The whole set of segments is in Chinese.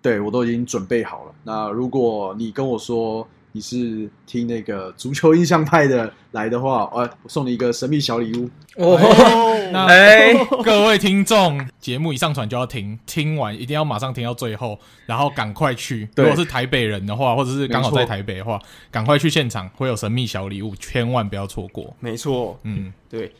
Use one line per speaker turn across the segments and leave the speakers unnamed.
对我都已经准备好了。那如果你跟我说你是听那个足球印象派的来的话， 呃，我送你一个神秘小礼物。
哦，
那
嗯
哎，
各位听众，节目一上传就要听，听完一定要马上听到最后，然后赶快去。
对
如果是台北人的话，或者是刚好
没错
在台北的话，赶快去现场，会有神秘小礼物，千万不要错过。
没错，
嗯，
对，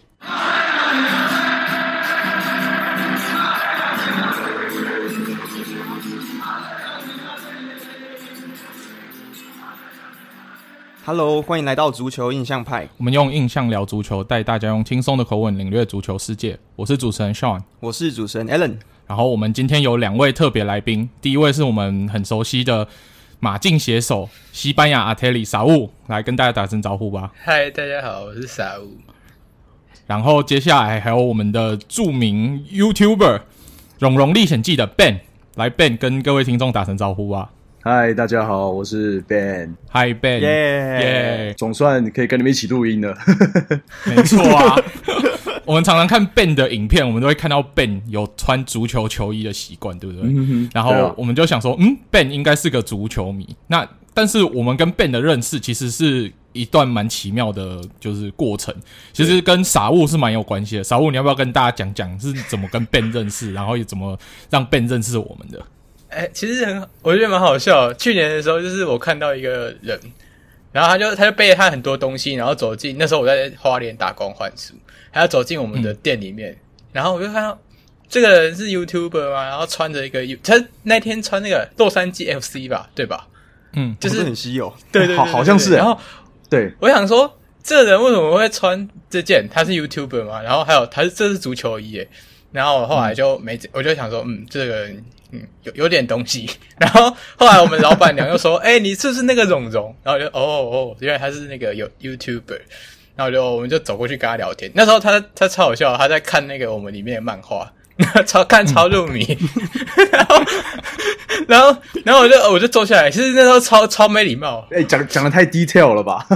Hello，欢迎来到足球印象派，
我们用印象聊足球，带大家用轻松的口吻领略足球世界。我是主持人 Sean，
我是主持人 Alan。
然后我们今天有两位特别来宾，第一位是我们很熟悉的马竞携手西班牙阿特里萨乌，来跟大家打声招呼吧。
嗨，大家好，我是傻五。
然后接下来还有我们的著名 YouTuber《荣荣历险记》的 Ben，来 Ben 跟各位听众打声招呼啊！
嗨，大家好，我是 Ben，
嗨 Ben，
耶
耶
总算可以跟你们一起录音了。
没错啊。 我们常常看 Ben 的影片，我们都会看到 Ben 有穿足球球衣的习惯，对不对？嗯 然
对
后
啊
我们就想说，嗯，Ben 应该是个足球迷。那但是我们跟 Ben 的认识其实是一段蛮奇妙的，就是过程。其实跟傻物是蛮有关系的。傻物，你要不要跟大家讲讲是怎么跟 Ben 认识，然后也怎么让 Ben 认识我们的？
哎、其实很，我觉得蛮好笑的。去年的时候，就是我看到一个人，然后他就他就背着他很多东西，然后走进那时候我在花莲打工换宿，他要走进我们
嗯
的店里面，然后我就看到这个人是 YouTuber 嘛，然后穿着一个 U，他那天穿那个洛杉矶 FC 吧，对吧？
嗯，
就、
就是是很稀有，
对对对
哦好好像
对对
是欸
然后
对，啊
我想说，这人为什么会穿这件？他是 YouTuber 嘛，然后还有他是这是足球衣耶。然后我后来就没，我就想说，嗯，这个人嗯有有点东西。 然后后来我们老板娘又说，哎、 你是不是那个蓉蓉？然后我就哦哦，原来他是那个有 YouTuber。然后我就我们就走过去跟他聊天。那时候他他超好笑，他在看那个我们里面的漫画， 超看超入迷。 然后然后然后我就我就坐下来，其实那时候超超没礼貌，
哎、讲讲的太 detail 了吧？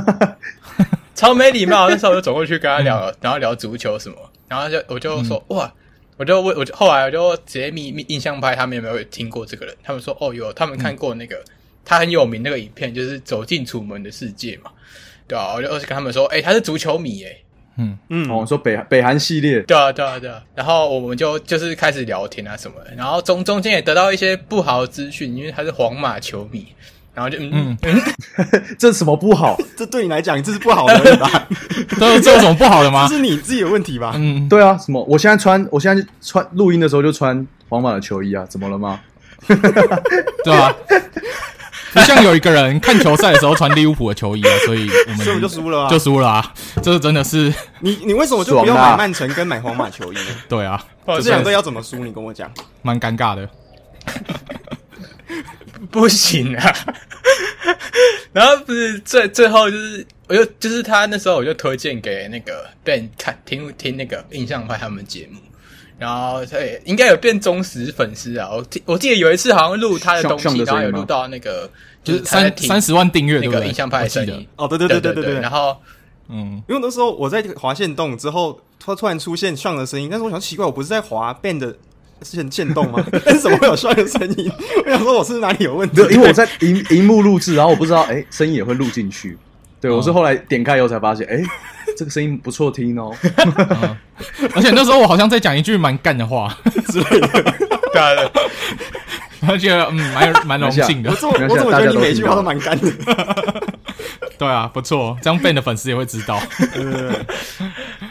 超没礼貌。那时候我就走过去跟他聊，然后聊足球什么，然后他就我就说、哇，我就问，我就后来我就直接密密印象派他们有没有听过这个人？他们说哦有，他们看过那个、他很有名那个影片，就是《走进楚门的世界》嘛，对啊，我就我就跟他们说，哎、他是足球迷哎、
嗯，
哦，说北北韩系列，
对啊，对啊，对啊。然后我们就就是开始聊天啊什么的，然后中中间也得到一些不好的资讯，因为他是皇马球迷，然后就嗯嗯
这什么不好？
这对你来讲这是不好的问题 吧？
这这有什么不好的吗
这？是你自己的问题吧？
嗯，
对啊，什么？我现在穿，我现在穿录音的时候就穿皇马的球衣啊，怎么了吗？
对吧、不像有一个人看球赛的时候穿利物浦的球衣啊，所以我们
所以我们就输了啊
就输了啊！这真的是
你你为什么就不要
爽啊
买曼城跟买皇马球衣呢？
对啊，
哦
这两队要怎么输？你跟我讲。
蛮尴尬的。
不行啊。 然后不是最最后就是，我就就是他那时候我就推荐给那个 Ben 看听听那个印象派他们节目，然后他也应该有变忠实粉丝啊。我记我记得有一次好像录他的
像
东
像
西，
的
然后有
声音吗
录到那个
就是
他在
三
听
三十万订阅，
那
对不
个
对？
印象派
我
的
记
声
得
音，
哦，对对对
对
对
对
对
然后
嗯，
因为那时候我在滑线动之后，突突然出现上的声音，但是我想奇怪，我不是在滑 band 的线线动 吗？但是怎么会有上的声音？我想说我是哪里有问 题
对，？因为我在荧荧幕录制，然后我不知道，哎、声音也会录进去。对，
嗯
我是后来点开以后才发现，哎、这个声音不错听 哦。
而且那时候我好像在讲一句蛮干的话，
对啊对啊，
然后觉得嗯，蛮有蛮荣幸的
我，怎么我怎么觉得你每一句话都蛮干的？
对啊，不错，这样 Ben 的粉丝也会知道。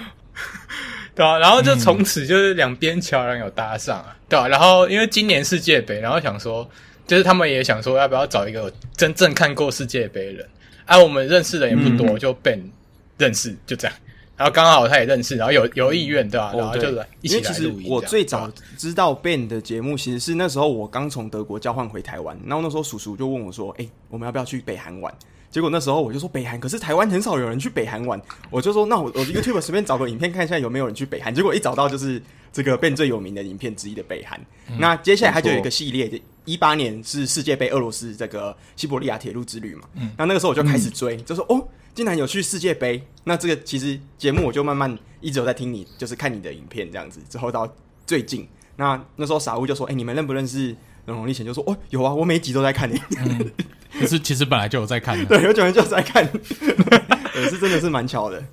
对啊，然后就
嗯
从此就是两边桥梁有搭上啊，对啊，然后因为今年世界杯，然后想说，就是他们也想说要不要找一个有真正看过世界杯的人，啊，我们认识的也不
嗯
多，就 Ben 认识，就这样。然后刚好他也认识，然后有有意愿，对吧、然后就来一
哦因
起
为其
来
实
录音。
我
这样哦啊
最早知道 band 的节目，其实是那时候我刚从德国交换回台湾，然后那时候叔叔就问我说：“哎、我们要不要去北韩玩？”结果那时候我就说北韩，可是台湾很少有人去北韩玩，我就说那我我 YouTube 随便找个影片看一下有没有人去北韩。结果一找到就是这个 Ben 最有名的影片之一的北韩。那接下来它就有一个系列，一八年是世界杯俄罗斯这个西伯利亚铁路之旅嘛。那那个时候我就开始追，就说哦，竟然有去世界杯。那这个其实节目我就慢慢一直有在听你，就是看你的影片这样子，之后到最近。那那时候傻乌就说：“哎、你们认不认识然后李显就说：“哦，有啊，我每一集都在看你。
就是其实本来就有在看 的，
对，有九人就是在看，对，是真的是蛮巧的。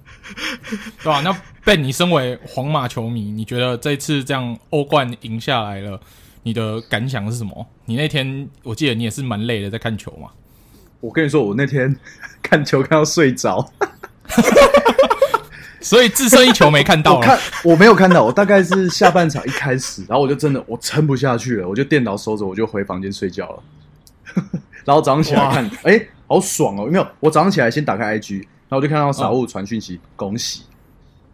对吧、那 Ben，你身为皇马球迷，你觉得这次这样欧冠赢下来了，你的感想是什么？你那天我记得你也是蛮累的，在看球嘛？
我跟你说，我那天看球看到睡着，
所以只剩一球没看到
我看
了，
我没有看到，我大概是下半场一开始，然后我就真的我撑不下去了，我就电脑收着，我就回房间睡觉了。 然后早上起来看，哎、好爽哦！没有，我早上起来先打开 IG，然后我就看
嗯
到傻物传讯息、恭喜，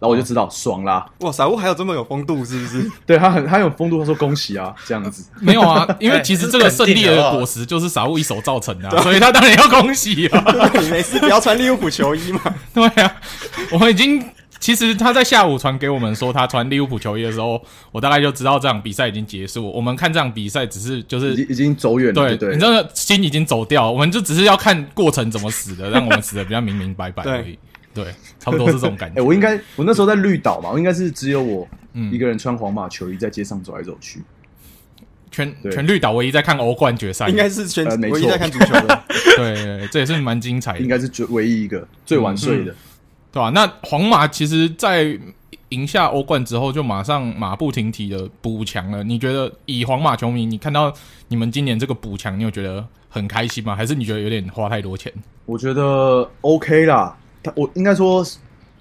然后我就知道、爽啦。
哇，傻物还有这么有风度，是不 是？
对他很他很有风度，他说恭喜啊，这样子。
没 有啊，因为其实这个胜利
哎这是肯定的
的
哦
果实就是傻物一手造成的啊、所以他当然要恭喜啊。
你没事不要穿利物浦球衣嘛。
对啊，我们已经其实他在下午传给我们说他穿利物浦球衣的时候，我大概就知道这场比赛已经结束。我们看这场比赛只是就
已经
是。
已经走远了，
呃对，
对不对
你真的心已经走掉了，我们就只是要看过程怎么死的，让我们死的比较明明白白而已。对，差不多是这种感
哎、
觉。
我应该我那时候在绿岛嘛，我应该是只有我
嗯
一个人穿皇马球衣在街上走来走去。
全
对
全绿岛唯一在看欧冠决赛，
应该是全
呃没错
唯一在看足球 的。
对对，对这也是蛮精彩的，
应该是最唯一一个最晚睡
嗯
的。
对吧、那皇马其实，在赢下欧冠之后，就马上马不停蹄的补强了。你觉得以皇马球迷，你看到你们今年这个补强，你有觉得很开心吗？还是你觉得有点花太多钱？
我觉得 OK 啦，他我应该说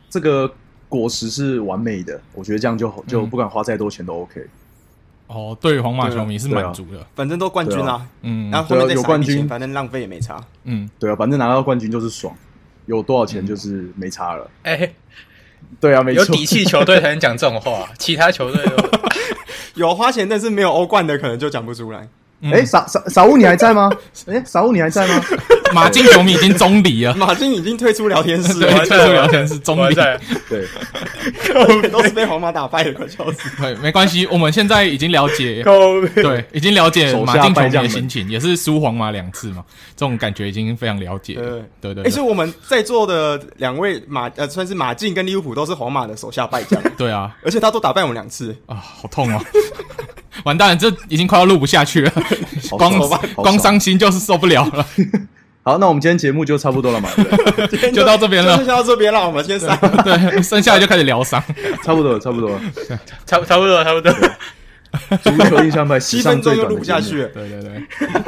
这个果实是完美的，我觉得这样就就
嗯
不管花再多钱都 OK。
哦，对于皇马球迷是
对啊
满足的。
反正都冠军
对
啊，
嗯
然后后面
对
再
啊有
撒一
冠
笔钱，
军
反正浪费也没差。
嗯，
对啊，反正拿到冠军就是爽，有多少钱就是没差了。
哎、
对啊，没
有
错，
底气球队才能讲这 种话，啊其他球队都
有花钱，但是没有欧冠的可能就讲不出来。
嗯
哎、傻傻傻物你还在吗？哎、傻物你还在吗？
马竞球迷已经中离了，
马竞已经退出聊天室
对，啊
了，
退出聊天是中
我
离。
在
对，
都是被皇马打败的，快笑死！
对，没关系，我们现在已经了 解，
扣
对，已经了解
手下
马竞球
败
迷
将们
的心情，也是输皇马两次嘛，这种感觉已经非常了解了。对对
哎、
对
所以我们在座的两位马呃，算是马竞跟利物浦都是皇马的手下败将，
对啊，
而且他都打败我们两 次。
啊，好痛哦！ 完蛋了，这已经快要录不下去了，
好
光
爽好
光
爽
伤心就是受不了了。
好，那我们今天节目就差不多了嘛，对不对
今天
就到这边了
就先到这边了，我们先散。
对，剩下来就开始疗伤。
差不多了，差不多了。
差不差不多了差不多了。
足球印象派史
七
上
分钟
最
就
短
录
的
不下
节目
去了，
对对对，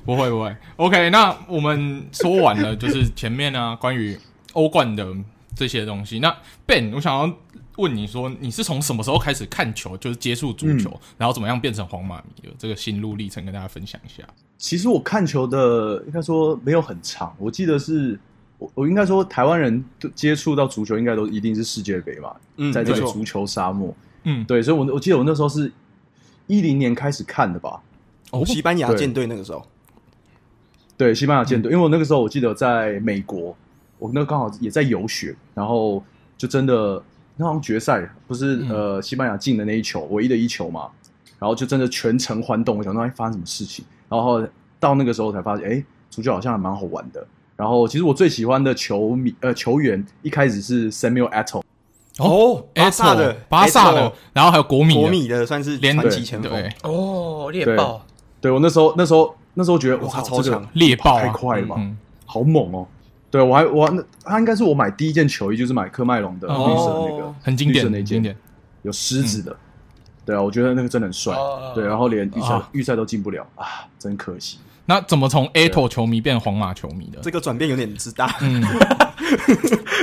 不会不会。OK，那我们说完了，就是前面呢、关于欧冠的这些东西。那 Ben，我想要问你说，你是从什么时候开始看球，就是接触足球，然后怎么样变成皇马迷的这个心路历程，跟大家分享一下。
其实我看球的应该说没有很长，我记得是我我应该说台湾人都接触到足球应该都一定是世界杯嘛，
嗯
在这
没
个
错
足球沙漠，
嗯，
对，所以我我记得我那时候是一零年开始看的吧，
哦
西班牙舰队那个时候，
对，西班牙
嗯
舰队，因为我那个时候我记得在美国，我那刚好也在游学，然后就真的那好像决赛不是、
嗯
呃西班牙进的那一球，唯一的一球嘛，然后就真的全程欢动，我想说哎发生什么事情，然后到那个时候才发现，哎，足球好像还蛮好玩的。然后其实我最喜欢的球迷呃球员一开始是 Samuel Eto'o，
哦巴萨
Eto，
的
巴萨
Eto
的，然后还有国米的，
国米的算是
连
传奇
对
前锋，
对
哦，猎
对
豹，
对我那时候那时候那时候觉得
哇
哇
他超
这个
强
猎豹啊
太快了吧，
嗯
好猛哦！对我还我还那他应该是我买第一件球衣就是买科麦隆的绿色
哦
的那个
哦，
很经典，
绿色那
很
件
经典。
有狮子的。对啊，我觉得那个真的很帅
哦。
对，然后连预赛
啊
预赛都进不了啊，真可惜。
那怎么从 Ato 球迷变皇马球迷的？
这个转变有点之大。
嗯，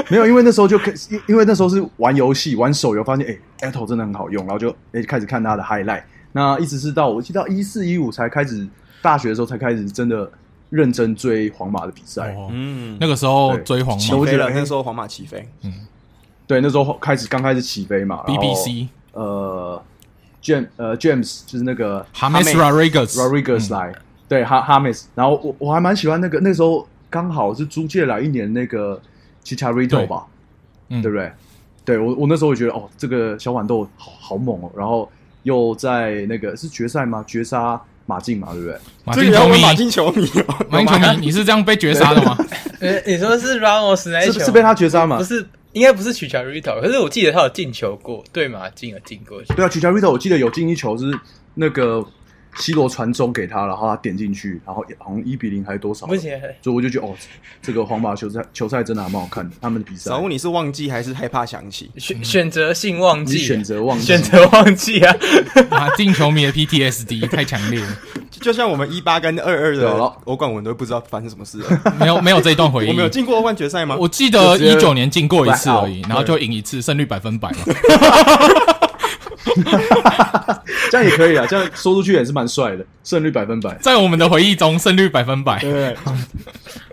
没有，因为那时候就开，因因为那时候是玩游戏、玩手游，发现哎，Apple 真的很好用，然后就哎开始看它的 highlight。那一直是到我记得到一四一五才开始，大学的时候才开始真的认真追皇马的比赛。
哦，
嗯，
那个时候追皇
起
对
马
我
飞
觉得
了，
哎
那时候皇马起飞，
对，那时候开始刚开始起飞嘛。然后
BBC
呃，James 呃 James 就是那个
James
James
Rodriguez，
Rodriguez 来，对哈哈梅斯，然后我我还蛮喜欢那个，那时候刚好是租借来一年那个 Chicharito 吧，
嗯
对不对？对我我那时候也觉得哦，这个小豌豆好好猛哦，然后又在那个是决赛吗？绝杀马竞嘛，对不对？
马
这
竞
个要
球
问
迷，
马竞球迷哦，
马竞球迷，你是这样被绝杀的吗？
呃，你说是 Ramos 那一
是
球
是被他绝杀嘛
哎不？是，应该不是 Chicharito，可是我记得他有进球过，对嘛？进了进过去。
对啊，Chicharito 我记得有进一球是那个西罗传中给他，然后他点进去，然后好像一比零还是多少，
目前很
所以我就觉得哦，这个皇马球赛球赛真的还蛮好看的，他们的比赛
小。物，你是忘记还是害怕想起？
选选择性忘
你
记，
选择忘记，
啊选择忘记 啊，
马竞球迷的 PTSD 太强烈了，
就就像我们一八跟二二
对
的
了
欧冠，我们都不知道发生什么事了。
没有没有这一段回忆
我们。有进过欧冠决赛吗？
我记得
就直
一
接
九年进过一次
black out，
而已，然后就赢一次，胜率百分百嘛。
这样也可以啊，这样说出去也是蛮帅的，胜率百分百，
在我们的回忆中，胜率百分百。
对，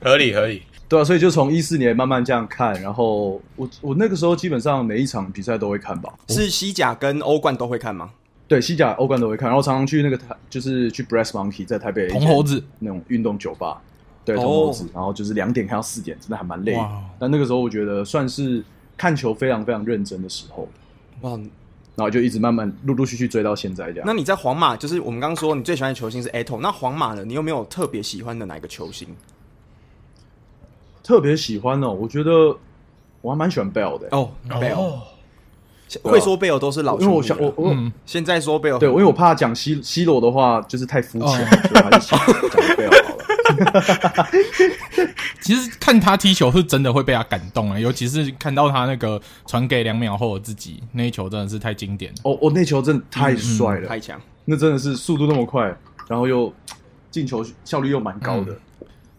合理合理。
对啊，所以就从一四年慢慢这样看，然后我我那个时候基本上每一场比赛都会看吧，
是西甲跟欧冠都会看吗？
对，西甲、欧冠都会看，然后常常去那个台，就是去 Brass Monkey 在台北
红猴子
那种运动酒吧，对，
哦
红猴子，然后就是两点看到四点，真的还蛮累
哇
的。但那个时候我觉得算是看球非常非常认真的时候，
哇，
然后就一直慢慢陆陆续续追到现在这样。
那你在皇马，就是我们刚刚说你最喜欢的球星是 Ato，那皇马呢？你有没有特别喜欢的哪一个球星？
特别喜欢哦，我觉得我还蛮喜欢 Bell 的、
哦，贝尔，
哦，
会说贝尔都是老
因
球
为
啊迷
我
了。
想我我、
嗯，哦
现在说贝尔，
对，因为我怕讲 C C 罗的话就是太肤浅，所以我还是想讲 Bell 好了。
其实看他踢球是真的会被他感动啊，尤其是看到他那个传给两秒后的自己那一球，真的是太经典了。
哦，我那球真的太帅
嗯
了，
太强。
那真的是速度那么快，然后又进球效率又蛮高
嗯
的。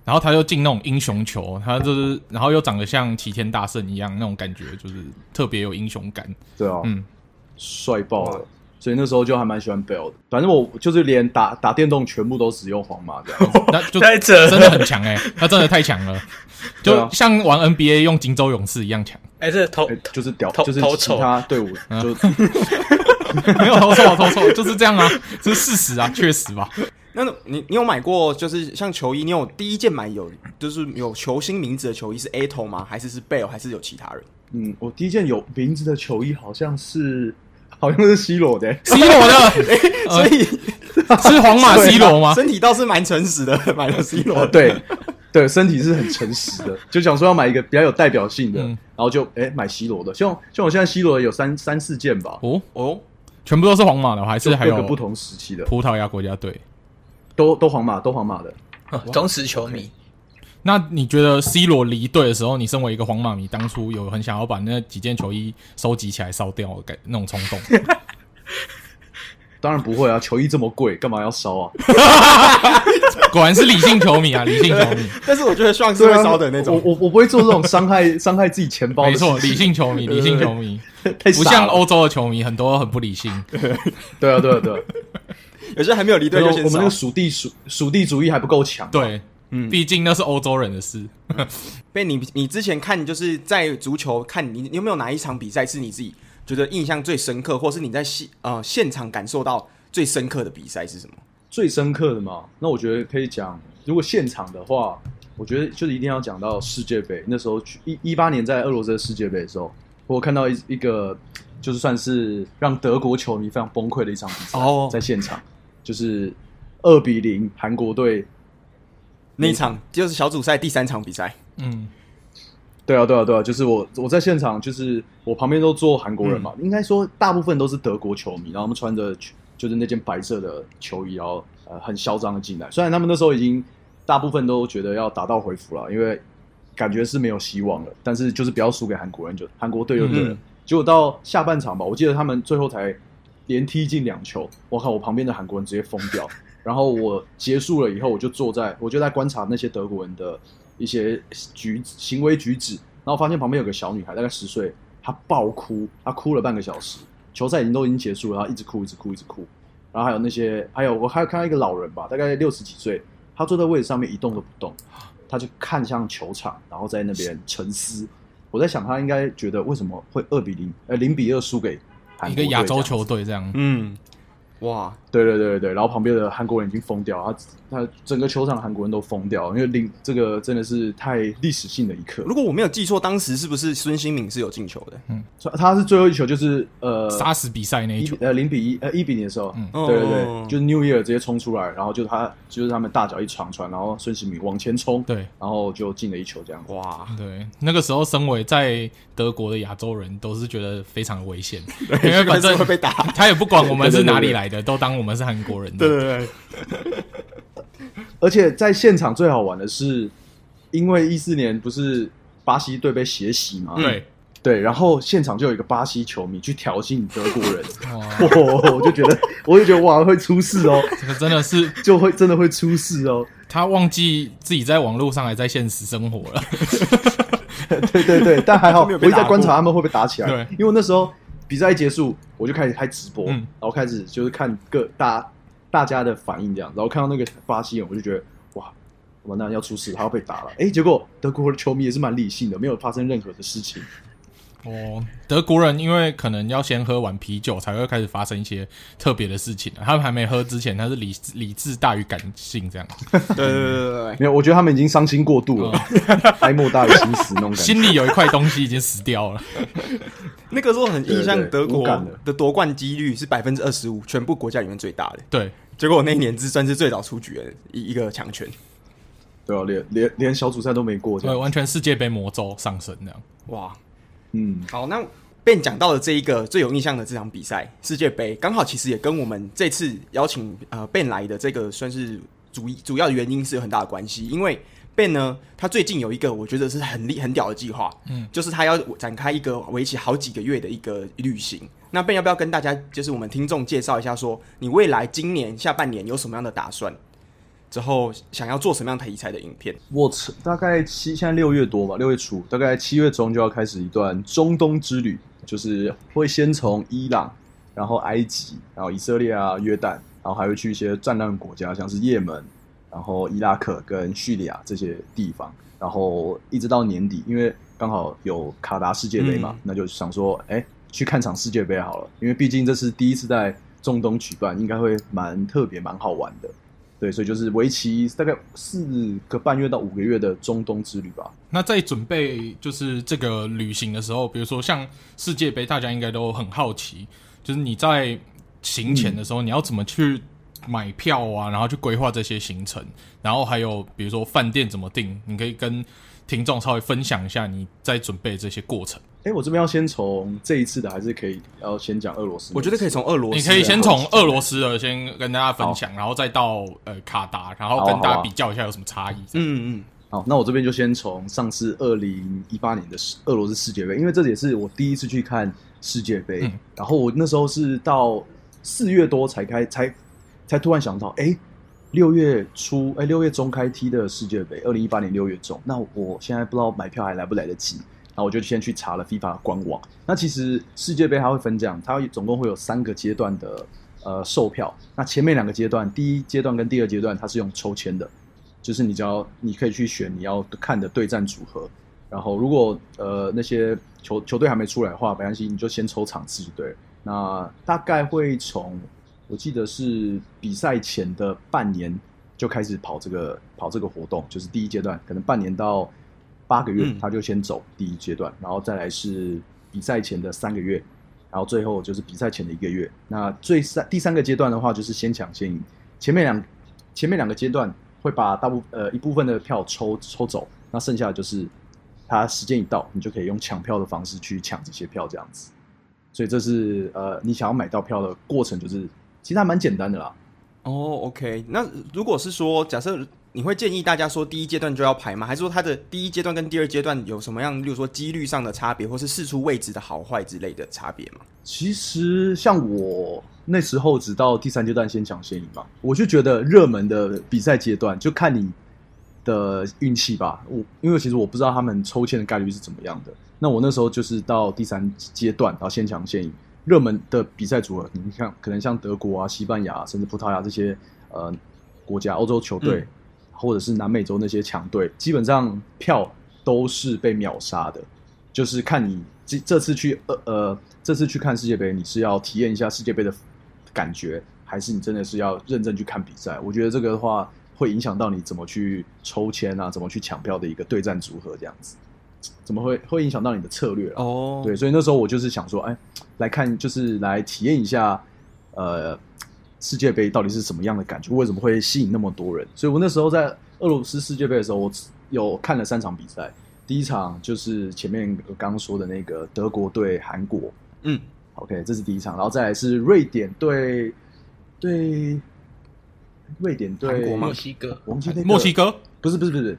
然后他又进那种英雄球，他就是，然后又长得像齐天大圣一样，那种感觉就是特别有英雄感。
对啊，
嗯，
帅爆
哇
了。所以那时候就还蛮喜欢 Bell 的，反正我就是连打打电动全部都使用皇马这 样。
那就
太扯了
真的很强哎、他真的太强 了，
对
就
啊
像玩 NBA 用金州勇士一样强。
哎，这头
哎就是屌，
头
就是
头
其
丑
他队伍
嗯
就
没有投错，投错，就是这样啊，这是事实啊，确实吧。
那你你有买过就是像球衣，你有第一件买有就是有球星名字的球衣是 Ato 吗？还是是贝尔，还是有其他人？
嗯，我第一件有名字的球衣好像是好像是 C 罗的、
C 罗的
所
呃
以
是皇马 C 罗吗？
身体倒是蛮诚实的，买了 C 罗。
哦，对对，身体是很诚实的，就想说要买一个比较有代表性的，
嗯
然后就哎、买 C 罗的，像像我现在 C 罗有三三四件吧，
哦，
哦，
全部都是皇马的，还是
就
还
各
有
个不同时期的，
葡萄牙国家队？
都都皇马都皇马的，
哦忠实球迷，
那你觉得 C 罗离队的时候，你身为一个皇马迷，当初有很想要把那几件球衣收集起来烧掉的感那种冲动？
当然不会啊，球衣这么贵，干嘛要烧啊？
果然是理性球迷啊，理性球迷，
但是我觉得像是会烧的那种。
啊我我我不会做这种伤害伤害自己钱包的
没
事情，
错，理性球迷，理性球迷，
太
不
傻
像
了
欧洲的球迷，很多很不理性。
对啊对啊 对啊，
有些还没有离队就
我
先
我们那个
烧
属地属属地主义还不够强，
对，
嗯
毕竟那是欧洲人的事。
被你你之前看就是在足球看你，你有没有哪一场比赛是你自己觉得印象最深刻，或是你在现呃现场感受到最深刻的比赛是什么？
最深刻的嘛，那我觉得可以讲，如果现场的话，我觉得就是一定要讲到世界杯。那时候去一一八年在俄罗斯的世界杯的时候，我看到一一个就是算是让德国球迷非常崩溃的一场比赛，
哦
在现场就是二比零韩国队。
那一场就是小组赛第三场比赛，
嗯，
对啊，对啊，对啊，就是我我在现场，就是我旁边都坐韩国人嘛，应该说大部分都是德国球迷，然后他们穿着球就是那件白色的球衣，然后呃很嚣张的进来。虽然他们那时候已经大部分都觉得要打道回府了，因为感觉是没有希望了，但是就是不要输给韩国人，就韩国队就对了。
嗯
结果到下半场吧，我记得他们最后才连踢进两球，我靠，我旁边的韩国人直接疯掉。然后我结束了以后，我就坐在，我就在观察那些德国人的一些举止行为举止，然后发现旁边有个小女孩，大概十岁，她爆哭，她哭了半个小时，球赛已经都已经结束了，她一直哭，一直哭，一直哭。然后还有那些，还有我还有看到一个老人吧，大概六十几岁，他坐在位置上面一动都不动，他就看向球场，然后在那边沉思。我在想，他应该觉得为什么会二比零，呃，零比二输给韩
一
国队
个亚
这
洲
样
球队这样。
嗯，哇，
对对对对对，然后旁边的韩国人已经疯掉，他他整个球场韩国人都疯掉，因为零这个真的是太历史性的一刻。
嗯
如果我没有记错，当时是不是孙兴敏是有进球的？
他是最后一球就是呃
杀死比赛那一
一
球，
呃零比一呃一比零的时候，
嗯
对对对，
哦
就是 New Year 直接冲出来，然后就他就是他们大脚一长传，然后孙兴慜往前冲，
对
然后就进了一球这样子。
哇，
对，那个时候身为在德国的亚洲人，都是觉得非常危险，因为反
就是
正
会被打。
他也不管我们是哪里来来的都当我们是韩国人
对
的，
对对，
而且在现场最好玩的是，因为一四年不是巴西队被血洗嘛，
对，
对，然后现场就有一个巴西球迷去挑衅德国 人，
哇，
哇， 我就觉得，我就觉得哇会出事哦，
这个真的是
就会真的会出事哦，
他忘记自己在网络上还在现实生活了，
对对 对，但还好，我
没有
一
被
直
打
在观察他们会不会打起来。
对
因为我那时候比赛一结束，我就开始开直播，
嗯
然后开始就是看各大大家的反应这样，然后看到那个巴西人，我就觉得哇，完蛋要出事，他要被打了。哎，结果德国的球迷也是蛮理性的，没有发生任何的事情。
哦，德国人因为可能要先喝完啤酒，才会开始发生一些特别的事情。啊他们还没喝之前，他是理理智大于感性这样，
对对对对对，
没有，我觉得他们已经伤心过度了， 哀莫大于嗯 心死那种感觉。
心里有一块东西已经死掉了。
那个时候很印象
对对
德国
无感的
的夺冠几率是百分之二十五，全部国家里面最大的。
对，
结果我那一年是算是最早出局的一一个强权，
对啊，连连连小组赛都没过这
所以
样。
完全世界杯魔咒上升这样。
哇！
嗯，
好，那被你讲到的这一个最有印象的这场比赛世界杯，刚好其实也跟我们这次邀请呃 Ben 来的这个算是主主要的原因是有很大的关系，因为 Ben 呢，他最近有一个我觉得是很厉很屌的计划，嗯，就是他要展开一个为期好几个月的一个旅行。那 Ben 要不要跟大家就是我们听众介绍一下说你未来今年下半年有什么样的打算？之后想要做什么样的题材的影片？
我从大概七，现在六月多嘛，六月初，大概七月中就要开始一段中东之旅，就是会先从伊朗，然后埃及，然后以色列啊、约旦，然后还会去一些战乱国家，像是也门，然后伊拉克跟叙利亚这些地方，然后一直到年底，因为刚好有卡达世界杯嘛，
嗯
那就想说，哎，去看场世界杯好了，因为毕竟这是第一次在中东举办，应该会蛮特别、蛮好玩的。对，所以就是为期大概四个半月到五个月的中东之旅吧。
那在准备就是这个旅行的时候，比如说像世界杯，大家应该都很好奇，就是你在行前的时候，你要怎么去买票啊，然后去规划这些行程，然后还有比如说饭店怎么订，你可以跟听众稍微分享一下你在准备这些过程。
哎，我这边要先从这一次的，还是可以要先讲俄罗斯那一次？
我觉得可以从俄罗斯
你
啊，
可以先从俄罗斯的先跟大家分享，然后再到呃卡达，然后跟大家比较一下有什么差异。
嗯嗯
好，那我这边就先从上次二零一八年的世俄罗斯世界杯，因为这也是我第一次去看世界杯，
嗯
然后我那时候是到四月多才开才才突然想到，哎、六月初哎六、月中开踢的世界杯，二零一八年六月中，那我现在不知道买票还来不来得及，然后我就先去查了 FIFA 官网。那其实世界杯它会分这样，它总共会有三个阶段的呃售票，那前面两个阶段，第一阶段跟第二阶段它是用抽签的。就是你只要你可以去选你要看的对战组合，然后如果呃那些球球队还没出来的话，没关系，你就先抽场次就对了。那大概会从我记得是比赛前的半年就开始跑这个跑这个活动，就是第一阶段，可能半年到八个月
嗯，
他就先走第一阶段，然后再来是比赛前的三个月，然后最后就是比赛前的一个月。那最三第三个阶段的话，就是先抢先赢。前面两前面两个阶段会把大部呃一部分的票抽抽走，那剩下的就是它时间一到，你就可以用抢票的方式去抢这些票，这样子。所以这是呃你想要买到票的过程，就是其实还蛮简单的啦。
哦、o k 那如果是说，假设你会建议大家说第一阶段就要排吗？还是说它的第一阶段跟第二阶段有什么样，例如说几率上的差别，或是试出位置的好坏之类的差别吗？
其实像我那时候只到第三阶段先抢先赢嘛，我就觉得热门的比赛阶段就看你的运气吧。我因为其实我不知道他们抽签的概率是怎么样的。那我那时候就是到第三阶段，然后先抢先赢。热门的比赛组合，你看可能像德国啊、西班牙啊、甚至葡萄牙这些呃国家、欧洲球队，
嗯
或者是南美洲那些强队，基本上票都是被秒杀的。就是看你这这次去呃呃这次去看世界杯，你是要体验一下世界杯的感觉，还是你真的是要认真去看比赛？我觉得这个的话会影响到你怎么去抽签啊，怎么去抢票的一个对战组合这样子，怎么会会影响到你的策略啊？
哦
对，，所以那时候我就是想说，哎，来看就是来体验一下，呃，世界杯到底是什么样的感觉？为什么会吸引那么多人？所以我那时候在俄罗斯世界杯的时候，我有看了三场比赛。第一场就是前面我刚刚说的那个德国对韩国
嗯，
，OK，这是第一场，然后再来是瑞典对对瑞典对
韩国吗
墨西哥
我忘记那个
墨西哥、
不是不是不是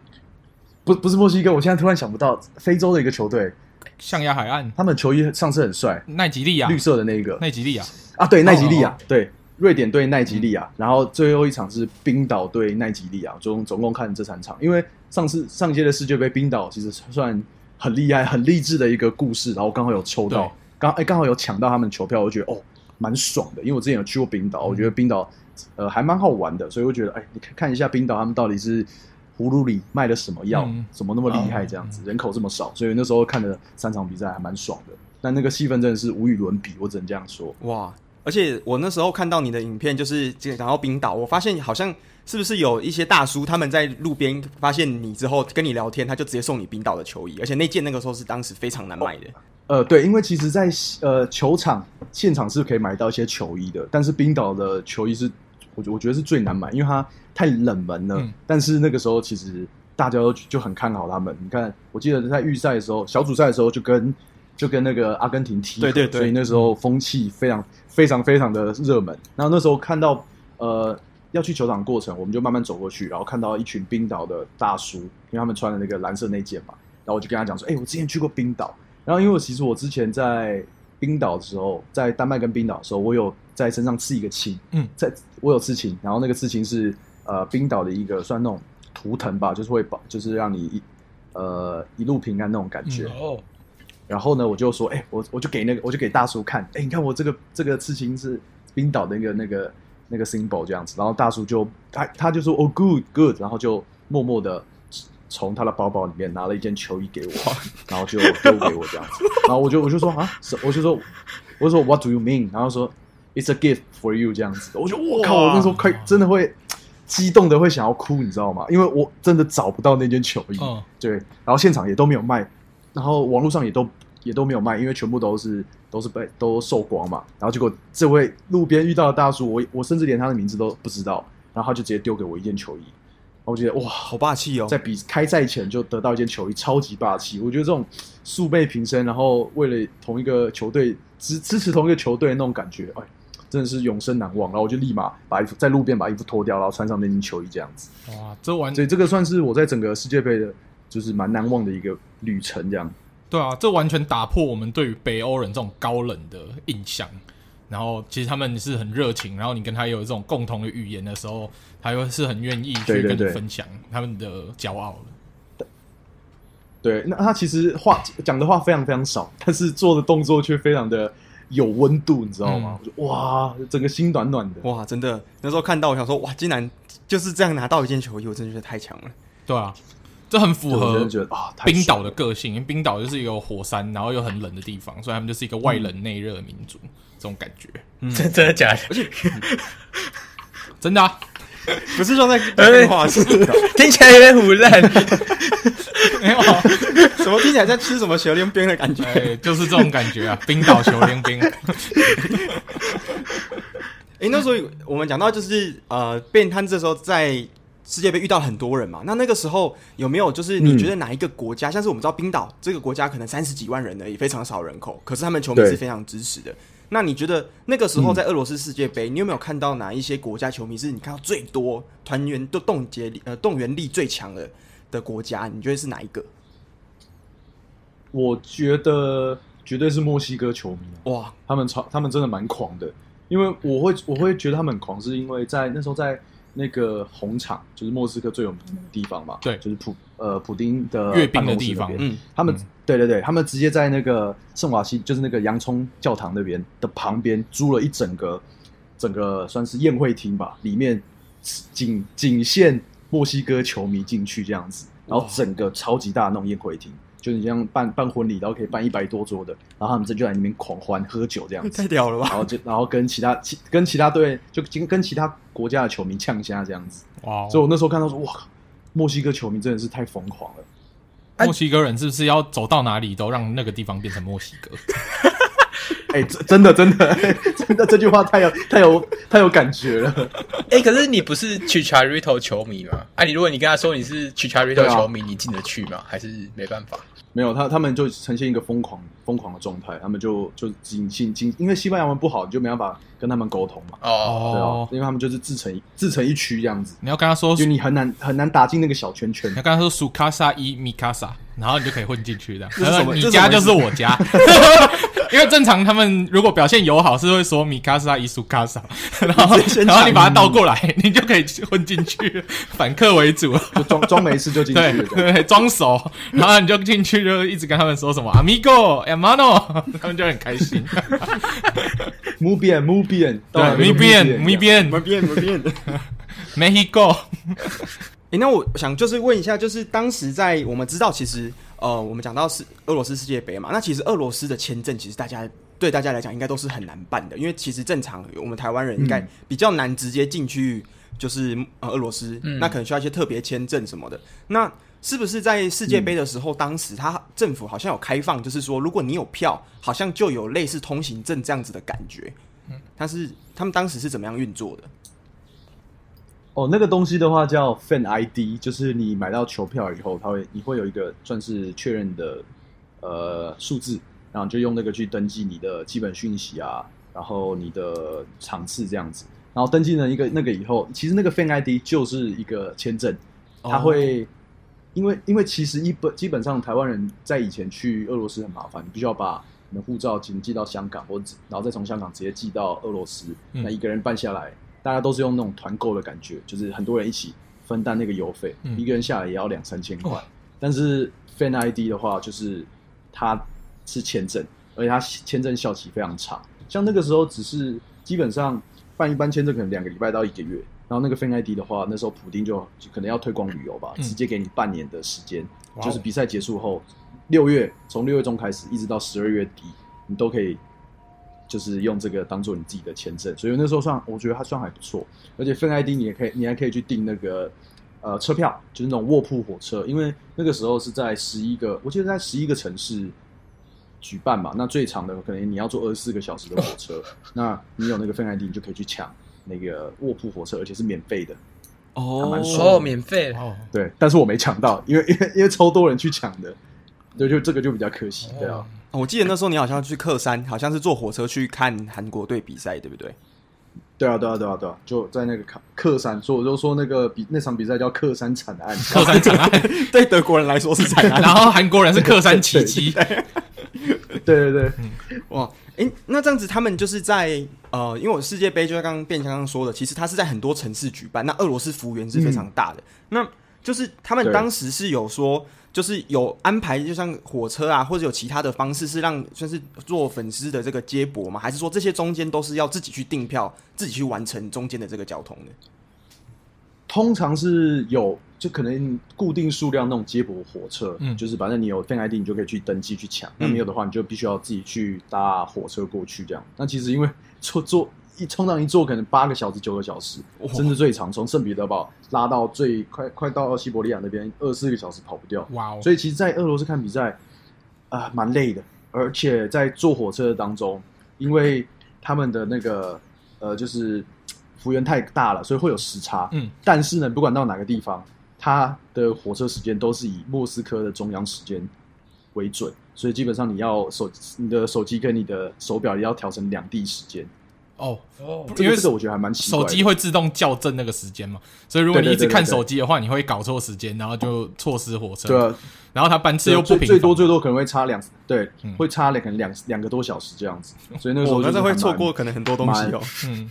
不不是墨西哥，我现在突然想不到非洲的一个球队，
象牙海岸、
他们球衣上次很帅，
奈及利亚、
绿色的那一个
奈及利亚，
啊，对，奈及利亚，嗯
哦
对，瑞典对奈及利亚，然后最后一场是冰岛对奈及利亚，总总共看这三场，因为上次上届的世界杯，冰岛其实算很厉害、很励志的一个故事，然后刚好有抽
对
到，刚哎刚好有抢到他们球票，我觉得哦蛮爽的，因为我之前有去过冰岛，我觉得冰岛呃还蛮好玩的，所以我觉得哎你看看一下冰岛他们到底是。葫芦里卖的什么药？
嗯
怎么那么厉害？这样子、人口这么少，所以那时候看的三场比赛还蛮爽的。但那个气氛真的是无与伦比，我只能这样说。
哇！而且我那时候看到你的影片，就是这个讲到冰岛，我发现好像是不是有一些大叔他们在路边发现你之后跟你聊天，他就直接送你冰岛的球衣，而且那件那个时候是当时非常难买的。
呃，对，因为其实在，呃球场现场是可以买到一些球衣的，但是冰岛的球衣是，我觉我觉得是最难买，因为它太冷门了。
嗯
但是那个时候其实大家都就很看好他们。你看，我记得在预赛的时候，小组赛的时候就跟就跟那个阿根廷踢，
对对对嗯
所以那时候风气非常非常非常的热门。然后那时候看到呃要去球场过程，我们就慢慢走过去，然后看到一群冰岛的大叔，因为他们穿的那个蓝色那件嘛，然后我就跟他讲说，哎、我之前去过冰岛，然后因为我其实我之前在冰岛的时候，在丹麦跟冰岛的时候，我有在身上刺一个青，
嗯
在我有刺青，然后那个刺青是呃冰岛的一个算那种图腾吧，就是会把就是让你一呃一路平安那种感觉，
嗯
哦，
然后呢，我就说，哎、我我就给那个，我就给大叔看，哎、你看我这个这个刺青是冰岛的那个那个那个 symbol 这样子，然后大叔就他他就说，哦，good good，然后就默默的从他的包包里面拿了一件球衣给我，然后就丢给我这样子，然后我就我就说啊，是我就说我就说 what do you mean，然后说 it's a gift for you 这样子，我就我靠，我那时候快真的会激动的会想要哭，你知道吗？因为我真的找不到那件球衣，
嗯，
对，然后现场也都没有卖，然后网络上也都也都没有卖，因为全部都是都是被都售光嘛。然后结果这位路边遇到的大叔，我我甚至连他的名字都不知道，然后他就直接丢给我一件球衣，然后我觉得哇，
好霸气哦！
在比开赛前就得到一件球衣，超级霸气。我觉得这种素昧平生，然后为了同一个球队支支持同一个球队的那种感觉，哎，真的是永生难忘。然后我就立马把衣服在路边把衣服脱掉，然后穿上那件球衣这样子。
哇，这完
所以这个算是我在整个世界杯的，就是蛮难忘的一个旅程。这样，
对啊，这完全打破我们对于北欧人这种高冷的印象。然后其实他们是很热情，然后你跟他有这种共同的语言的时候，他又是很愿意去
对对
跟你
对
分享他们的骄傲的。
对，那他其实话讲的话非常非常少，但是做的动作却非常的有温度，你知道吗？
嗯
我就哇，整个心暖暖的。
哇，真的，那时候看到我想说，哇，竟然就是这样拿到一件球衣，我真的觉得太强了。
对啊，这很
对
符
我真
合
的觉得啊，太
冰
爽
岛的个性，因为冰岛就是一个火山，然后又很冷的地方，所以他们就是一个外冷内热的民族，这种感觉。
嗯
真真的假的？
真的 啊，
不是说在电话，是
听起来有点腐烂。
没有啊，
什么听起来在吃什么雪莲冰的感 觉。
哎，就是这种感觉啊，冰岛球溜冰。
诶，那时候我们讲到就是呃，变摊这时候在世界杯遇到很多人嘛，那那个时候有没有就是你
嗯
觉得哪一个国家，像是我们知道冰岛这个国家可能三十几万人而已，非常少人口，可是他们球迷
对
是非常支持的。那你觉得那个时候在俄罗斯世界杯，你有没有看到哪一些国家球迷是你看到最多团员都冻结力呃动员力最强的的国家？你觉得是哪一个？
我觉得绝对是墨西哥球迷啊、
哇，
他们超他们真的蛮狂的，因为我会我会觉得他们很狂，是因为在那时候在那个红场，就是莫斯科最有名的地方嘛，
对
就是普呃普丁的
阅兵的
办公室
地方
那边
嗯，
他们、
嗯
对对对，他们直接在那个圣瓦西，就是那个洋葱教堂那边的旁边租了一整个整个算是宴会厅吧，里面仅仅限墨西哥球迷进去这样子，然后
哇
整个超级大的那种宴会厅。就是你像办办婚礼，然后可以办一百多桌的，然后他们这就在里面狂欢喝酒这样 子
太，屌了吧！
然后就然后跟其他其跟其他队就跟跟其他国家的球迷呛虾这样子，
哇，
所以我那时候看到说，哇靠，墨西哥球迷真的是太疯狂了。哎
墨西哥人是不是要走到哪里都让那个地方变成墨西哥？
哎、哎、真真的真的、 哎真的这句话太有太有太有感觉了。
哎、可是你不是 Chicharito 球迷吗？啊，你如果你跟他说你是 Chicharito
啊
球迷，你进得去吗？还是没办法？
没有他，他们就呈现一个疯狂疯狂的状态，他们就就仅仅仅因为西班牙文不好，你就没办法跟他们沟通嘛，
哦，
对啊
哦，，
因为他们就是自成一自成一区这样子，
你要跟他说，
就
你
你很难很难打进那个小圈圈
要。跟他说苏卡萨伊米卡萨，然后你就可以混进去的。
是
他
什
说
么
你
这是
家
什么
就
意
是
思
我家， 因为正常他们如果表现友好是会说米卡萨伊苏卡萨，然后
你直接先
然后
讲
你把它倒过来，你就可以混进去，反客为主。
就装装没事就进去
对
了这样。
对， 装熟，然后你就进去，就一直跟他们说什么 “amigo”、“hermano”，他们就很 开心。
Muy bien, muy bien，到
对
哪边
，“mi
都
bien,
muy
mi
bien，
bien,
变没变。
Mexico”。
诶，那我想就是问一下，就是当时在我们知道，其实呃，我们讲到是俄罗斯世界杯嘛，那其实俄罗斯的签证，其实大家对大家来讲应该都是很难办的，因为其实正常我们台湾人应
嗯
该比较难直接进去，就是呃俄罗斯，
嗯
那可能需要一些特别签证什么的。那是不是在世界
嗯
杯的时候，当时他政府好像有开放，就是说如果你有票，好像就有类似通行证这样子的感觉。
嗯
但是他们当时是怎么样运作的？
哦，那个东西的话叫 Fan ID，就是你买到球票以后，它会你会有一个算是确认的呃数字，然后你就用那个去登记你的基本讯息啊，然后你的场次这样子。然后登记了一个那个以后，其实那个 Fan ID 就是一个签证，
哦
它会、因为因为其实一本基本上台湾人在以前去俄罗斯很麻烦，你必须要把你的护照寄寄到香港，或者然后再从香港直接寄到俄罗斯，
嗯
那一个人办下来，大家都是用那种团购的感觉，就是很多人一起分担那个邮费，
嗯
一个人下来也要两三千块
哇。
但是 Fan ID 的话，就是它是签证，而且它签证效期非常长。像那个时候只是基本上办一般签证可能两个礼拜到一个月，然后那个 Fan ID 的话，那时候普丁就就可能要推广旅游吧，
嗯
直接给你半年的时间，
哇哦
就是比赛结束后，六月从六月中开始一直到十二月底，你都可以就是用这个当做你自己的签证，所以那时候算我觉得它算还不错，而且 Fan ID 你也可以，你还可以去订那个呃车票，就是那种卧铺火车，因为那个时候是在十一个，我记得在十一个城市举办嘛，那最长的可能你要坐二十四个小时的火车，那你有那个 Fan ID 你就可以去抢那个卧铺火车，而且是免费的，还蛮爽
哦，免费了，
哦，
对，但是我没抢到，因为因为因为超多人去抢的，对，就这个就比较可惜，对啊。
哦我记得那时候你好像去克山，好像是坐火车去看韩国队比赛，对不对？
对啊，对啊，对啊，对啊，就在那个克克山，所以我就说那个比那场比赛叫克山惨案，
客山惨案，
对德国人来说是惨案。
然后韩国人是客山奇迹，
对对对，
哇，诶，那这样子他们就是在呃，因为我世界杯就像刚刚变强刚刚说的，其实它是在很多城市举办，那俄罗斯幅员是非常大的。那就是他们
对
当时是有说，就是有安排，就像火车啊，或者有其他的方式，是让算是做粉丝的这个接驳吗？还是说这些中间都是要自己去订票，自己去完成中间的这个交通的？
通常是有就可能固定数量那种接驳火车，
嗯
就是反正你有 Fan ID 你就可以去登记去抢，那
嗯
没有的话你就必须要自己去搭火车过去这样。那其实因为坐坐一通常一坐可能八个小时九个小时，
哇
甚至最长从圣彼得堡拉到最快快到西伯利亚那边二四个小时跑不掉，
哇哦！
所以其实，在俄罗斯看比赛啊、呃蛮累的，而且在坐火车当中，因为他们的那个呃，就是幅员太大了，所以会有时差。
嗯，
但是呢，不管到哪个地方，它的火车时间都是以莫斯科的中央时间为准，所以基本上你要手你的手机跟你的手表也要调成两地时间。
哦，
哦，
这
因
个
为
这个我觉得还蛮奇怪
手
的。
机会自动校正那个时间嘛，所以如果你一直
对对对对
看手机的话，你会搞错时间，然后就错失火车。
对啊，
然后它班次又不
最
平，啊
最多最。多可能会差两对，
嗯哦
会差两可能两两个多小时这样 子，所以那个时
我
候
哦那
就是
这会
还蛮
错过可能很多东西哦。
嗯，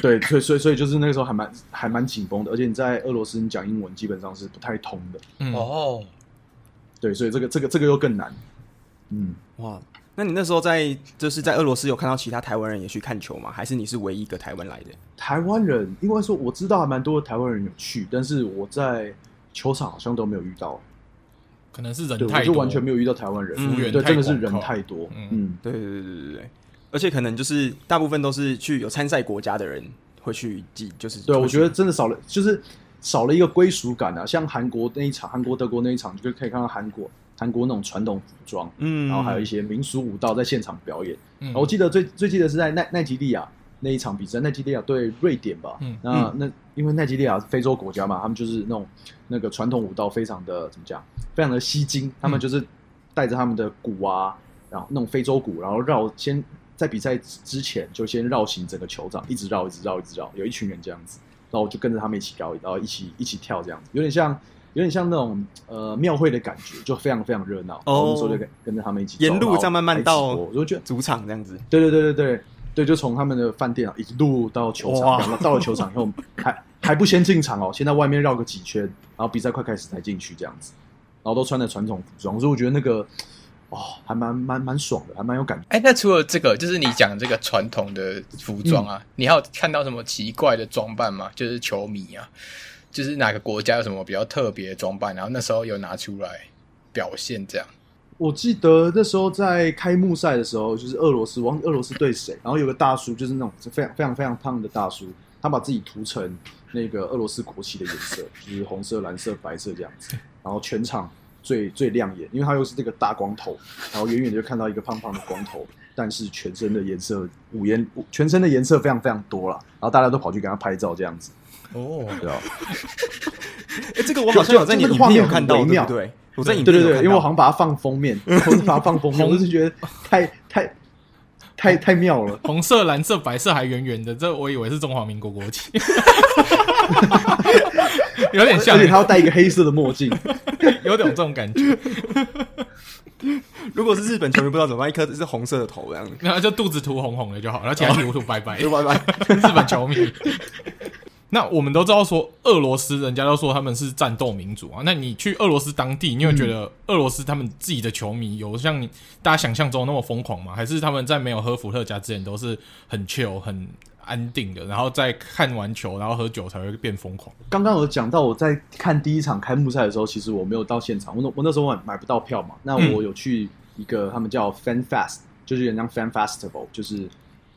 对，所以所以所以就是那个时候还蛮还蛮紧绷的，而且你在俄罗斯你讲英文基本上是不太通的，
嗯
哦，
对，所以这个这个这个又更难。嗯，
哇，那你那时候在就是在俄罗斯有看到其他台湾人也去看球吗？还是你是唯一一个台湾来的？
台湾人应该说我知道还蛮多台湾人有去，但是我在球场好像都没有遇到，
可能是人
对，
太
我
多，嗯
就完全没有遇到台湾人，嗯
服务员
对，
太
真的是
广
人
阔
太多，
嗯
嗯，
对对对对对对，而且可能就是大部分都是去有参赛国家的人会去记，就是
对，我觉得
得
真的少了，就是少了一个归属感啊。像韩国那一场，韩国德国那一场，你就可以看到韩国。韩国那种传统服装，
嗯，
然后还有一些民俗舞蹈在现场表演。
嗯
啊然后我记得最最记得是在奈奈及利亚那一场比赛，奈及利亚对瑞典吧。
嗯
那那因为奈及利亚非洲国家嘛，他们就是那种那个传统舞蹈非常的怎么讲，非常的吸
嗯
睛，他们就是带着他们的鼓啊，然后那种非洲鼓，然后绕先。在比赛之前就先绕行整个球场，一直绕，一直绕，一直绕，有一群人这样子，然后我就跟着他们一起绕，然后一起一起跳，这样子，有点像有点像那种呃庙会的感觉，就非常非常热闹。然后那时候就跟跟着他们一起走
沿路
然后
这样慢慢
拍直
到
播我就觉得
主场这样子，
对对对对对对，就从他们的饭店啊一路到球场，
哇
然后到了球场以后 还还不先进场哦，先在外面绕个几圈，然后比赛快开始才进去这样子，然后都穿着传统服装，所以我觉得那个哦还蛮蛮蛮爽的，还蛮有感觉。
哎，那除了这个，就是你讲这个传统的服装啊，你还有看到什么奇怪的装扮吗？就是球迷啊，就是哪个国家有什么比较特别的装扮，然后那时候有拿出来表现这样。
我记得那时候在开幕赛的时候，就是俄罗斯，我忘记俄罗斯对谁，然后有个大叔，就是那种非常非常非常胖的大叔，他把自己涂成那个俄罗斯国旗的颜色，就是红色、蓝色、白色这样 子，然后全场最最亮眼，因为他又是这个大光头，然后远远的就看到一个胖胖的光头，但是全身的颜色五颜，五全身的颜色非常非常多啦，然后大家都跑去给他拍照这样子，
哦，
嗯
对啊，
哎，这个我好像有在你
就
影
就那个画
片
面
有看到，
很微
对
妙
不对？我在影
对
片
对
有
对，
看到
因为我好像把它放封 面，我是把它放封面，我是觉得太太太太妙了。
红色、蓝色、白色还圆圆的，这我以为是中华民国国 旗，有点像
而且，他要戴一个黑色的墨镜，
有点这种感觉，
如果是日本球迷不知道怎么办，一颗是红色 的头这样子，
然后就肚子涂红红的就好，然后其他涂涂白白的
就。拜拜。
日本球迷。那我们都知道说，俄罗斯人家都说他们是战斗民族啊。那你去俄罗斯当地，你会觉得俄罗斯他们自己的球迷有像你大家想象中那么疯狂吗？还是他们在没有喝伏特加之前都是很 chill、很安定的，然后在看完球然后喝酒才会变疯狂？
刚刚有讲到我在看第一场开幕赛的时候，其实我没有到现场，我那我那时候买买不到票嘛，那我有去一个他们叫 Fan Fest，就是人家 Fan Festival，就是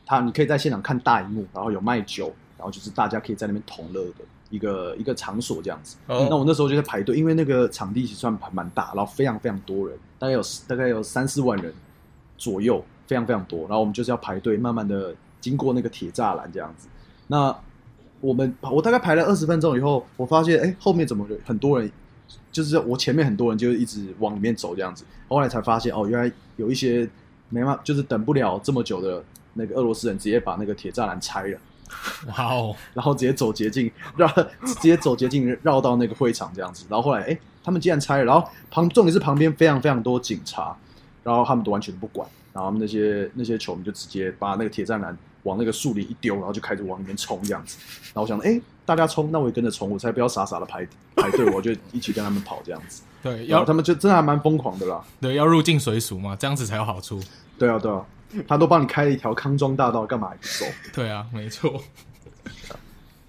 他你可以在现场看大荧幕，然后有卖酒，然后就是大家可以在那边同乐的一个一个场所这样子。那
哦，
我那时候就在排队，因为那个场地其实算蛮蛮大，然后非常非常多人，大概有大概有三四万人左右，非常非常多。然后我们就是要排队，慢慢的经过那个铁栅栏这样子。那我们我大概排了二十分钟以后，我发现哎、诶后面怎么有很多人，就是我前面很多人就一直往里面走这样子。后来才发现哦，原来有一些没办法，就是等不了这么久的那个俄罗斯人，直接把那个铁栅栏拆了。
哇哦，
然后直接走捷径，绕 直接走捷径绕到那个会场这样子。然后后来，哎，他们竟然拆了，然后旁重点是旁边非常非常多警察，然后他们都完全不管，然后他们那些那些球迷就直接把那个铁栅栏往那个树林一丢，然后就开始往里面冲这样子。然后我想，哎，大家冲，那我也跟着冲，我才不要傻傻的排排队，我就一起跟他们跑这样子。
对，
然后
要
他们就真的还蛮疯狂的啦。
对要入境随俗嘛，这样子才有好处。
对啊，对啊，他都帮你开了一条康庄大道，干嘛还不走？
对啊，没 错。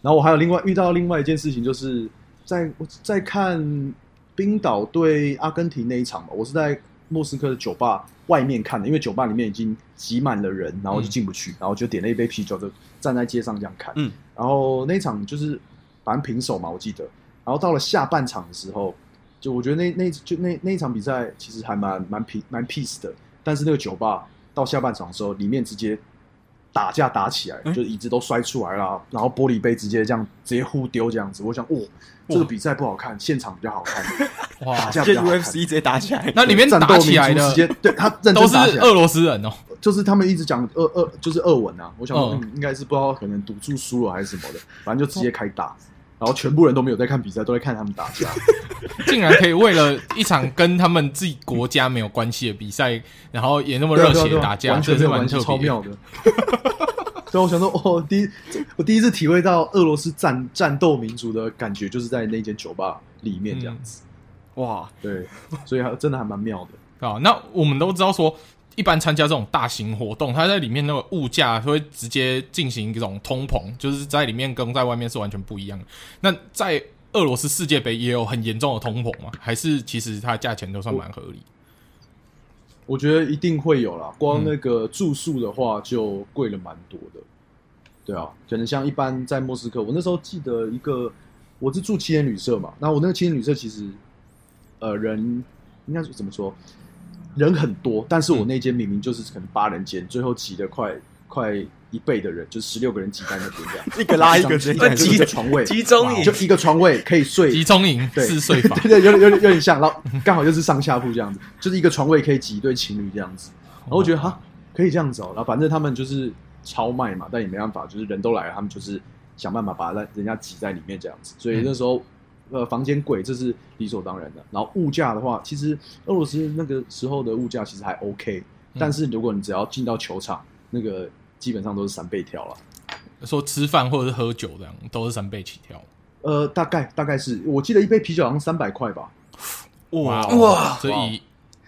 然后我还有另外遇到另外一件事情，就是在我在看冰岛对阿根廷那一场吧，我是在莫斯科的酒吧外面看的，因为酒吧里面已经挤满了人，然后就进不去，然后就点了一杯啤酒，就站在街上这样看。
嗯，
然后那一场就是反正平手嘛，我记得。然后到了下半场的时候，就我觉得那那就那那一场比赛其实还蛮蛮平蛮 peace 的，但是那个酒吧到下半场的时候，里面直接打架打起来，
嗯
就椅子都摔出来了，然后玻璃杯直接这样直接互丢这样子。我想，哦，这个比赛不好看，现场比较好看，打
哇，
架比
这
较好看
UFC。直接打起来，
那里面
战斗
打
民
起来
族
的
直接对他认真
都
打起
是
来
俄罗斯人哦。
就是他们一直讲俄俄就是俄文啊，我想说
嗯
嗯应该是不知道可能赌注输了还是什么的，反正就直接开打，然后全部人都没有在看比赛，都在看他们打架。
竟然可以为了一场跟他们自己国家没有关系的比赛，然后也那么
对啊对啊
哦热血
对啊
打架，
完全没
真是
有
蛮
关系，
特
超
别的。
妙的。 所以我想说，哦，第一我第一次体会到俄罗斯战战斗民族的感觉，就是在那间酒吧里面这样
嗯
子。
哇，
对，所以还真的还蛮妙的。
啊，那我们都知道说，一般参加这种大型活动，它在里面那个物价会直接进行一种通膨，就是在里面跟在外面是完全不一样的。那在俄罗斯世界杯也有很严重的通膨吗？还是其实它的价钱都算蛮合理？
我觉得一定会有
嗯
啦，光那个住宿的话就贵了蛮多的。对啊，可能像一般在莫斯科，我那时候记得一个，我是住青年旅社嘛，那我那个青年旅社其实，呃，人应该是怎么说，人很多，但是我那间明明就是可能八人间，最后挤得快快一倍的人，就是十六个人挤在那边这样，
一个拉一个直
就
接 挤
一个床位，
集中营
就一个床位可以睡
集中营
对
试睡法
对，对，有点有点有点像，然后刚好就是上下铺这样子，就是一个床位可以挤一对情侣这样子，然后我觉得哈可以这样子哦，然后反正他们就是超卖嘛，但也没办法，就是人都来了，他们就是想办法把人人家挤在里面这样子，所以那时候。呃，房间贵这是理所当然的。然后物价的话，其实俄罗斯那个时候的物价其实还 OK，、但是如果你只要进到球场，那个基本上都是三倍跳了。
说吃饭或者是喝酒这样都是三倍起跳。
呃，大概大概是我记得一杯啤酒好像三百块吧，
哇
哇，
啊哇！哦所
哇哦
以以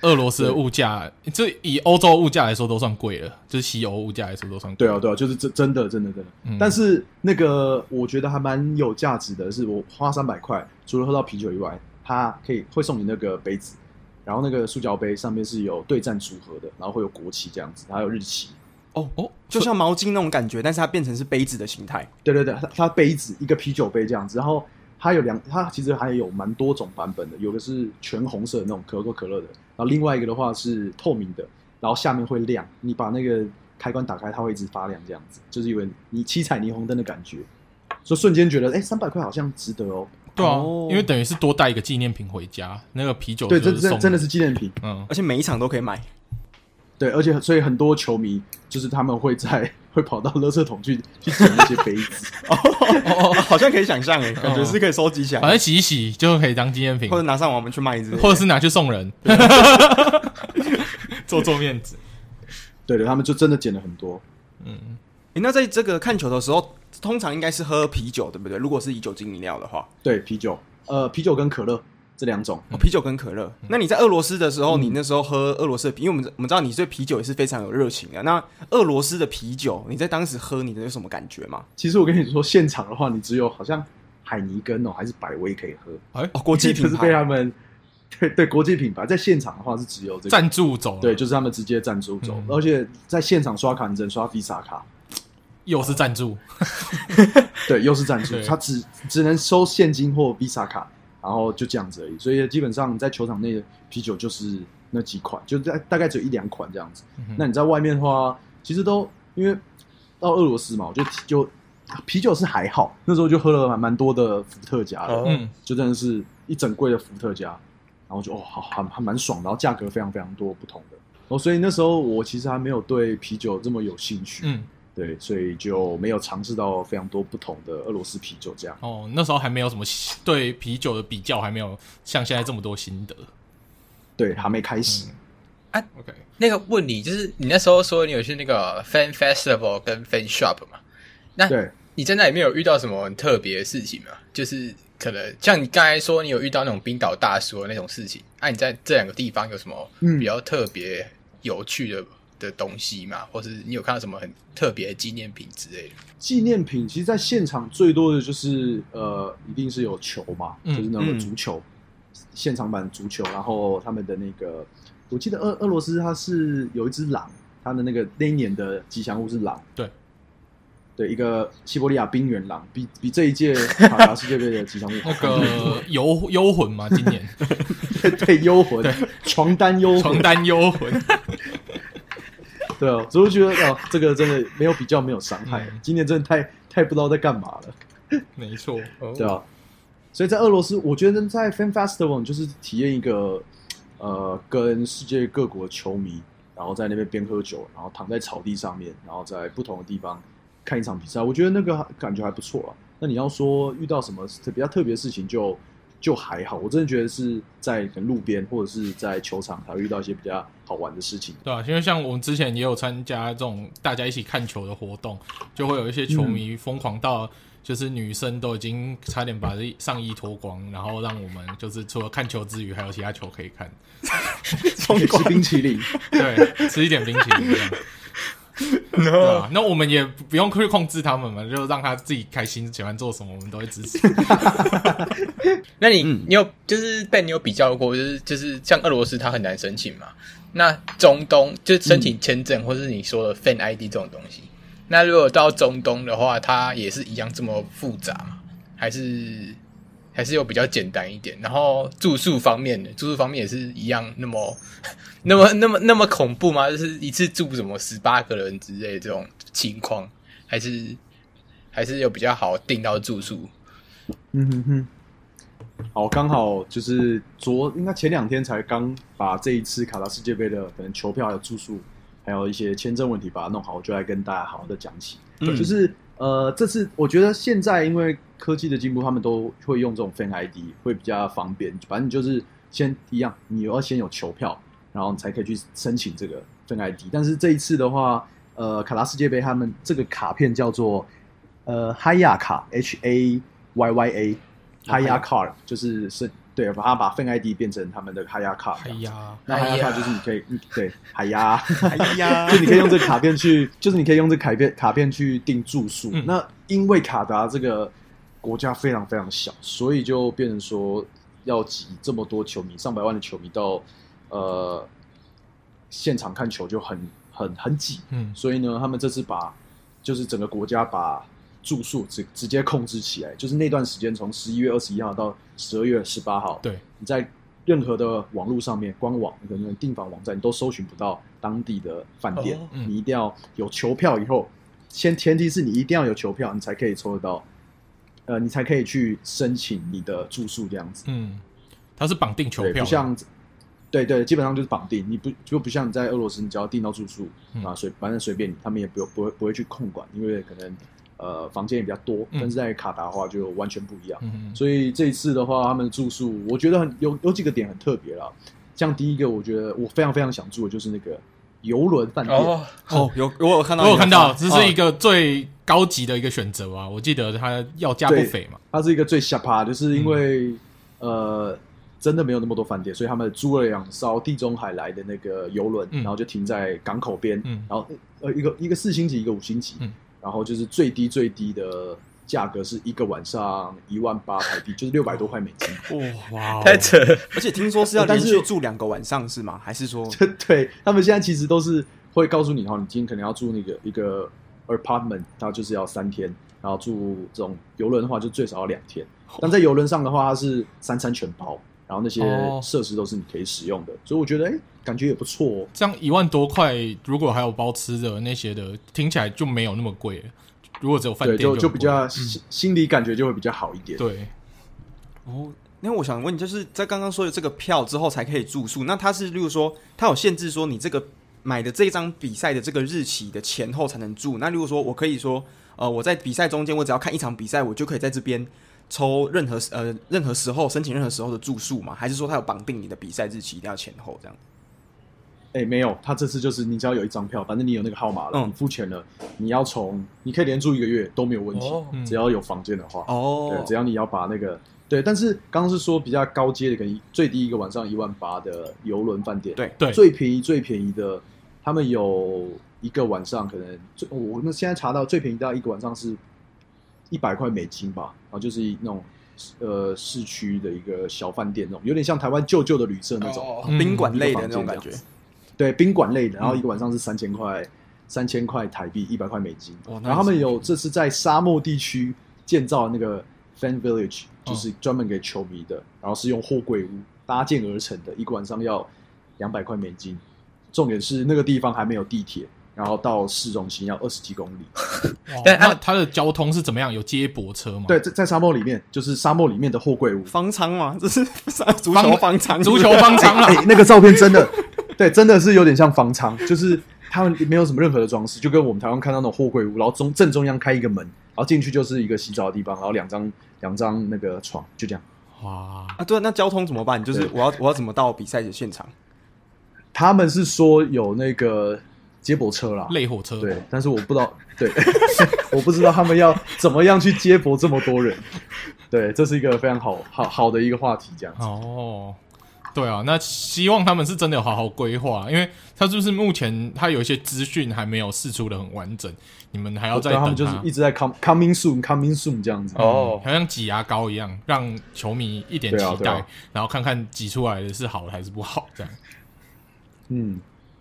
俄罗斯的物价，这以欧洲物价来说都算贵了，就是西欧物价来说都算贵。
对啊，，对啊，就是真真的真的真的。
嗯
但是那个我觉得还蛮有价值的是，我花三百块，除了喝到啤酒以外，它可以会送你那个杯子，然后那个塑胶杯上面是有对战组合的，然后会有国旗这样子，还有日期。
哦哦，
哦，
就像毛巾那种感觉，但是它变成是杯子的形态。
对对对，它它杯子一个啤酒杯这样子，然后它有两，它其实还有蛮多种版本的，有的是全红色的那种可口可乐的，然后另外一个的话是透明的，然后下面会亮，你把那个开关打开，它会一直发亮，这样子就是有点你七彩霓虹灯的感觉，所以瞬间觉得哎，三百块好像值得哦。
对啊
哦，
因为等于是多带一个纪念品回家，那个啤酒
对，
哦就
真
是
真
送
真的是纪念品，
嗯，
而且每一场都可以买，
对，而且所以很多球迷就是他们会在会跑到垃圾桶去去捡那些杯 子，
哦，好像可以想象诶，感觉是可以收集起
反
来
正，洗一洗就可以当纪念品
或，者拿上网们去卖之类的，
或者是拿去送 人，做做面子。
对对，他们就真的捡了很多。
嗯，
诶那在这个看球的时候，通常应该是喝啤酒，对不对？如果是以酒精饮料的话，
对，啤酒，呃，啤酒跟可乐这两种。
哦、啤酒跟可乐。那你在俄罗斯的时候，你那时候喝俄罗斯的啤，因为我们我们知道你对啤酒也是非常有热情的。那俄罗斯的啤酒，你在当时喝，你的有什么感觉吗？
其实我跟你说，现场的话，你只有好像海尼根哦，还是百威可以喝，
哎，
哦，国际
就
品
是
牌
被他们对对国际品牌，在现场的话是只有这个，
赞助走了，
对，就是他们直接赞助走，
嗯
而且在现场刷卡你只能刷 Visa 卡，
又是赞助，
对，又是赞助
对，
他只只能收现金或 Visa 卡，然后就这样子而已，所以基本上在球场内的啤酒就是那几款，就大大概只有一两款这样子。
嗯
那你在外面的话，其实都因为到俄罗斯嘛，我就就啤酒是还好，那时候就喝了蛮蛮多的伏特加的，
哦
嗯，
就真的是一整柜的伏特加，然后就哦，好还还蛮爽，然后价格非常非常多不同的。哦，所以那时候我其实还没有对啤酒这么有兴趣，
嗯，
对，所以就没有尝试到非常多不同的俄罗斯啤酒这样。
哦，那时候还没有什么喜对啤酒的比较，还没有像现在这么多心得。
对，还没开始。
OK，
啊那个问你，就是你那时候说你有去那个 fan festival 跟 fan shop 嘛？那
对，
你在那里面有遇到什么很特别的事情吗？就是可能像你刚才说，你有遇到那种冰岛大叔的那种事情，那、你在这两个地方有什么
嗯
比较特别有趣的、的东西吗？或是你有看到什么很特别的纪念品之 类的？
纪念品其实在现场最多的就是呃，一定是有球嘛，
嗯
就是那个
嗯
足球、现场版足球，然后他们的那个，我记得俄俄罗斯它是有一只狼，它的那个那一年的吉祥物是狼，
对，
对，一个西伯利亚冰原狼，比比这一届卡达世界杯的吉祥物
那 个幽幽呃魂嘛，今年
对对幽魂床单幽魂
床单幽魂，
对啊，所以我觉得哦，这个真的没有比较没有伤害，
嗯
今年真的太太不知道在干嘛了。
没错，
哦
对啊，所以在俄罗斯，我觉得在 Fan Festival 就是体验一个呃，跟世界各国球迷，然后在那边边喝酒，然后躺在草地上面，然后在不同的地方看一场比赛，我觉得那个感觉还不错了。啊那你要说遇到什么特比较特别的事情就，就还好。我真的觉得是在可能路边或者是在球场才会遇到一些比较好玩的事情。
对啊吧、因为像我们之前也有参加这种大家一起看球的活动，就会有一些球迷疯狂到，就是女生都已经差点把上衣脱光，然后让我们就是除了看球之余，还有其他球可以看，
可以吃冰淇淋，
对， 吃一点冰淇淋这样。对啊，那我们也不用去控制他们嘛，就让他自己开心，喜欢做什么，我们都会支持。
那你、
嗯
你有就是被你有比较过，就是就是像俄罗斯它很难申请嘛，那中东就是申请签证、或是你说的 Fan ID 这种东西，那如果到中东的话，它也是一样这么复杂吗？还是还是有比较简单一点。然后住宿方面的，住宿方面也是一样，那么那么那么那么恐怖吗？就是一次住什么十八个人之类的这种情况，还是还是有比较好订到住宿。
嗯哼哼。好，刚好就是昨应该前两天才刚把这一次卡达世界杯的可能球票、还有住宿，还有一些签证问题把它弄好，我就来跟大家好好的讲起。
嗯
就是呃，这次我觉得现在因为科技的进步，他们都会用这种 Fan ID 会比较方便。反正就是先一样，你要先有球票，然后你才可以去申请这个 Fan ID。但是这一次的话，呃，卡达世界杯他们这个卡片叫做呃哈亚卡 H A Y Y A 哈亚 card，就是是对，把它把 Fan ID 变成他们的哈亚 card。
哎呀，
那海牙卡就是你可以，嗯对，海牙，
哎呀
就，你可以用这个卡片去，就是你可以用这个卡片卡片去订住宿。
嗯
那因为卡达这个国家非常非常小，所以就变成说要挤这么多球迷，上百万的球迷到呃现场看球就很很很挤。
嗯，
所以呢，他们这次把就是整个国家把住宿直直接控制起来，就是那段时间从十一月二十一号到十二月十八号，
对，
你在任何的网络上面、官网、可能订房网站，你都搜寻不到当地的饭店。
哦
嗯
你一定要有球票以后，先前提是你一定要有球票，你才可以抽得到，呃，你才可以去申请你的住宿这样子。
嗯，它是绑定球
对，
票
不
的，嗯
像，对对，基本上就是绑定，你不就不像你在俄罗斯，你只要订到住宿、
嗯
啊，随反正随便你，他们也不不会不会去控管，因为可能呃房间也比较多，
嗯
但是在卡达的话就完全不一样。
嗯，
所以这一次的话，他们的住宿我觉得很有有几个点很特别啦，像第一个，我觉得我非常非常想住的就是那个游轮饭店。
哦，
哦，有我有看到，
我有看到，这
只
是一个最高级的一个选择啊！我记得它要价不菲嘛，
它是一个最下趴，就是
嗯
因为、呃，真的没有那么多饭店，所以他们租了两艘地中海来的那个游轮，
嗯
然后就停在港口边，
嗯
然后呃一个一个四星级，一个五星级，
嗯
然后就是最低最低的价格是一个晚上一万八台币，就是六百多块美金。
哇哦
太扯了，
而且听说是要连
但
续
是
住两个晚上是吗？还是说
对他们现在其实都是会告诉你哈，你今天可能要住那个一个 apartment，它就是要三天，然后住这种游轮的话就最少要两天。
哦
但在游轮上的话，它是三餐全包，然后那些
哦
设施都是你可以使用的，所以我觉得哎，感觉也不错哦。
这样一万多块，如果还有包吃的那些的，听起来就没有那么贵了。如果只有饭
对，
店
就
很
就比
贵嗯
较心心理感觉就会比较好一点。
对，
哦？那我想问，就是在刚刚说的这个票之后才可以住宿，那它是例如说，它有限制说你这个买的这一张比赛的这个日期的前后才能住。那如果说我可以说，呃，我在比赛中间，我只要看一场比赛，我就可以在这边抽任何时呃任何时候申请任何时候的住宿嘛？还是说它有绑定你的比赛日期一定要前后这样？
哎，没有，他这次就是你只要有一张票，反正你有那个号码了，
嗯
你付钱了，你要从你可以连住一个月都没有问题，
哦
嗯
只要有房间的话。对，
哦
只，要你要把那个对，但是刚刚是说比较高阶的，可能最低一个晚上一万八的游轮饭店，
对
对
最便宜最便宜的，他们有一个晚上可能最我那现在查到最便宜到一个晚上是一百块美金吧，然后就是那种呃市区的一个小饭店那种，有点像台湾旧旧的旅社那种，
哦
嗯
宾馆类的那种感觉
一个房间 这样。子对，宾馆
嗯
类的，然后一个晚上是三千块，三千块台币，一百块美金。
哇那
然后他们
也是
有这是在沙漠地区建造那个 fan
哦
village，就是专门给球迷的，然后是用货柜屋搭建而成的，一个晚上要两百块美金。重点是那个地方还没有地铁，然后到市中心要二十几公里。
哇
但
那
它
它的交通是怎么样？有接驳车吗？
对，，在在沙漠里面，就是沙漠里面的货柜屋。
方舱嘛，这是足球方舱，
足球方 舱啊
哎、
啦，
那个照片真的，对，真的是有点像方舱，就是他们没有什么任何的装饰，就跟我们台湾看到那种货柜屋，然后中正中央开一个门，然后进去就是一个洗澡的地方，然后两张两张那个床，就这样。
哇，
啊，对啊，那交通怎么办？就是
对
我要我要怎么到比赛的现场？
他们是说有那个接驳车啦，
类火车，
对，但是我不知道，对， 我不知道他们要怎么样去接驳这么多人。对，这是一个非常好好好的一个话题，这样子。
哦，对啊，那希望他们是真的有好好规划，因为他就是目前他有一些资讯还没有释出的很完整，你们还要再
对，他
等
们就是一直在 com coming soon coming soon 这样子。
哦，
好像挤牙膏一样，让球迷一点期
对啊
待，
对啊
然后看看挤出来的是好的还是不好，这样。
嗯，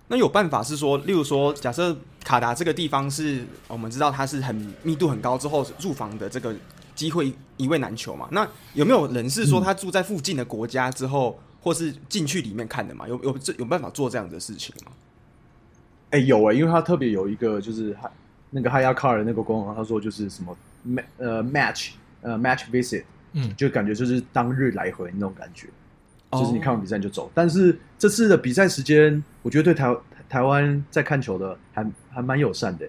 那有办法是说，例如说，假设卡达这个地方是我们知道它是很密度很高之后入房的这个机会一位难求嘛。那有没有人是说他住在附近的国家之后，或是进去里面看的嘛？有有这有办法做这样的事情吗？
哎、有哎、因为他特别有一个就是嗨那个 High Car 的那个官网，他说就是什么 ma- 呃 match 呃 match visit，
嗯
就感觉就是当日来回那种感觉，
哦
就是你看完比赛你就走。但是这次的比赛时间，我觉得对台台台湾在看球的还还蛮友善的、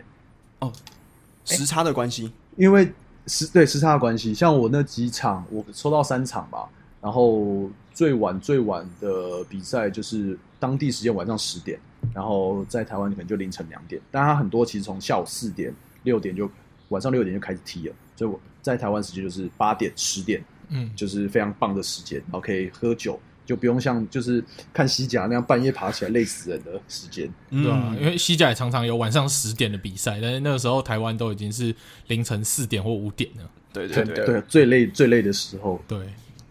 时差的关系，
因为时对时差的关系，像我那几场，我抽到三场吧，然后最晚最晚的比赛就是当地时间晚上十点，然后在台湾可能就凌晨两点，但它很多其实从下午四点、六点就晚上六点就开始踢了，所以我在台湾时间就是八点、十点，
嗯，
就是非常棒的时间，然后可以喝酒。就不用像就是看西甲那样半夜爬起来累死人的时间，
嗯
对啊，因为西甲也常常有晚上十点的比赛，但是那个时候台湾都已经是凌晨四点或五点了。
对对对，
对，最累最累的时候，
对，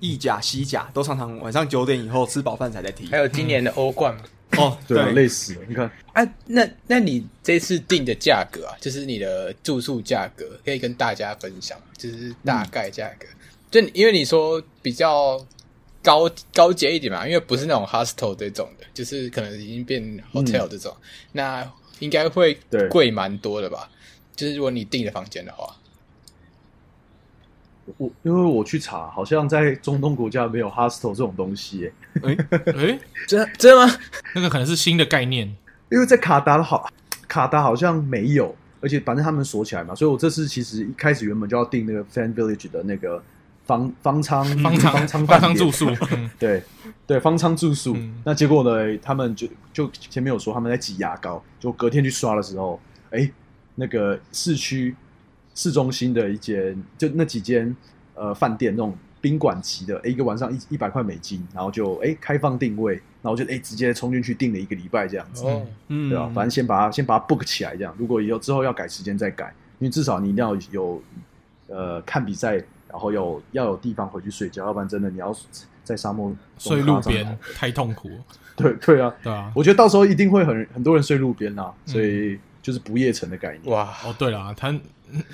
意甲、西甲都常常晚上九点以后吃饱饭才在踢
还。有今年的欧冠嘛。
哦，
对啊，累死了。你看，
啊，那那你这次定的价格啊，就是你的住宿价格，可以跟大家分享，就是大概价格。就你因为你说比较高高阶一点嘛，因为不是那种 hostel 这种的，就是可能已经变 hotel 这种，那应该会
对
贵蛮多的吧？就是如果你订的房间的话，
我因为我去查，好像在中东国家没有 hostel 这种东西耶，
诶、诶、
真真的吗？
那个可能是新的概念。
因为在卡达好，卡达好像没有，而且反正他们锁起来嘛，所以我这次其实一开始原本就要订那个 Fan Village 的那个方方舱
方
方
舱
舱
方
饭
舱
店
住宿，嗯
对对方舱住宿。
嗯
那结果呢，他们就就前面有说他们在挤牙膏，就隔天去刷的时候，哎，那个市区市中心的一间，就那几间呃饭店那种宾馆级的，诶一个晚上一一百块美金，然后就哎开放定位，然后就哎直接冲进去订了一个礼拜这样子，
哦，
嗯
对吧、啊反正先把它先把它 book 起来，这样。如果以后之后要改时间再改，因为至少你一定要有呃看比赛，然后有要有地方回去睡觉，要不然真的你要在沙漠中
睡路
趴上来
边，太痛苦了，
啊对对啊，
对啊。
我觉得到时候一定会很很多人睡路边啦、
嗯
所以就是不夜城的概念。
哇，
哦，对啦，他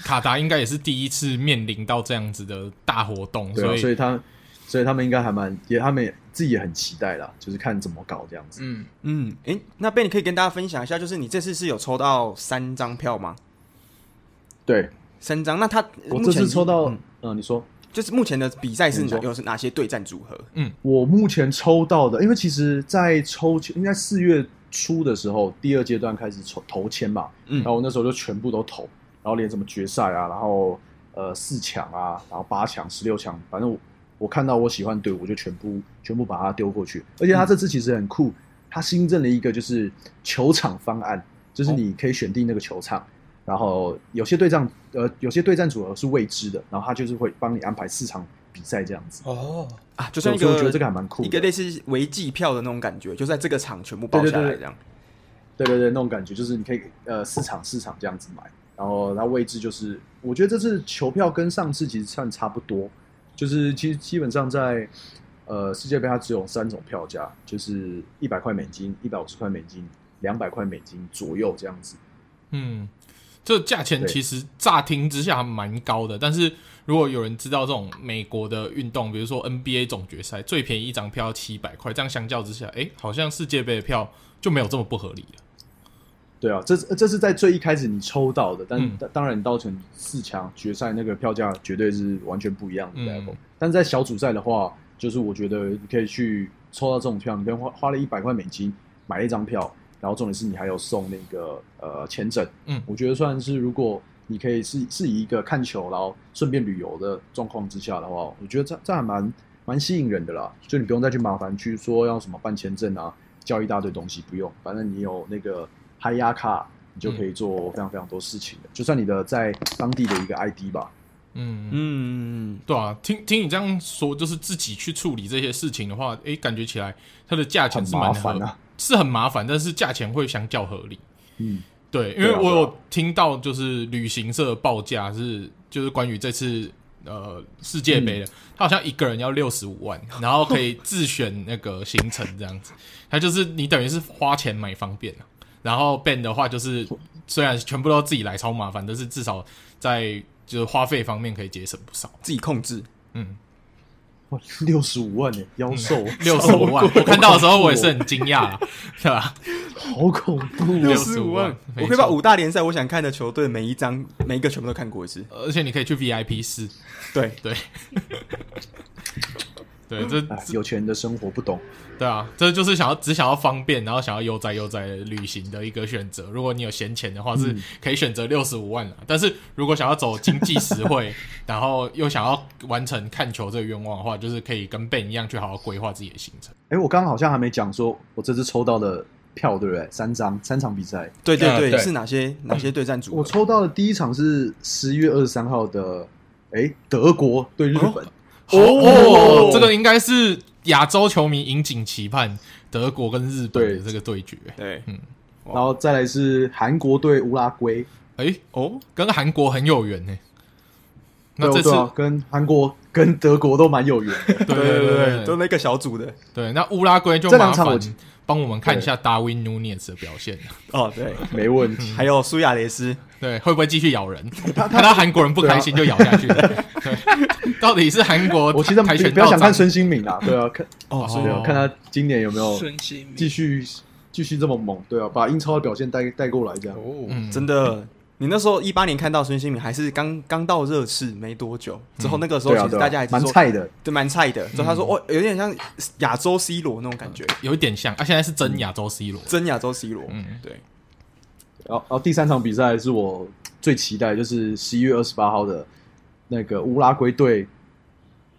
卡达应该也是第一次面临到这样子的大活动，
对啊，所
以
以他所以他们应该还蛮也他们也自己也很期待啦，就是看怎么搞这样子。
嗯，
嗯，诶、那贝你可以跟大家分享一下，就是你这次是有抽到三张票吗？
对
三张，那他
我
目
这
前
次抽到，
嗯
嗯、你说
就是目前的比赛是
你
哪
说
有是哪些对战组合？
我目前抽到的，因为其实，在抽签应该四月初的时候，第二阶段开始抽投签嘛，
嗯
然后我那时候就全部都投，然后连什么决赛啊，然后呃四强啊，然后八强、十六强，反正我我看到我喜欢的队伍，我就全部全部把它丢过去。而且他这次其实很酷，他新增了一个就是球场方案，就是你可以选定那个球场，然后有些对战呃有些对战组合是未知的，然后他就是会帮你安排四场比赛这样子。
哦，
啊，就像一
所以
个
我觉得这个还蛮酷的
一个类似违纪票的那种感觉，就在这个场全部包
对对
下来
对对
这样。
对对对，那种感觉就是你可以呃市场市场这样子买，然后呃它位置就是，我觉得这次球票跟上次其实算差不多，就是其实基本上在呃世界杯它只有三种票价，就是一百块美金、一百五十块美金、两百块美金左右这样子。
嗯，这价钱
对
其实乍听之下蛮高的，但是如果有人知道这种美国的运动，比如说 NBA 总决赛，最便宜一张票七百块，这样相较之下，诶，好像世界杯的票就没有这么不合理了。
对啊，这是这是在最一开始你抽到的，但、
嗯
但当然你到成四强决赛那个票价绝对是完全不一样的
嗯
level。但在小组赛的话，就是我觉得你可以去抽到这种票，你可以花花了一百块美金买了一张票，然后重点是你还有送那个呃签证，
嗯
我觉得算是如果你可以是是以一个看球然后顺便旅游的状况之下的话，我觉得这这还蛮蛮吸引人的啦，就你不用再去麻烦去说要什么办签证啊，叫一大堆东西，不用，反正你有那个嗨压卡，你就可以做非常非常多事情的，就算你的在当地的一个 ID 吧，
嗯
嗯，
对啊，听听你这样说，就是自己去处理这些事情的话，诶，感觉起来它的价钱
很
是
麻
蛮合，
烦啊，
是很麻烦，但是价钱会相较合理。
嗯，
对，因为
对啊
我
对啊
有听到就是旅行社的报价是，就是关于这次呃世界杯的，
嗯
他好像一个人要六十 五万，然后可以自选那个行程这样子，他就是你等于是花钱买方便啊。然后 Ben 的话就是虽然全部都自己来超麻烦，但是至少在就是花费方面可以节省不少。
自己控制。
嗯，
哇，六十五万耶，妖兽
六十五万，
哦
我看到的时候我也是很惊讶啦，对吧？
好恐怖
六
哦！
十五万没
我可以把
错
五大联赛我想看的球队每一张每一个全部都看过一次。
而且你可以去 VIP 室，
对，
对，对，这
哎，有钱人的生活不懂，
对啊，这就是想要只想要方便，然后想要悠哉悠哉的旅行的一个选择。如果你有闲钱的话，是可以选择六十五万啦。但是如果想要走经济实惠，然后又想要完成看球这个愿望的话，就是可以跟 Ben 一样去好好规划自己的行程。
哎，我刚刚好像还没讲说，我这次抽到的票对不对？三张，三场比赛，
对
啊
对对，
对
是哪些哪些对战组合？
我抽到的第一场是十一月二十三号的，哎，德国对日本，
哦，这个应该是亚洲球迷引颈期盼德国跟日本的
对
这个对决。
对，
然后再来是韩国对乌拉圭，
哎，
哦，
跟韩国很有缘呢、那
对
这
对
次
啊，跟韩国跟德国都蛮有缘的。
啊
对
都那个小组的。
对，那乌拉圭就
这
麻
两场
烦
我
帮我们看一下达维努涅斯的表现，
哦，对，
没问题。
还有苏亚雷斯，
对，会不会继续咬 人？看到韩国人不开心就咬下去，对 到底是韩国
啊我其实
跆
不
拳
不要
道
想看
长
孙兴敏啦，对啊，看
哦，
哦
对啊，看他今年有没有
孙兴
继
民
续继续这么猛，对啊，把英超的表现带带过来这样。
哦，
嗯
真的。你那时候一八年看到孙兴民还是刚刚到热刺没多久，之后那个时候
对啊，
其实
对
大家还
啊，
是
蛮
说
菜嗯的，
对，蛮菜的。之后他说：“哦，有点像亚洲 C 罗那种感觉，
有一点像，啊，现在是真亚洲 C 罗，
真亚洲 C 罗。”
嗯
对，
然后，然后第三场比赛是我最期待，就是十一月二十八号的那个乌拉圭对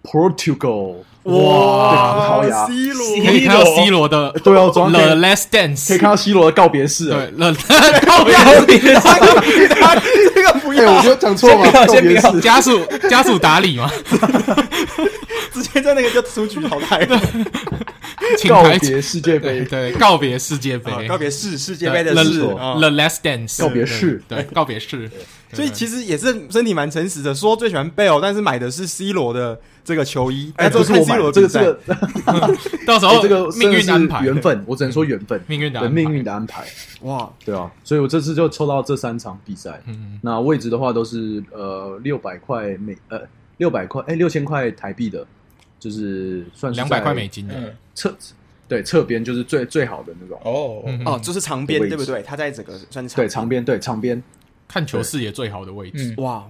Portugal，哇对葡萄牙
，C 罗
可以看到 C 罗的
对啊，我昨天
The
嗯可以
Last
可以
Dance，
看到 C 罗的告别式啊了。
对 The 靠腰
这个不
哎，
要
我觉得讲错了，
先不要
告别
先不
式。
家属家属打理嘛，
直接在那个就出局哦淘汰了。
请
告
台
别世界
对
杯，
对告别世界杯
啊，告别世世界
对
杯的
The-
事
The
啊，
Last Dance
告别式
对对告别式，
所以其实也是身体蛮诚实的，说最喜欢贝尔，但是买的是 C 罗的这个球衣，
哎，
但
不
是
是我
看 C
买
罗
的
的
这个
比
这
赛
个，
到时
哎
候
这个
命
真的
运
是
安排
缘分，我只能说缘分，
命运的
对
安排
命运的安排。
哇，
对啊，所以我这次就抽到这三场比赛。嗯，那位置的话都是呃六百块美呃六百块哎六千块台币的，就是算是
两百
在
块美金的，
嗯，
侧对侧边就是最最好的那种。
哦，
嗯
哦，就是长边
位置
对不对？他在整个算是
对长边对长边，
看球视野最好的位置
嗯。
哇。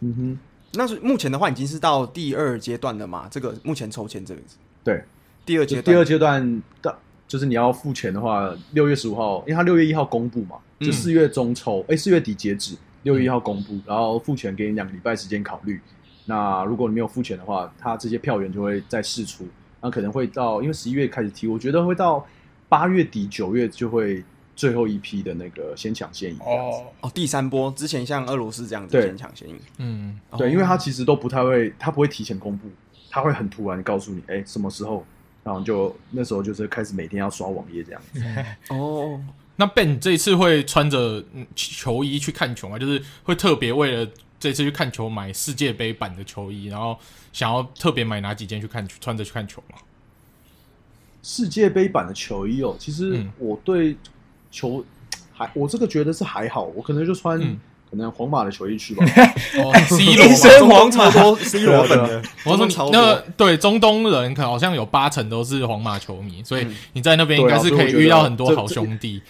嗯哼，
那是目前的话已经是到第二阶段了嘛？这个目前抽签这个
对，
第二
就
阶
第二
段，
阶段的，就是你要付钱的话，六月十五号，因为它六月一号公布嘛，就
嗯
四月中抽，哎四、月底截止，六月一号公布，然后付钱给你两个礼拜时间考虑。那如果你没有付钱的话，它这些票源就会再释出，那可能会到因为十一月开始踢，我觉得会到八月底九月就会最后一批的那个先抢先赢这样子。
哦，
哦，第三波之前像俄罗斯这样子
对
先抢先赢，
嗯，
哦
对，因为他其实都不太会，他不会提前公布，他会很突然地告诉你，哎、什么时候，然后你就那时候就是开始每天要刷网页这样子。
哦，
那 Ben 这一次会穿着嗯球衣去看球吗？就是会特别为了这次去看球买世界杯版的球衣，然后想要特别买哪几件去看穿着去看球吗？
世界杯版的球衣哦，其实
嗯
我对球还我这个觉得是还好，我可能就穿、
嗯
可能皇马的球衣去 吧。
哦，C
一
罗
身
嘛，
中
皇
东
马
超多 C 罗
啊
粉的，
我说
中东
你
超
那
多，
对中东人，可能好像有八成都是皇马球迷，所以你在那边应
对啊
该是可
所以我
以
觉得
遇到很多
这
好兄弟。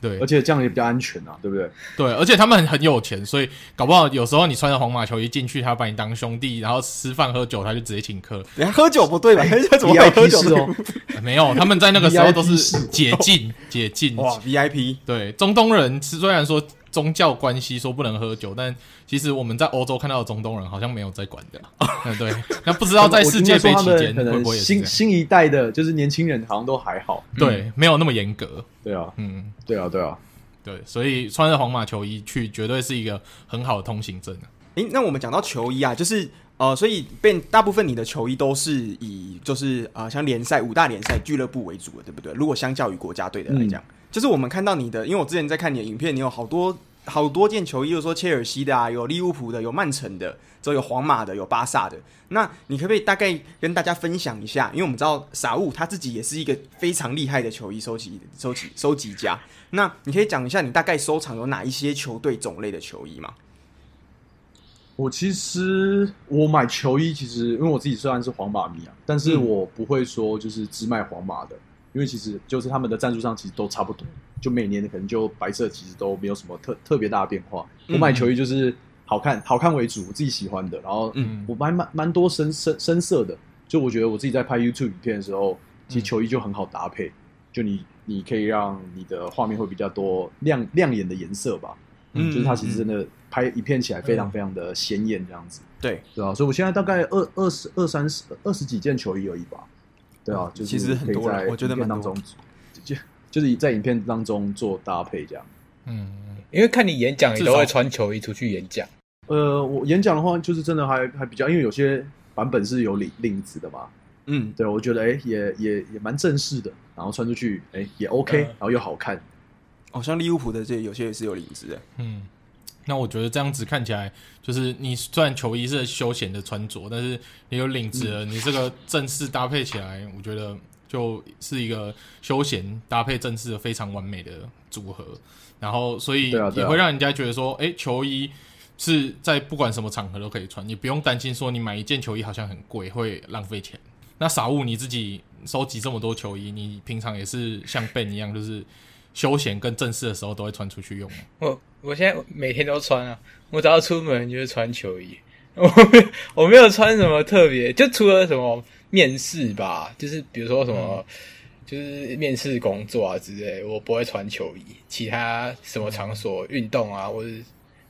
对
而且这样也比较安全啊，对不 对？
对，而且他们很很有钱，所以搞不好有时候你穿着皇马球衣进去，他把你当兄弟，然后吃饭喝酒他就直接请客。
人家喝酒不对吧？人家怎么会
VIP
喝酒
是
对
哦
不，
呃没有，他们在那个时候都
VIP
是
是
解禁解禁
对？哇，VIP
对，中东人虽然说宗教关系说不能喝酒，但其实我们在欧洲看到的中东人好像没有在管的啦。嗯，对，那不知道在
哦我
世
应
界
该说
杯
他
期
们
间
可
会
能
不会也是
新
这
新一代的，就是年轻人好像都还好。
样？对，没有那么严格。
对啊，
嗯，
对啊，对啊。
对，所以穿着皇马球衣去，绝对是一个很好的通行证啊。
诶，那我们讲到球衣啊，就是呃，所以变大部分你的球衣都是以就是呃，像联赛五大联赛俱乐部为主的，对不对？如果相较于国家队的来
嗯
讲，就是我们看到你的，因为我之前在看你的影片，你有好多好多件球衣，就是说切尔西的啊，有利物浦的，有曼城的，之后有皇马的，有巴萨的。那你可不可以大概跟大家分享一下？因为我们知道傻物他自己也是一个非常厉害的球衣收集收集收集家。那你可以讲一下你大概收藏有哪一些球队种类的球衣吗？
我其实我买球衣，其实因为我自己虽然是皇马迷啊，但
嗯
是我不会说就是只买皇马的，因为其实就是他们的战术上其实都差不多，就每年可能就白色其实都没有什么特特别大的变化。
嗯
我买球衣就是好看，好看为主，我自己喜欢的，然后
嗯
我买蛮蛮多深深深色的，就我觉得我自己在拍 YouTube 影片的时候，其
嗯
实球衣就很好搭配，就你你可以让你的画面会比较多亮亮眼的颜色吧，
嗯
就是它其实真的拍影片起来非常非常的鲜艳这样子。
对，
对啊，所以我现在大概二二十二三十二十几件球衣而已吧。对啊，就是
嗯其实很多
可以
了
在
我觉得
影片
蛮
当
多
中，就就是在影片当中做搭配这样。
嗯，
因为看你演讲，你
至少
都会穿球衣出去演讲。
呃，我演讲的话，就是真的还还比较，因为有些版本是有领领子的嘛。
嗯，
对，我觉得哎、也也也蛮正式的，然后穿出去哎、也 OK，、
嗯
然后又好看。
好哦像利物浦的这有些也是有领子的，
嗯，那我觉得这样子看起来，就是你虽然球衣是休闲的穿着，但是你有领子了，你这个正式搭配起来，我觉得就是一个休闲搭配正式的非常完美的组合。然后，所以呃
对啊对啊
也会让人家觉得说，哎、球衣是在不管什么场合都可以穿，你不用担心说你买一件球衣好像很贵，会浪费钱。那傻物你自己收集这么多球衣，你平常也是像 Ben 一样，就是休闲跟正式的时候都会穿出去用吗。
我我现在每天都穿啊，我只要出门就是穿球衣。 我没有我没有穿什么特别，就除了什么面试吧，就是比如说什么，就是面试工作啊之类，我不会穿球衣。其他什么场所运动啊，或者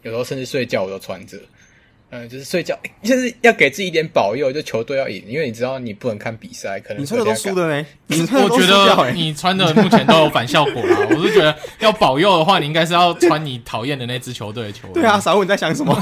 有时候甚至睡觉我都穿着。嗯，就是睡觉，就是要给自己一点保佑，就球队要赢，因为你知道你不能看比赛，可能
你穿的都输
的。
的呢，你穿的
我
都输
觉
掉
得
哎，
你穿的目前都有反效果啦。我是觉得要保佑的话，你应该是要穿你讨厌的那支球队的球衣。
对啊，，傻物你在想 什么？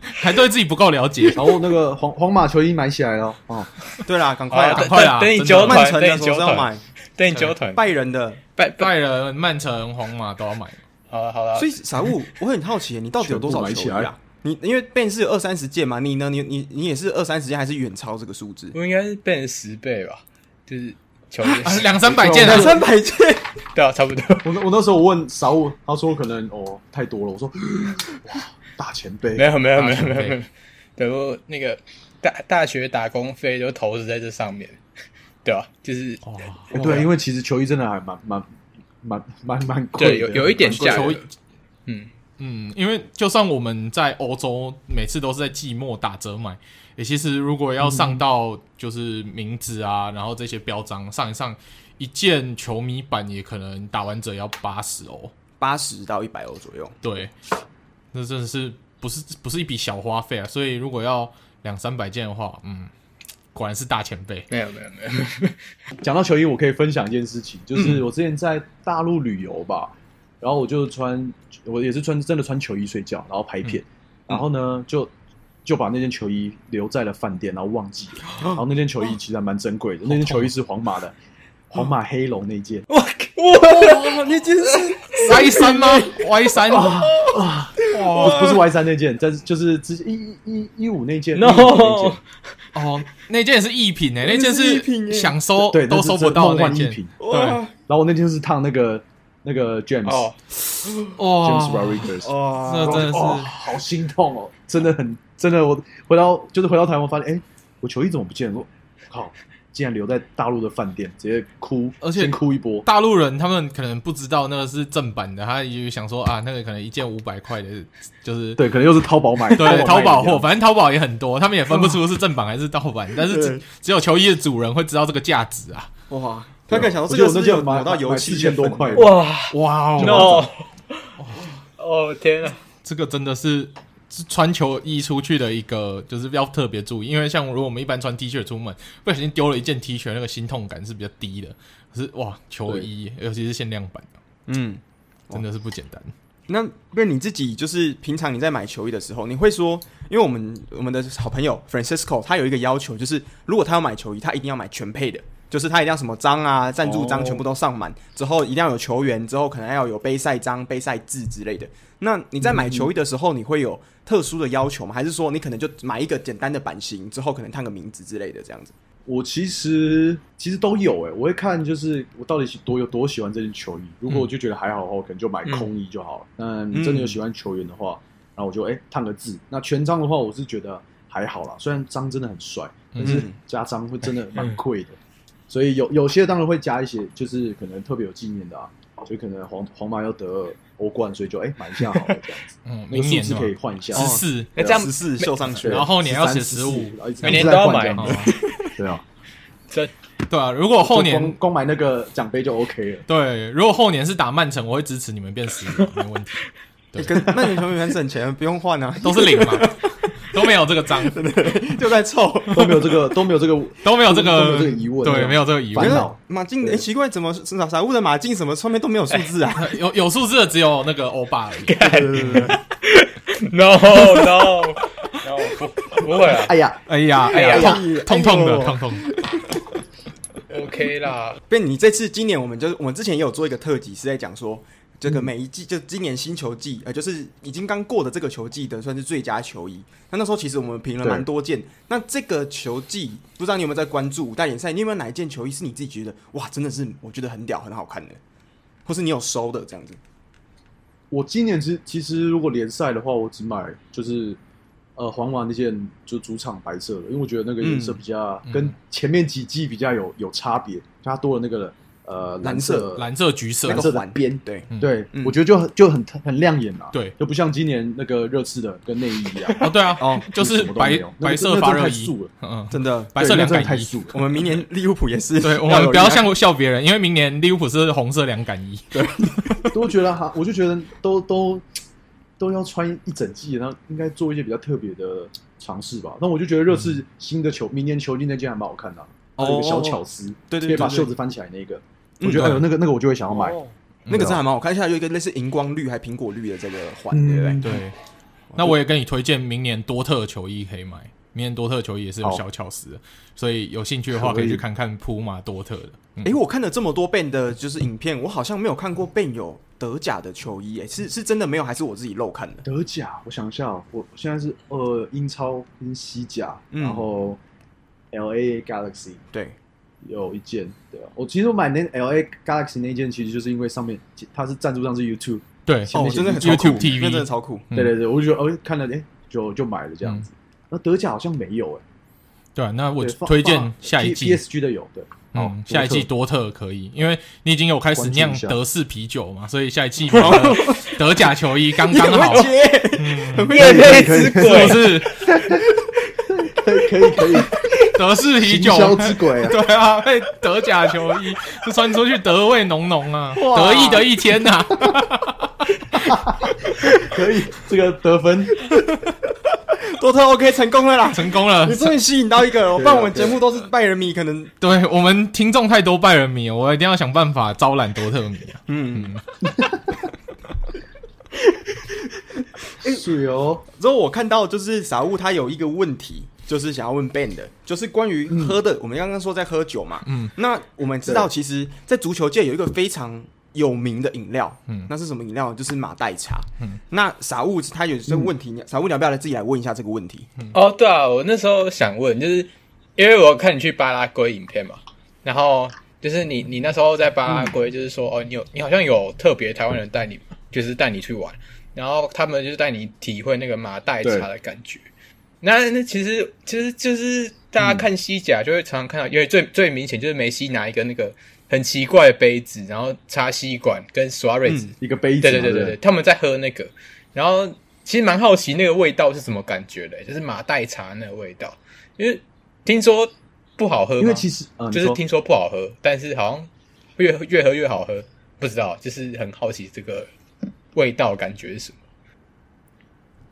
还对自己不够了解。
然后那个 皇皇马球衣买起来了哦，
对啦，赶快
好，
啊！
赶快啦
等等你
真的
揪
曼
团，
城
等
的啊
你
总
揪
是要
团，
买，
等你揪团，
拜仁的。
拜拜，
拜仁、曼城、皇马都要 买。
好了好了，
所以傻物，我很好奇，你到底有多
全
少
部买
球衣
起
啊
来？
你因为 Ben 是有二三十件嘛，你呢？你你你也是二三十件，还是远超这个数字？
嗯
我应该是变成十倍吧，就是球衣
啊两三百件啊
两，三
嗯
百件，
对啊，差不多。
我那我那时候我问少武，他说可能哦太多了，我说哇大前辈
没，有没有没有
大
没
前辈
有没有，对我那个大大学打工费就投资在这上面， 对吧、就是
哇，
哎对，因为其实球衣真的还蛮蛮蛮蛮蛮贵的，
对有有一点
蛮贵的
价
球
格
衣，
嗯，
嗯，因为就算我们在欧洲每次都是在季末打折买，也其实如果要上到就是名字啊，然后这些标章上一上，一件球迷版也可能打完折要八十欧。
八十到一百欧左右。
对，那真的是不是不是一笔小花费啊？所以如果要两三百件的话，嗯，果然是大前辈。
没有没有 没有，
讲到球衣，我可以分享一件事情，
嗯
就是我之前在大陆旅游吧，然后我就穿，我也是穿真的穿球衣睡觉，然后
嗯
拍片，然后呢就就把那件球衣留在了饭店，然后忘 记了，然后那件球衣其实还蛮珍贵的，那件球
啊
衣是皇马的，皇马黑龙那件，
哇哇，
哇，你真 是
Y 三 吗？Y 三，
不哦不是 Y 三那件，但是就是之前一一一一五那件
No
15那件
哦，那件也是艺品诶、那件
那是艺品
是
欸
想收
对，
都
那是
收
真
不到
梦
那
幻一
件。
品，
哇
然后我那件是烫那个那个 James、
哦，
James
哇，
Rodriguez，
这
哇！
真的是
哦，好心痛哦，真的很真的，我回到就是回到台湾发现，哎，我球衣怎么不见了？我靠，竟然留在大陆的饭店，直接哭，
而且
先哭一波。
大陆人他们可能不知道那个是正版的，他就想说啊，那个可能一件五百块的，就是
对，可能又是淘宝买，
对，淘宝
买的
货，反正淘宝也很多，他们也分不出是正版还是盗版，但是只
对
只有球衣的主人会知道这个价值啊！
哇，他可能想说
我记
这
得我
个
那
是不是
件
有
买
抹到
买
油漆
四
的
千多
分
块
量，
哇
哇哦，
no，哦天啊，
这个真的是是穿球衣出去的一个，就是要特别注意，因为像如果我们一般穿 T 恤出门，不小心丢了一件 T 恤，那个心痛感是比较低的。可是哇，球衣尤其是限量版的，
嗯，
真的是不简单。。
那那你自己就是平常你在买球衣的时候，你会说，因为我们我们的好朋友 Francisco 他有一个要求，就是如果他要买球衣，他一定要买全配的，就是他一定要什么章啊、赞助章
哦
全部都上满，之后一定要有球员，之后可能要有杯赛章、杯赛制之类的。那你在买球衣的时候，你会有特殊的要求吗？还是说你可能就买一个简单的版型，之后可能烫个名字之类的这样子？
我其实其实都有哎、我会看就是我到底是多有多喜欢这件球衣。如果我就觉得还好的话，我可能就买空衣就好了。但真的有喜欢球员的话，然后我就哎烫个字。那全章的话，我是觉得还好啦，虽然章真的很帅，但是
嗯
加章会真的蛮贵的。所以有有些当然会加一些，就是可能特别有纪念的啊，就可能皇皇马要得欧冠，所以就哎买一下好了这样子
嗯，
那个
明
数
年
字
是吧
可以换一下，
哦
哦
十四，
那这样
十四秀上 去，
对
然后年要写
13 14然
15
后一直
每年
一直在
都要
换这样
买
子
哦
对啊，
这
对啊，如果
就
后
光
年
光买那个奖杯就 OK 了。
对，如果后年是打曼城，我会支持你们变十五，没问题，
欸可是曼联球迷很省钱，不用换 啊，
都是零嘛，都没有这个章，
就在凑。
都没有这个，都 没有这个，
都没有这
都没
个
有这个疑问
对，没有这个疑
烦
可
问
是
恼。
马竞，
对
哎、奇怪，怎么傻傻物的马竞什么上面都没有数字啊？
有有数字的只有那个欧巴而已，
对对对对
no no no 不不会啊
哎呀，
哎呀哎
哎
呀，
呀
痛痛痛的痛痛的，
，OK 啦，
被你这次今年我们就是我们之前也有做一个特辑，是在讲说这个每一季就今年新球季，呃，就是已经刚过的这个球季的算是最佳球衣。那那时候其实我们评了蛮多件。那这个球季不知道你有没有在关注五大联赛？你有没有哪一件球衣是你自己觉得哇，真的是我觉得很屌、很好看的，或是你有收的这样子？
我今年其实其实如果联赛的话，我只买就是呃皇马那件就主场白色的，因为我觉得那个颜色比较、
嗯
跟前面几季比较有有差别，它多了那个呃
蓝色
色
蓝色橘色
蓝
那
色
个
的
环
边
对，
嗯
对、
嗯
我觉得就很就很很亮眼啦、
对
就不像今年那个热刺的跟内衣一样，
哦对啊，
哦
就是
什么都
白
没有那
白
个
色
那个
发
真的
热
太
衣
素了，
嗯嗯，
真的，
白色
对那
凉
个真
感
的太
衣，
素了。
我们明年利物浦也 是要
对
有
我
人
们
来，
不要像笑别人，因为明年利物浦是红色凉感衣，
都觉得哈，我就觉得都都都要穿一整季，然后应该做一些比较特别的尝试吧。那我就觉得热刺
嗯
新的球，明年球季那件还蛮好看的、啊，它有一个小巧思，
哦对对
可以
对
把
对
袖子翻起来那个，
嗯
我觉得哎呦
对
那个那个我就会想要买。
哦
嗯那个真的还蛮好看，而且它有一个类似荧光绿还苹果绿的这个环，对不对？
嗯，
对，那我也跟你推荐明年多特球衣可以买，明年多特球衣也是有小巧思的，所以有兴趣的话可以
可以
去看看普马多特的。嗯
诶，我看了这么多 Ben 的就是影片，我好像没有看过 Ben 有德甲的球衣，诶，是是真的没有，还是我自己漏看的？
德甲，我想一下哦，我我现在是呃英超跟西甲，
嗯
然后 L A Galaxy
对，
有一件，对啊，我其实我买那 L A Galaxy 那件，其实就是因为上面它是赞助商是 YouTube，
对，
前
哦
面，写
真的很超
YouTube
酷，
TV
那真的超酷。
嗯
对对对，我就觉得哦，看了哎，就就买了这样子。那德甲好像没有哎，
对啊，那我
对放
推荐
放
下一
P-
季，
PSG 的有对，哦好
嗯，下一季
多
多特可以，因为你已经有开始
关注一
酿
下
德式啤酒嘛，所以下 一季你的德甲球衣刚
你
刚
很
好
会，接，
嗯
很 会
夜
接。
黑之
是
鬼
不，是？
特可以可以可以，
德式啤
行
酒
销之鬼啊，
对啊，配德甲球衣， 就穿出去德味浓浓啊，
哇
得意的一天呐、啊。
可以这个得分，
多特 OK 成 功了啦！
成功了
你，终于吸引到一个哦人，不然我们
对
节
啊
目都是拜仁迷，可能
对我们听众太多拜仁迷了，我一定要想办法招揽多特迷啊！
嗯。
是哦，
之后我看到就是傻物他有一个问题，就是想要问 Ben 的，就是关于喝的。我们刚刚说在喝酒嘛，
嗯，
那我们知道，其实，在足球界有一个非常有名的饮料，
嗯
嗯，那是什么饮料？就是马黛茶。
嗯
嗯，那傻物他有这个问题，你傻物你要不要来自己来问一下这个问题？
哦，对啊，我那时候想问，就是因为我看你去巴拉圭影片嘛，然后就是你你那时候在巴拉圭，就是说、哦，你有你好像有特别台湾人带你，就是带你去玩，然后他们就是带你体会那个马黛茶的感觉。那那其实其实就是大家看西甲就会常常看到，因为最最明显就是梅西拿一个那个很奇怪的杯子，然后插吸管跟刷瑞子，
一个杯子
对
嘛，
对对
对
对
不
对，，他们在喝那个，然后其实蛮好奇那个味道是什么感觉的，欸就是马黛茶那个味道，因为听说不好喝吗，
因为其实呃，你
就是
说
听说不好喝，但是好像越越喝越好喝，不知道，就是很好奇这个味道感觉是什么。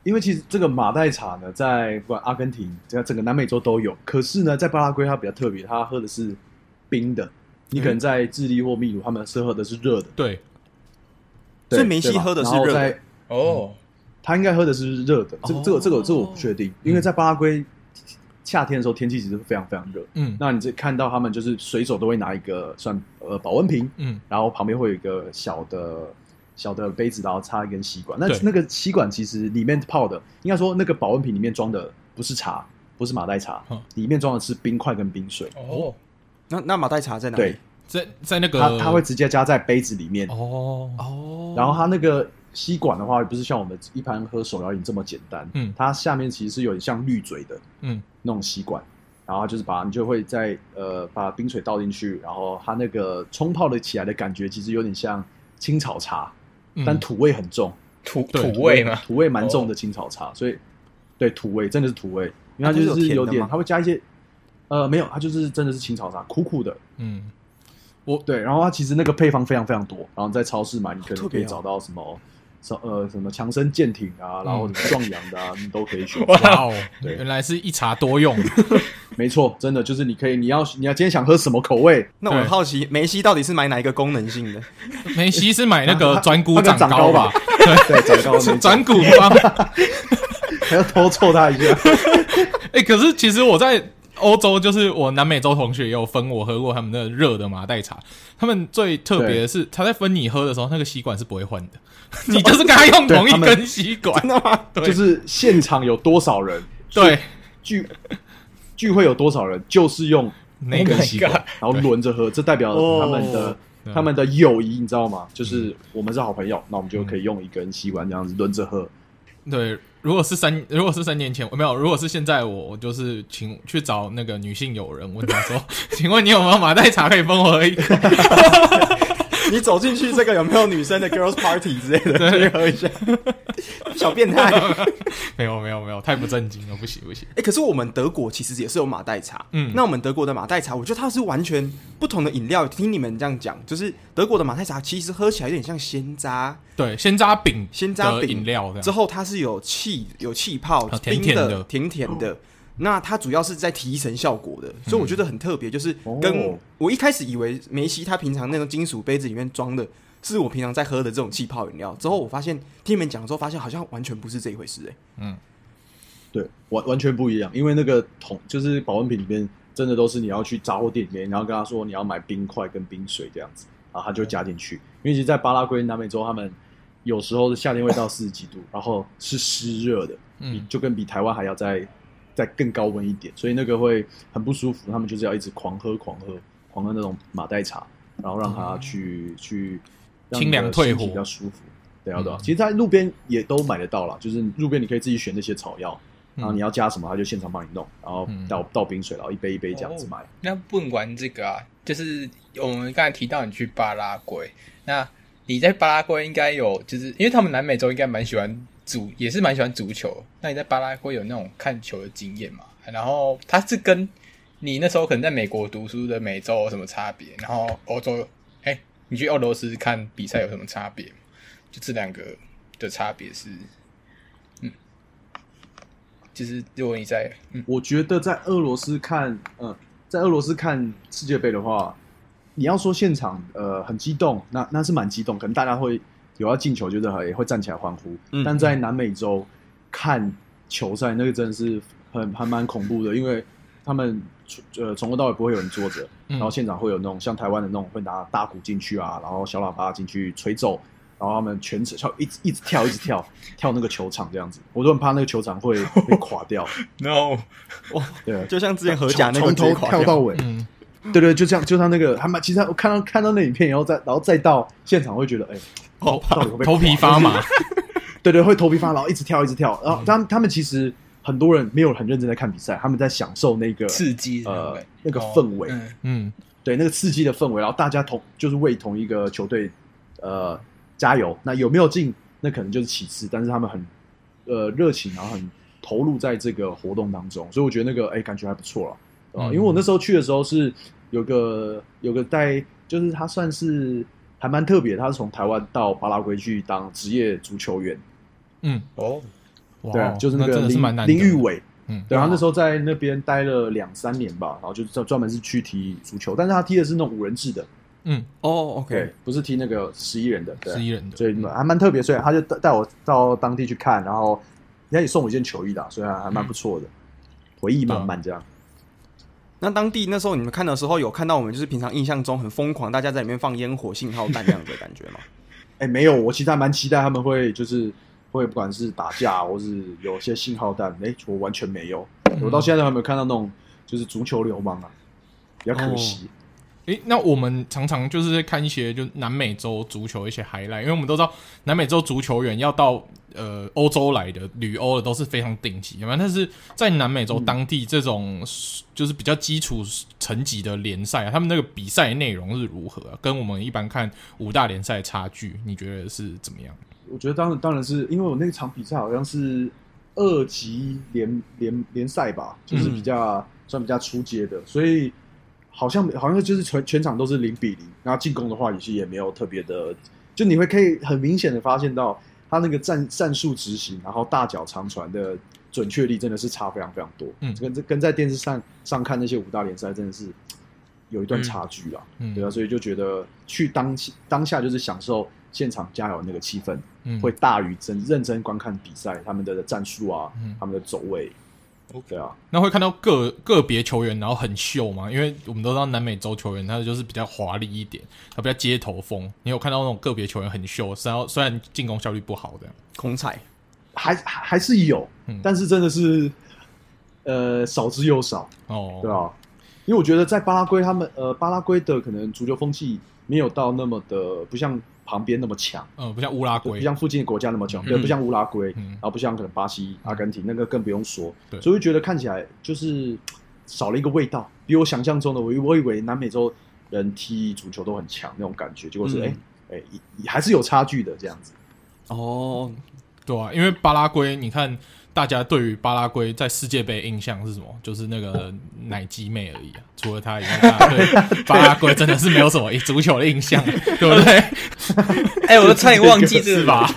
因为其实这个马黛茶呢，在不管阿根廷，在整个南美洲都有。可是呢，在巴拉圭它比较特别，它喝的是冰的。你可能在智利或秘鲁，他们是喝的是热的。
对，
对
所以梅西
对吧
喝的是
然后
热的
在
哦，
他应该喝的是热的。这
哦
个这个这个这个我不确定，
嗯
因为在巴拉圭夏天的时候天气其实非常非常热。
嗯
那你这看到他们就是随手都会拿一个算呃保温瓶，
嗯，
然后旁边会有一个小的小的杯子，然后插一根吸管。那
对
那个吸管其实里面泡的，应该说那个保温瓶里面装的不是茶，不是马黛茶
嗯，
里面装的是冰块跟冰水。
哦，
那那马黛茶在哪里
对？，
在在那个
它它会直接加在杯子里面，
哦，
哦
然后它那个吸管的话，不是像我们一般喝手摇饮这么简单，
嗯
它下面其实是有点像滤嘴的
嗯
那种吸管，然后就是把你就会在呃把冰水倒进去，然后它那个冲泡的起来的感觉，其实有点像青草茶，
嗯，
但土味很重，
土
对
土味嘛，
土味
哦
蛮重的青草茶，所以对土味真的是土味，因为它
它就是
就是
有甜的
有点
吗，
它会加一些呃没有，它就是真的是青草茶，苦苦的，
嗯，
对，然后它其实那个配方非常非常多，然后在超市买，你可
好特
能可
别
以
哦
找到什么，什呃什么强身健体啊，然后什么壮阳的啊，你都可以选。
哇哦，
对
原来是一茶 多用，
没错，真的就是你可以，你要你要今天想喝什么口味，
那我很
对
好奇，梅西到底是买哪一个功能性的？
梅西是买那个转骨
它跟长
高
高
吧
吧？对，长高的那种，
转骨方。
还要偷凑它一下。
哎、可是其实我在欧洲，就是我南美洲同学也有分我喝过他们的热的麻袋茶，他们最特别的是，他在分你喝的时候，那个吸管是不会换的，你就是跟他用同一根吸管，对
就是现场有多少人
对，
聚聚会有多少人，就是用
那根
Oh my
吸管
God
然后轮着喝，这代表他们
哦
的。他们的友谊，你知道吗？就是我们是好朋友，那我们就可以用一根吸管这样子轮着喝。
对。如果是三，如果是三年前，没有；如果是现在，我我就是请去找那个女性友人，问她说：“请问你有没有马黛茶可以分我喝一个
你走进去，这个有没有女生的 girls party 之类的？去喝一下，小变态。哎、？”
没有，没有，没有，太不正经了，不行，不行。
可是我们德国其实也是有马黛茶，
嗯
那我们德国的马黛茶，我觉得它是完全不同的饮料。听你们这样讲，就是德国的马黛茶其实喝起来有点像鲜榨，
对，鲜榨饼，
鲜榨饼
饮料这
之
样，
后它是有气有气泡，
啊
冰
甜甜
的
的
甜甜的。那它主要是在提神效果的，
嗯
所以我觉得很特别，就是跟
哦
我一开始以为梅西他平常那种金属杯子里面装的是我平常在喝的这种气泡饮料，之后我发现听你们讲之后，发现好像完全不是这一回事、欸，
对，完完全不一样，因为那个桶就是保温瓶里面真的都是你要去杂货店里面，然后跟他说你要买冰块跟冰水这样子，然后他就加进去。因为其实，在巴拉圭、南美洲，他们有时候夏天会到四十几度，然后是湿热的，比
嗯，
就跟比台湾还要再再更高温一点，所以那个会很不舒服。他们就是要一直狂喝、狂喝、狂喝那种马黛茶，然后让它去、去让
哦清
你的
凉退
身体
火
比较舒服。对啊，对啊
嗯，
其实，在路边也都买得到啦，就是路边你可以自己选那些草药，
嗯
然后你要加什么，他就现场帮你弄，然后
嗯
倒倒冰水，然后一杯一杯这样子
哦
买。
那问完这个啊，就是我们刚才提到你去巴拉圭，那你在巴拉圭应该有，就是因为他们南美洲应该蛮喜欢足，也是蛮喜欢足球。那你在巴拉圭有那种看球的经验嘛？然后它是跟你那时候可能在美国读书的美洲有什么差别？然后欧洲，哎、你去俄罗斯看比赛有什么差别吗？就这两个的差别是，嗯，就是如果你在，嗯，
我觉得在俄罗斯看，呃，在俄罗斯看世界杯的话，你要说现场呃很激动，那那是蛮激动，可能大家会有要进球，就是也会站起来欢呼。
嗯
但在南美洲看球赛，那个真的是很还蛮恐怖的，因为他们呃从头到尾不会有人坐着，然
嗯
后现场会有那种像台湾的那种会拿大鼓进去啊，然后小喇叭进去吹奏，然后他们全程一直一直跳一直跳跳那个球场这样子，我都很怕那个球场会会垮掉。
No，
对，
就像之前荷甲那个
从
直
头
接垮
跳
掉
到尾，
嗯，
对对，就这样，就像那个他们，其实我看到看到那影片以后，再然后再到现场会觉得，哎、
头
到底会不会
头皮发麻，
对对，会头皮发，然后一直跳一直跳，
嗯
然后他们他们其实很多人没有很认真在看比赛，他们在享受那个
刺激的
呃
种
那个
哦
氛围，
嗯
嗯
对那个刺激的氛围，然后大家同就是为同一个球队呃加油，那有没有进那可能就是其次，但是他们很呃热情，然后很投入在这个活动当中，所以我觉得那个哎、感觉还不错了，对吧
嗯
因为我那时候去的时候是有个有个带，就是他算是还蛮特别，他是从台湾到巴拉圭去当职业足球员，
嗯，
哦，
哇哦
对啊，就是
那
个
真的是蛮
林
难得
林
的
玉伟，
嗯
对，啊他那时候在那边待了两三年吧，然后就是专专门是去踢足球，但是他踢的是那种五人制的，
嗯，
哦，OK、o
对
k，
不是踢那个十一人的，
十
对，啊
一人的，嗯
所以还蛮特别，所以他就带带我到当地去看，然后他也送我一件球衣的，啊所以还还蛮不错的，
嗯
回忆满满这
啊
样。
那当地那时候你们看的时候，有看到我们就是平常印象中很疯狂，大家在里面放烟火、信号弹那样子的感觉 吗？
哎、没有，我其实还蛮期待他们会就是会不管是打架或是有些信号弹，哎、我完
哦
全没有，我到现在都还没有看到那种就是足球流氓啊，比较可惜。
诶，那我们常常就是在看一些就南美洲足球一些 highlight，因为我们都知道南美洲足球员要到呃欧洲来的旅欧的都是非常顶级的嘛，但是在南美洲当地这种就是比较基础层级的联赛啊，他们那个比赛内容是如何、啊？跟我们一般看五大联赛的差距，你觉得是怎么样？
我觉得当然当然是因为我那场比赛好像是二级联联联赛吧，就是比较、算比较初阶的，所以好像好像就是全全场都是零比零，然后进攻的话也是也没有特别的，就你会可以很明显的发现到他那个战战术执行，然后大脚长传的准确率真的是差非常非常多，
嗯
跟这跟在电视上上看那些五大联赛真的是有一段差距啦。
嗯，
对啊，，所以就觉得去当当下就是享受现场加油那个气氛，
嗯，
会大于真认真观看比赛他们的战术啊，
嗯
他们的走位。对啊，
那会看到个个别球员，然后很秀嘛，因为我们都知道南美洲球员他就是比较华丽一点，他比较街头风。你有看到那种个别球员很秀，虽然虽然进攻效率不好的，
空踩，
还还还是有，
嗯
但是真的是呃少之又少，
哦，
对啊，因为我觉得在巴拉圭他们呃巴拉圭的可能足球风气没有到那么的不像旁边那么强。
呃，不像乌拉
不
圭，
像附近的国家那么强，对，
嗯
不像乌拉圭，
嗯
然后不像可能巴西、阿根廷，那个更不用说
对，
所以我觉得看起来就是少了一个味道，比我想象中的，我以我以为南美洲人踢足球都很强那种感觉，结果是
嗯
哎哎、也还是有差距的这样子，
哦，
对啊，因为巴拉圭，你看大家对于巴拉圭在世界杯印象是什么？就是那个奶鸡妹而已啊，除了她以外，大 家对巴拉圭真的是没有什么足球的印象，对不对？
哎，我 都差点忘记这
是
个
吧？？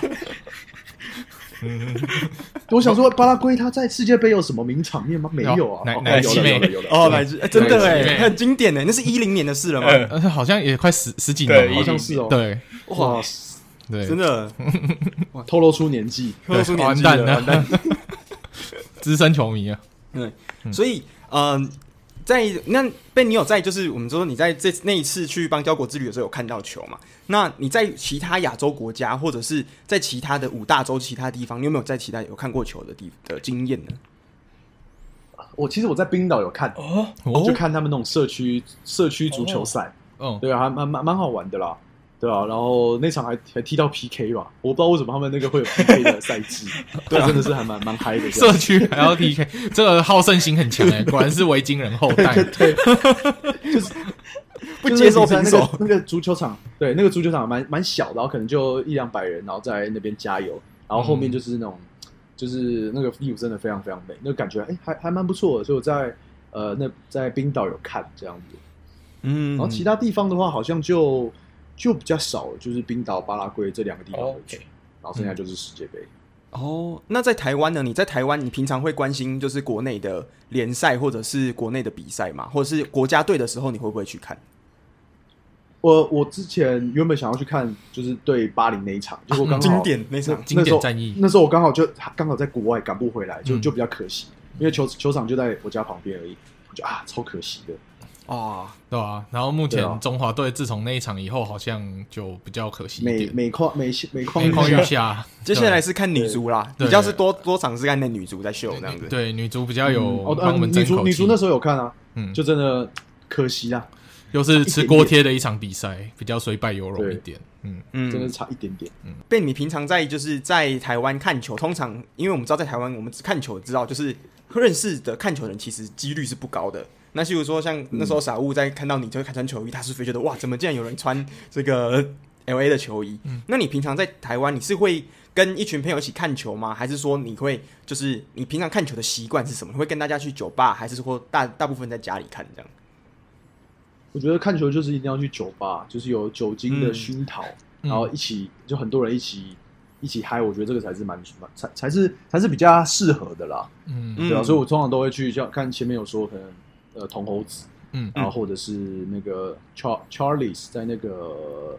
我想说巴拉圭他在世界杯有什么名场面吗？没有啊，
奶
哦
奶
有
昔
了
妹
有了有了，
哦，
对
来自哎真的
对
哎，很经典哎，那是一零年的事了吗？
嗯
呃好像也快十十几年
对，
了，
好
好
像
像
是哦
对
哇，
对，
真的，
透露出年纪，
喝出年
完
纪
蛋
了，完蛋。
资深球迷啊，
对，所以嗯、在那被你有在就是我们说你在这那一次去邦交国之旅的时候有看到球嘛？那你在其他亚洲国家或者是在其他的五大洲其他地方，你有没有在其他有看过球的地的经验呢？
我其实我在冰岛有看，
哦，
就
哦，
看他们那种社区社区足球赛。
嗯，
对啊，还蛮蛮蛮好玩的啦，对啊，然后那场还还踢到 PK 吧，我不知道为什么他们那个会有 PK 的赛制，对、啊真的是还蛮蛮嗨的这
社
样。
区还要 PK，这个好胜心很强哎、果然是维京人后 代。
不
接受平手
那个那个足球场，对，那个足球场蛮蛮小的，然后可能就一两百人，然后在那边加油，然后后面就是那种、就是那个 view 真的非常非常美，那个感觉哎还还蛮不错的，所以我在呃那在冰岛有看这样子，
嗯
然后其他地方的话好像就就比较少了，就是冰岛、巴拉圭这两个地
哦
方会去，
OK
然后
嗯
剩下就是世界杯。
哦，那在台湾呢？你在台湾，你平常会关心就是国内的联赛或者是国内的比赛嘛，或者是国家队的时候，你会不会去看？
我我之前原本想要去看，就是对巴林那一场，结果
嗯
刚好
经典那
那
场，
啊经
那时
典
候
战役，
那时候我刚好就刚好在国外赶不回来，就
嗯
就比较可惜，因为球球场就在我家旁边而已，我就啊超可惜的。
啊，
对吧、然后目
对啊
前中华队自从那一场以后，好像就比较可惜一
每
点，
每况每每况
每况
愈
愈
下，
下。
接下来是看女足啦，
对
比较是多多场是看那女足在秀这样子。
对对女足比较有
哦，
帮
呃
我们
女
争
足
口
女
气
足，那时候有看啊，
嗯，
就真的可惜啊，
又是吃锅贴的一场比赛，比较虽败犹荣一点。嗯，
嗯
真的差一点点。
被你平常在就是在台湾看球，通常因为我们知道在台湾我们只看球知道，就是认识的看球人其实几率是不高的。那譬如说像那时候傻物在看到你就会看穿球衣，他是不是觉得哇，怎么竟然有人穿这个 L A 的球衣？那你平常在台湾你是会跟一群朋友一起看球吗？还是说你会就是你平常看球的习惯是什么？你会跟大家去酒吧，还是说大大部分在家里看这样？
我觉得看球就是一定要去酒吧，就是有酒精的
嗯
熏陶，
嗯
然后一起就很多人一起一起嗨，我觉得这个才是蛮蛮才才是才是比较适合的啦。
嗯
对啊，
嗯
所以我通常都会去像看前面有说可能呃铜猴子，
嗯
然后或者是那个 Char Charlie's 在那个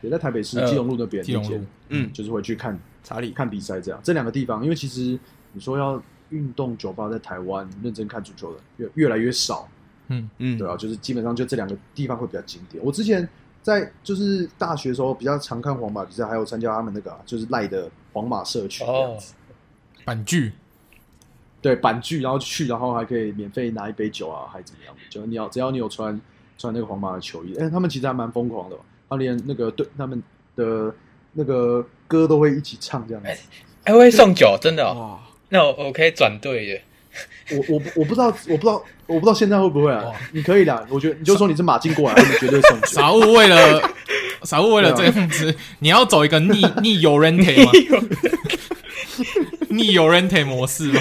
也在台北市
呃
基隆路那边
基
那
隆路
间，
嗯
就是会去看
查理，
看比赛这样。这两个地方，因为其实你说要运动酒吧在台湾认真看足球的越越来越少，
嗯
嗯
对啊，就是基本上就这两个地方会比较经典。我之前在就是大学的时候比较常看皇马比赛，还有参加他们那个啊、就是赖的皇马社区这样
哦
子。，
板剧
对板具，然后去，然后还可以免费拿一杯酒啊，还怎么样？就你要只要你有穿穿那个皇马的球衣。哎、他们其实还蛮疯狂的哦，他连那个对他们的那个歌都会一起唱这样子。
哎，会送酒，真的哦。
哇，
那我我可以转队的，
我我不我不知道，我不知道，我不知道现在会不会啊？你可以啦，我觉得你就说你是马竞过来，他们绝对送酒。
傻物为了 傻物为了这样
啊
子，你要走一个逆逆 Yorente 吗？逆 Yorente 模 式吗？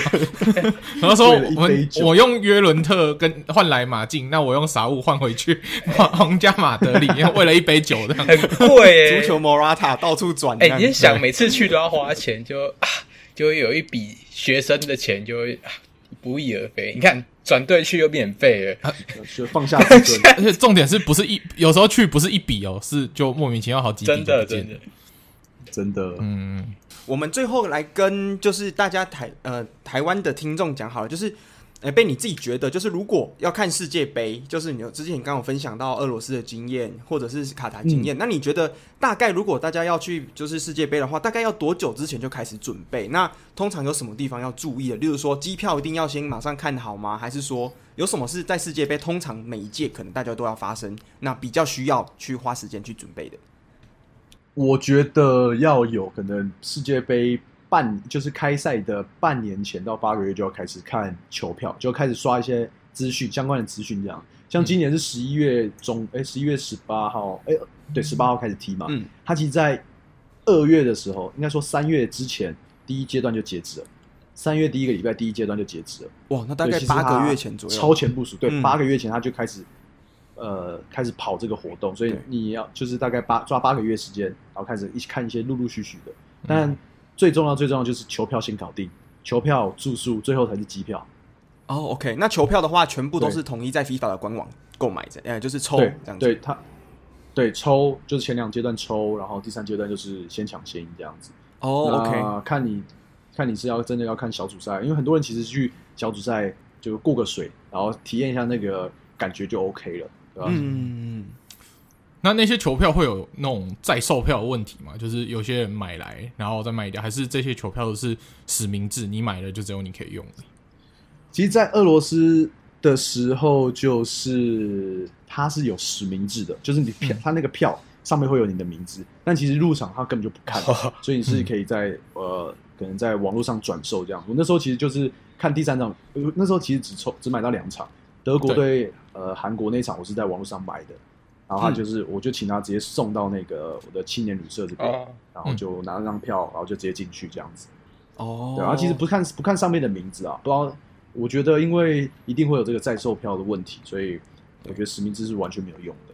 然后说
为了一
我
杯
们
酒
我用约伦特跟换来马竞，那我用傻物换回去 皇皇家马德里，为了一杯酒这 样。
很贵 耶。
足球 Morata 到处转，这
哎、
样
你是想每次去都要花钱，就啊，就会有一笔学生的钱就会、啊、不翼而飞。你看转队去又免费了，
啊
就放下自尊，
而且重点是不是一有时候去不是一笔哦，是就莫名其妙好几笔
真的
就不见
真的
了。
真的。
嗯，
我们最后来跟就是大家台呃台湾的听众讲好了，就是。呃，被你自己觉得，就是如果要看世界杯，就是你有之前你刚有分享到俄罗斯的经验，或者是卡塔经验，那你觉得大概如果大家要去就是世界杯的话，大概要多久之前就开始准备？那通常有什么地方要注意的？例如说机票一定要先马上看好吗？还是说有什么是在世界杯通常每一届可能大家都要发生，那比较需要去花时间去准备的？
我觉得要有可能世界杯半就是开赛的半年前到八个月就要开始看球票，就开始刷一些资讯相关的资讯，这样。像今年是十一月中，哎、十一月十八号，哎、对，十八号开始踢嘛。
嗯，
它其实在二月的时候，应该说三月之前第一阶段就截止了，三月第一个礼拜第一阶段就截止了。
哇，那大
对
概
其实
八个
他
月前左右，
超前部署，对，
嗯
八、个月前他就开始，呃，开始跑这个活动，所以
对
你要就是大概八抓八个月时间，然后开始一起看一些陆陆续续的。
嗯
但最重要最重要就是球票先搞定，球票、住宿，最后才是机票。
哦，OK，那球票的话，全部都
对
是统一在 FIFA 的官网购买的，呃，就是抽
对
这样，子。
对，他对抽就是前两阶段抽，然后第三阶段就是先抢先赢这样子。
哦，OK，
那嗯看你看你是要真的要看小组赛，因为很多人其实去小组赛就过个水，然后体验一下那个感觉就 OK 了，对吧？
嗯，
那那些球票会有那种再售票的问题吗？就是有些人买来然后再卖掉，还是这些球票都是实名制，你买了就只有你可以用的？
其实，在俄罗斯的时候，就是它是有实名制的，就是你票，它那个票上面会有你的名字，但其实入场它根本就不看，所以你是可以在呃，可能在网络上转售这样。我那时候其实就是看第三场，呃那时候其实只抽只买到两场，德国对呃韩国那场，我是在网络上买的。然后他就是，我就请他直接送到那个我的青年旅社这边，
哦，
然后就拿那张票，然后就直接进去这样子。
哦，
对啊，其实不看不看上面的名字啊，不知道，我觉得因为一定会有这个在售票的问题，所以我觉得实名制是完全没有用的。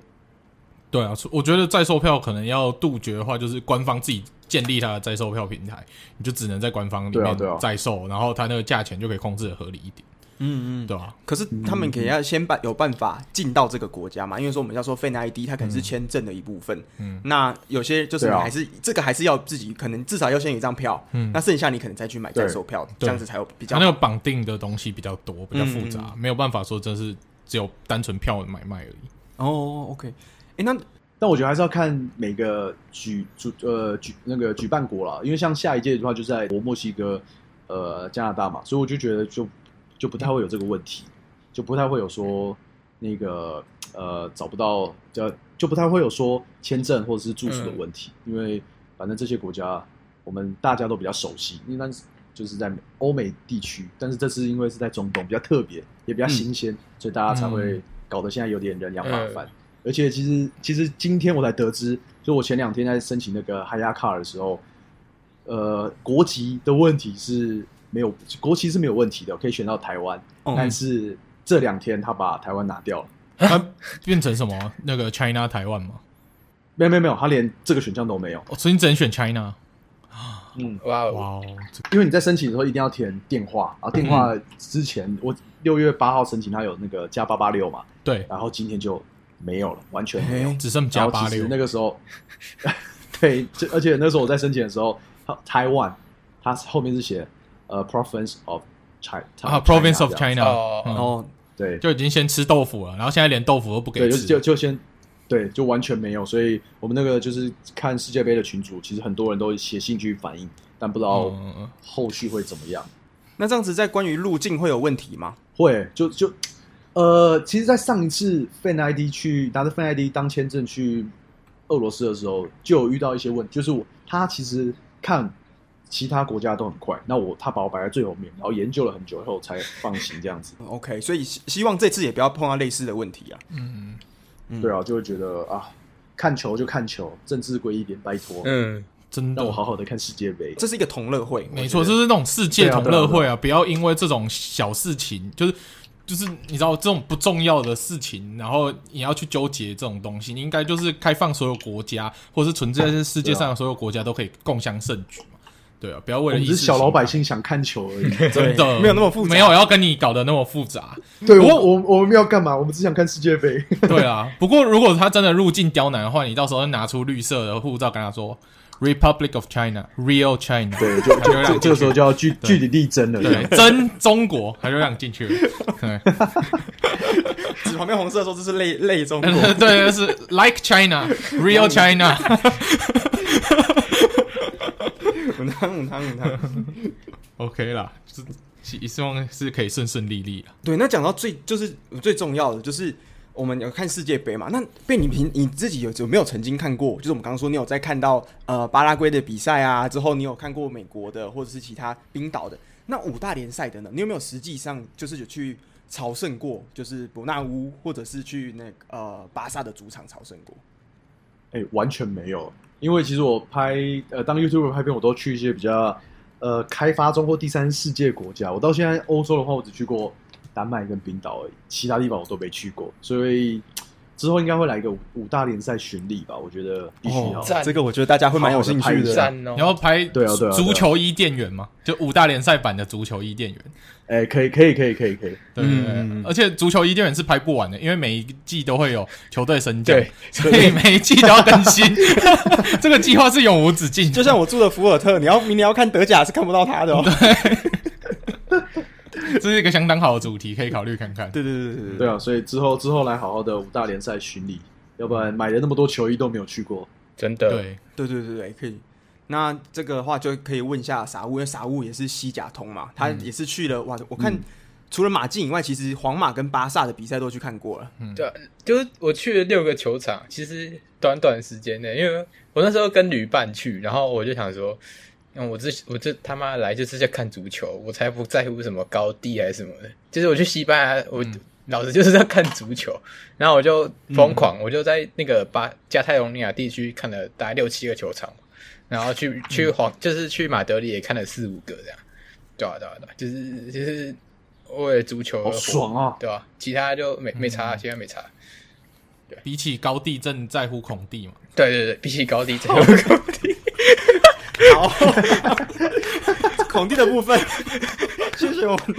对啊，我觉得再售票可能要杜绝的话，就是官方自己建立它的再售票平台，你就只能在官方里
对啊
面
对啊
再售，然后它那个价钱就可以控制的合理一点，
嗯嗯。
对啊吧、
可是他们可以要先办有办法进到这个国家嘛？因为说我们要说 f a ID，它可能是签证的一部分。嗯，那有些就是你
对啊
还是、这个还是要自己可能至少要先有一张票，嗯，那剩下你可能再去买
对
在售票，这
对
样子才有比
它
较
那个绑定的东西比较多，比较复杂，
嗯
没有办法说真是只有单纯票买卖而已。
哦，OK。哎、那
但我觉得还是要看每个举主呃举那个举办国啦，因为像下一届的话就在墨西哥、呃加拿大嘛，所以我就觉得就就不太会有这个问题，就不太会有说那个呃找不到就就不太会有说签证或者是住宿的问题，因为反正这些国家我们大家都比较熟悉，因为那是就是在欧美地区，但是这次因为是在中东比较特别，也比较新鲜，所以大家才会搞得现在有点人仰马
嗯
翻。而且其实其实今天我才得知，就我前两天在申请那个海亚卡尔的时候，呃，国籍的问题是没有国旗是没有问题的，可以选到台湾，
哦
但是这两天他把台湾拿掉了，
它变成什么那个 China 台湾嘛？
没有没有没有，他连这个选项都没有。
哦，所以你只能选 China。
嗯，
哇
哇
哦，
哦，
因为你在申请的时候一定要填电话啊，电话之前我六月八号申请，他有那个加八八六嘛，
对，
然后今天就没有了，完全没有。
哎
只剩
然
加
后
八
其实
六
那。个时候， 对，这而且那时候我在申请的时候，它台湾它后面是写呃 province of China
啊，Province of
这样
China，
哦
嗯
哦，
对
就已经先吃豆腐了，然后现在连豆腐都不给
对，就
吃，
就就先对，就完全没有。所以我们那个就是看世界杯的群组，其实很多人都写信去反映，但不知道
嗯嗯嗯
后续会怎么样。
那这样子在关于路径会有问题吗？
会，就就呃，其实，在上一次 Fan ID 去拿着 Fan ID 当签证去俄罗斯的时候，就有遇到一些问题，就是我他其实看其他国家都很快，那我他把我摆在最后面，然后研究了很久以后才放行这样子。
哦 OK，所以希希望这次也不要碰到类似的问题啊。
嗯，
嗯
对啊，就会觉得啊，看球就看球，政治归一点，拜托，
嗯，
真
让我
的，
好好的看世界杯。
这是一个同乐会，
没错，
我觉
就
得
是那种世界
对啊
同
对啊
乐会啊，不要因为这种小事情，就是就是你知道这种不重要的事情，然后你要去纠结这种东西，你应该就是开放所有国家，或者是存在这世界上的所有国家都可以共享盛举嘛。对啊，不要
我
为了
们
一
只哦是
时
小
兴
老百
起
姓想看球 而已。
对
真的
没有那么复杂，
没有要跟你搞得那么复杂。
对我我我们要干嘛？我们只想看世界杯。
对啊，不过如果他真的入境刁难的话，你到时候拿出绿色的护照跟他说 “Republic of China, Real China”，
对， 就
他就会让
就
你
这个时候
进去
就要据据理力争了。这样
对真中国，他就让你进 去了。对。
指旁边红色说这是类类中国，
对，是 like China, real China。
嗯汤嗯汤嗯汤。
OK 啦，是希希望是可以顺顺利啊利啦。
对，那讲到最就是呃最重要的就是。我们有看世界杯嘛？那被你平你自己有有没有曾经看过？就是我们刚刚说，你有在看到呃巴拉圭的比赛啊，之后你有看过美国的或者是其他冰岛的那五大联赛的呢？你有没有实际上就是有去朝圣过？就是伯纳乌或者是去那个呃巴萨的主场朝圣过？
哎、完全没有，因为其实我拍呃当 YouTuber 拍片，我都去一些比较呃开发中或第三世界国家。我到现在欧洲的话，我只去过丹麦跟冰岛而已，其他地方我都没去过。所以之后应该会来一个五五大联赛巡礼吧，我觉得必须要。
哦
赞
这个我觉得大家会蛮有兴趣
对
哦的。
啊
赞哦
然！后拍
对啊对啊对啊
足球伊甸园嘛，就五大联赛版的足球伊甸园。
哎、可以可以可以可以可以，
对对对
嗯
而且足球伊甸园是拍不完的，因为每一季都会有球队升降
对，
所以每一季都要更 新。这个计划是永无止境。
就像我住的福尔特，你要明年要看德甲是看不到他的哦。
这是一个相当好的主题，可以考虑看看。
对对对对对
对啊，所以之后之后来好好的五大联赛巡礼，要不然买了那么多球衣都没有去过。
真的，
对，
对对对对，可以。那这个的话就可以问一下傻物，因为傻物也是西甲通嘛，他也是去了哇，我看。除了马竞以外，其实皇马跟巴萨的比赛都去看过了。
对，就是我去了六个球场，其实短短时间内，因为我那时候跟旅伴去，然后我就想说，嗯，我这我这他妈来就是在看足球，我才不在乎什么高低还是什么的。就是我去西班牙，我、
嗯
老子就是在看足球，然后我就疯
嗯
狂，我就在那个巴加泰隆尼亚地区看了大概六七个球场，然后
嗯
去去皇、就是去马德里也看了四五个这样，对啊对啊对啊，就是就是为了足球而
好
活
爽啊
对吧、其他就没没差，啊现在没差。
比起高地正在乎孔地嘛，
对对对，比起高 低这个
好，孔蒂的部分，谢谢我 们。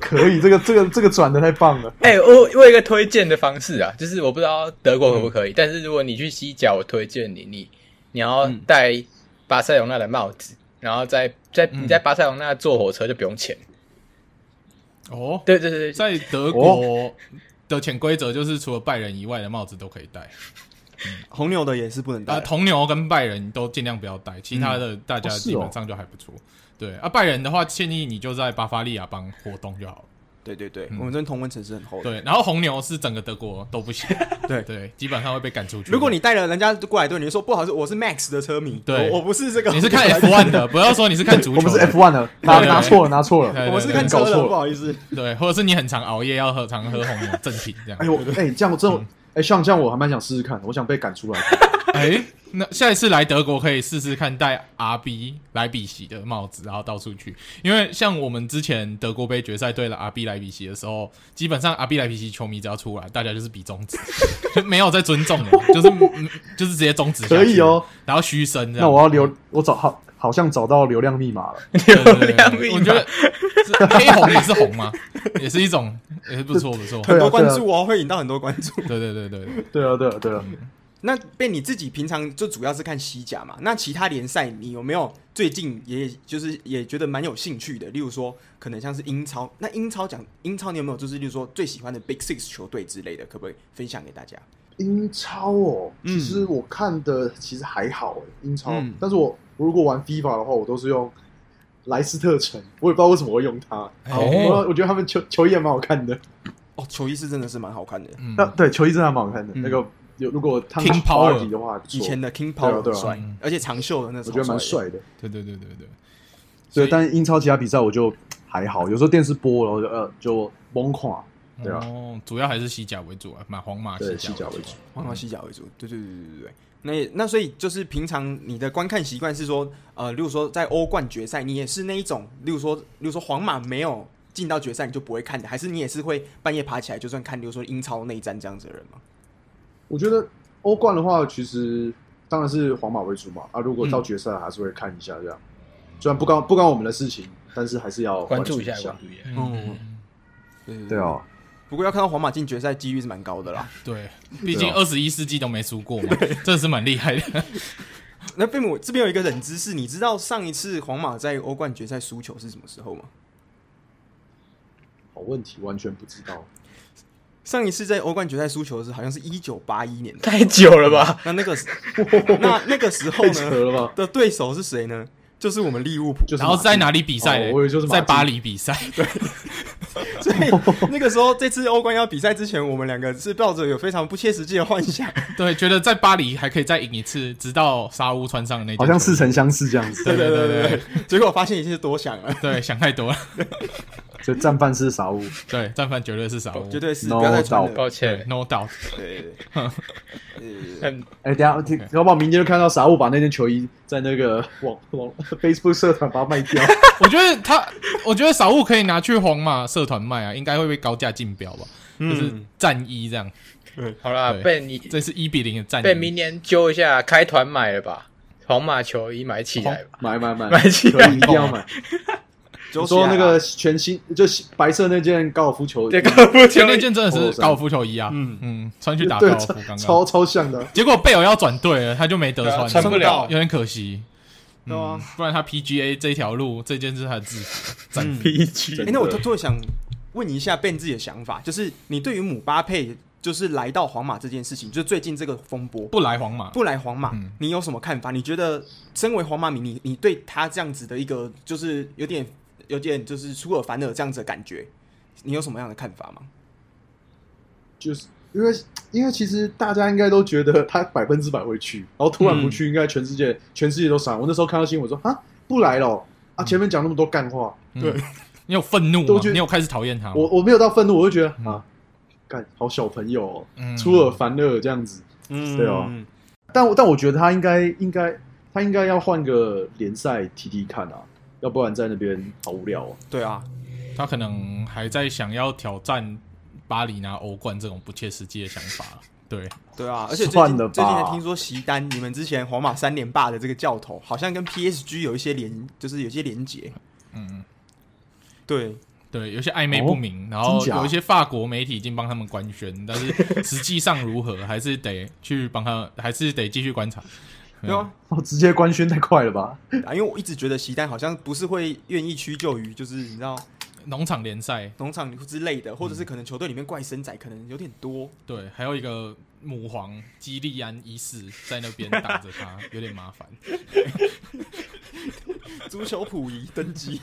可以，这个这个这个转的太棒了。
哎、我我有一个推荐的方式啊，就是我不知道德国可不可以，但是如果你去西甲，我推荐你，你你要戴巴塞隆纳的帽子，然后在在你在巴塞隆纳坐火车就不用钱。
哦，
对对对，对
在德国的潜规则就是，除了拜仁以外的帽子都可以戴。
红牛的也是不能
啊，
打。
铜牛跟拜仁都尽量不要带，其他的大家
哦是哦
基本上就还不错。对啊，拜仁的话，建议你就在巴伐利亚帮活动就好了。
对对对，我们这边同温层是很厚的。
对，然后红牛是整个德国都 不行，
对
对，基本上会被赶出去。
如果你带了人家过来对你就说不好意思，我是 Max 的车迷，
对
我我不是这个，
你是 看 F1 的，不要说你是看足
我
球
们是
的，
F1 的，拿
对对啊
拿错了，拿错
对
了。
我是看
搞
车的，
错了
不好意思。
对，或者是你很常熬夜要喝常喝红牛正品这样
哎。呦，哎，这样我真
嗯
的，哎，像这样我还蛮想试试看，我想被赶出 来。
哎，那下一次来德国可以试试看戴 RB 莱比锡的帽子，然后到处去。因为像我们之前德国杯决赛对了 RB 莱比锡的时候，基本上 RB 莱比锡球迷只要出来，大家就是比中指， 就没有在尊重的，就是嗯就是直接中指。
可以哦，
然后嘘声这
那
样。
我要留，我找好，好像找到流量密码了。
对对对
流量密码
我觉得是黑红也是红嘛， 也是一种，也是不错不错。
对
很
啊
多关
对啊
注哦，会引到很多关注。
对对对对，对
对啊，对啊，对
嗯
啊。
那被你自己平常就主要是看西甲嘛？那其他联赛你有没有最近也就是也觉得蛮有兴趣的？例如说，可能像是英超，那英超讲英超，你有没有就是例如说最喜欢的 Big Six 球队之类的，可不可以分享给大家？
英超哦，
嗯
其实我看的其实还好哎，英超
嗯。
但是我我如果玩 FIFA 的话，我都是用莱斯特城，我也不知道为什么会用它。哦
哎
我我觉得他们球球衣还蛮好看的，
哦，球衣是真的是蛮好看的，
嗯
那对球衣真的还蛮好看的。
嗯
那个有如果烫
King Power
的话，不错
以前的 King
对啊
Power
对
很
啊
帅，而且长袖的那时
我
候
觉得蛮。帅的。
对对对对对，
对
所以，
但英超其他比赛我就还好，有时候电视播，然后就呃就崩垮。对啊
哦，主要还是西甲为主啊，买皇马
对
西
西甲
为
为
主
主。
黄道西甲为主，对对对对对对。那也那所以就是平常你的观看习惯是说，呃，例如说在欧冠决赛，你也是那一种，例如说，例如说皇马没有进到决赛，你就不会看的，还是你也是会半夜爬起来就算看，例如说英超内战这样子的人吗？
我觉得欧冠的话，其实当然是皇马为主嘛。啊，如果到决赛还是会看一下这样，虽然不关不关我们的事情，但是还是要
关注
一
一下，关注一下。
嗯
哦对对
对
对。
啊，
不过要看到皇马进决赛几率是蛮高 的啦。
对，毕
啊
竟二十一世纪都没输过嘛，真的是蛮 厉害的。
那贝姆这边有一个冷知识，你知道上一次皇马在欧冠决赛输球是什么时候吗？
好问题，完全不知道。
上一次在欧冠决赛输球是好像是一九八 一年的。
太久了吧？
那那个时 那那个时候
太 扯
呢
了吧？
的对手是谁呢？就是我们利物 浦。
就是
然后在哪
里？
里比赛嘞
哦我以为就是马竞
在巴黎比赛。
所以那个时候这次欧冠要比赛之前，我们两个是抱着有非常不切实际的幻想。
对，觉得在巴黎还可以再赢一次，直到沙乌穿上的那件
好像
球衣
似曾相识这样子。
对对对
对
对对，结果发现一切多想了，
对，想太多了。
所以战犯是啥物？
对，战犯绝对是沙乌，
绝对是
No
不要再传了。
嗯抱歉，
no doubt。
对对
嗯，
哎、等一下，要不然明天就看到傻物把那件球衣在那个网网 Facebook 社团把它卖掉。
我觉得他，我觉得少物可以拿去皇马社团卖啊，应该会被高价竞标吧？
嗯
就是战衣这样，
好啦，
对
被你
这是一比零的战
被
衣
明。年揪一下，开团买了吧，皇马球衣买起来吧。
买买买，
买起来
球衣一定要买。
对，
我
啊
说那个全新，就是白色那件高尔夫球，
这个不
前
球
那
衣，
件真的是高尔夫球衣啊，嗯嗯，穿去打高
对
尔夫
超
刚刚
超。超像的。
结果贝尔要转队了，他就没得穿，
穿不了
有点可惜。嗯
对啊。
不然他 PGA 这条路，这件是他的制服。
嗯
PG
哎、那我就突然想问一下 Ben 自己的想法，就是你对于姆巴佩就是来到皇马这件事情，就是最近这个风波
不来皇马，
不来皇马，
嗯
你有什么看法？你觉得身为皇马迷，你你对他这样子的一个就是有点有点就是出尔反尔这样子的感觉，你有什么样的看法吗？
就是因为因为其实大家应该都觉得他百分之百会去，然后突然不
嗯
去，应该全世界全世界都傻。我那时候看到新闻说啊不来了啊，前面讲那么多干话，
你有愤怒
都
吗？
觉得
你有开始讨厌他吗？
我我没有到愤怒，我就觉得啊，干好小朋友哦
嗯，
出尔反尔这样子。
嗯
对哦但我但我觉得他应该应该他应该要换个联赛踢踢看啊，要不然在那边好无聊哦。
对啊，
他可能还在想要挑战巴黎拿欧冠这种不切实际的想法。对，
对啊，而且最
算
近
了吧
最近还听说席丹，你们之前皇马三连霸的这个教头，好像跟 PSG 有一些连，就是有一些连结。
嗯，
对，
对，有些暧昧
哦
不明，然后
真假
有一些法国媒体已经帮他们官宣，但是实际上如何， 还是得去帮他，还是得继续观察。
对啊，
哦， 直接官宣太快了吧？
啊，因为我一直觉得席丹好像不是会愿意屈就于，就是你知道
农场联赛，
农场之类的，或者是可能球队里面怪身仔可能有点多。
对，还有一个母皇基利安一世在那边挡着他，有点麻烦。
足球溥仪登基。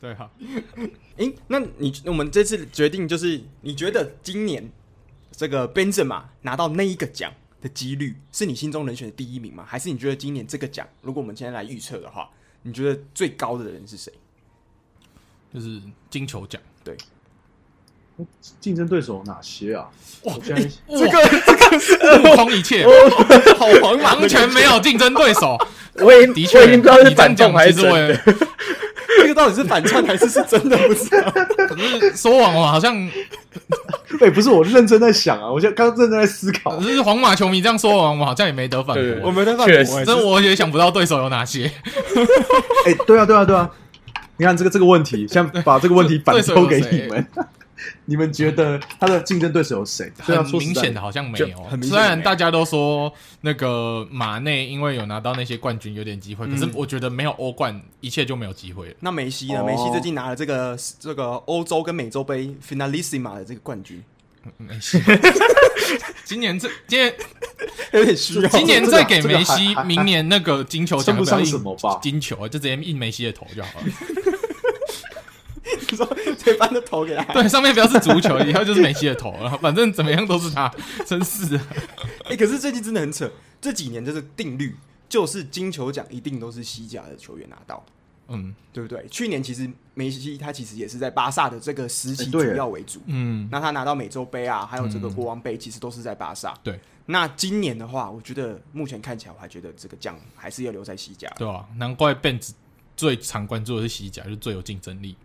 对啊，
诶、那你我们这次决定就是，你觉得今年这个 Benzema 拿到那一个奖的几率，是你心中人选的第一名吗？还是你觉得今年这个奖，如果我们现在来预测的话，你觉得最高的人是谁？
就是金球奖。
竞争对手有哪些啊？
哇
我现在
这个
呃
这个悟空一切，
好皇马
完全没有竞争对手。
我已经
的确，
我已经不知道
你这
是
样
反
讲
动还是
其实
真
我
的。
也
这个到底是反串还是是真的？不知道。
可是说网网好像
哎、不是我认真在想啊，我现在刚刚认真在思考
可。是皇马球迷这样说网网好像也没得反
对
我
驳。
们在反
确
驳、
实
欸，
真我也想不到对手有哪些，
哎、对啊，对啊，对啊！你看这个这个问题，先把这个问题反
对
抽
对
给
手有
你们， 你们觉得他的竞争对手有谁？对啊，
很
说实
明
在
显的，好像没
就
有
很。明显
虽
的
然
没有
大家都说那个马内因为有拿到那些冠军有点机
嗯
会，可是我觉得没有欧冠，一切就没有机 会了。
那梅西呢？
哦
梅西最近拿了这个这个欧洲跟美洲 杯 Finalissima 的这个冠军，
没事。今年这今年
有点虚弱。
今年
这个
再给梅
这
西
个还，还
明年那个金球奖
称不上
要印
什么吧
金球啊，就直接印梅西的头就好了。
你说这班的头给他，
对，上面不要是足球，以后就是梅西的头了。反正怎么样都是他，真是的。
哎、可是最近真的很扯，这几年就是定律，就是金球奖一定都是西甲的球员拿到，
嗯
对不对？去年其实梅西他其实也是在巴萨的这个时期
哎
主
对
要为主，
嗯，
那他拿到美洲杯啊，还有这个国王杯，其实都是在巴萨。
嗯
对
那今年的话，我觉得目前看起来，我还觉得这个奖还是要留在西甲。
对吧、难怪 Ben 最常关注的是西甲，就是最有竞争力。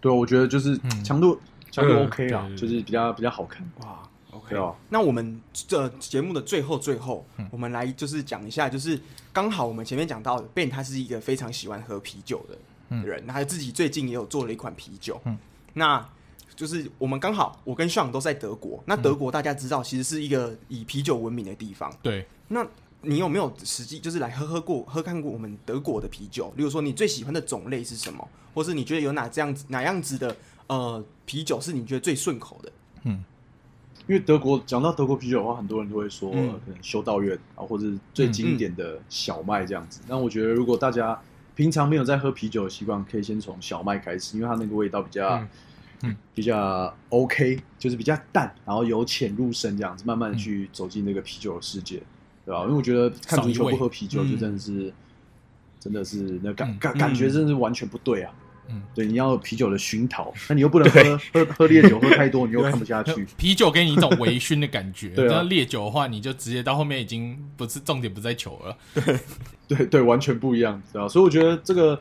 对，我觉得就是强度强度
嗯
OK 啦
对，对对
就是比较比较好看。
哇，OK，
对
哦
啊
那我们这节目的最后最后，
嗯
我们来就是讲一下，就是刚好我们前面讲到，Ben 他是一个非常喜欢喝啤酒的人，那他自己最近也有做了一款啤酒，
嗯
那。就是我们刚好，我跟 Sean 都在德国。那德国大家知道，其实是一个以啤酒闻名的地方。
对，
那你有没有实际就是来喝喝过、喝看过我们德国的啤酒？例如说，你最喜欢的种类是什么，或是你觉得有哪这样子哪样子的呃啤酒是你觉得最顺口的？
因为德国讲到德国啤酒的话，很多人都会说、
嗯
呃可能修道院啊，或者是最经典的小麦这样子。那、我觉得如果大家平常没有在喝啤酒的习惯，可以先从小麦开始，因为它那个味道比较。
嗯嗯
比较 OK，就是比较淡，然后由浅入深这样子，慢慢的去走进那个啤酒的世界，对吧？因为我觉得看足球不喝啤酒，
少一味
就真的是，真的是那感
嗯
感感觉真的是完全不对啊！
嗯，
对，你要有啤酒的熏 陶，那你又不能喝喝喝烈酒，喝太多你又看不下去。
啤酒给你一种微醺的感觉。
对啊
那烈酒的话，你就直接到后面已经不是重点，不在球了。
对对，完全不一样，知道？所以我觉得这个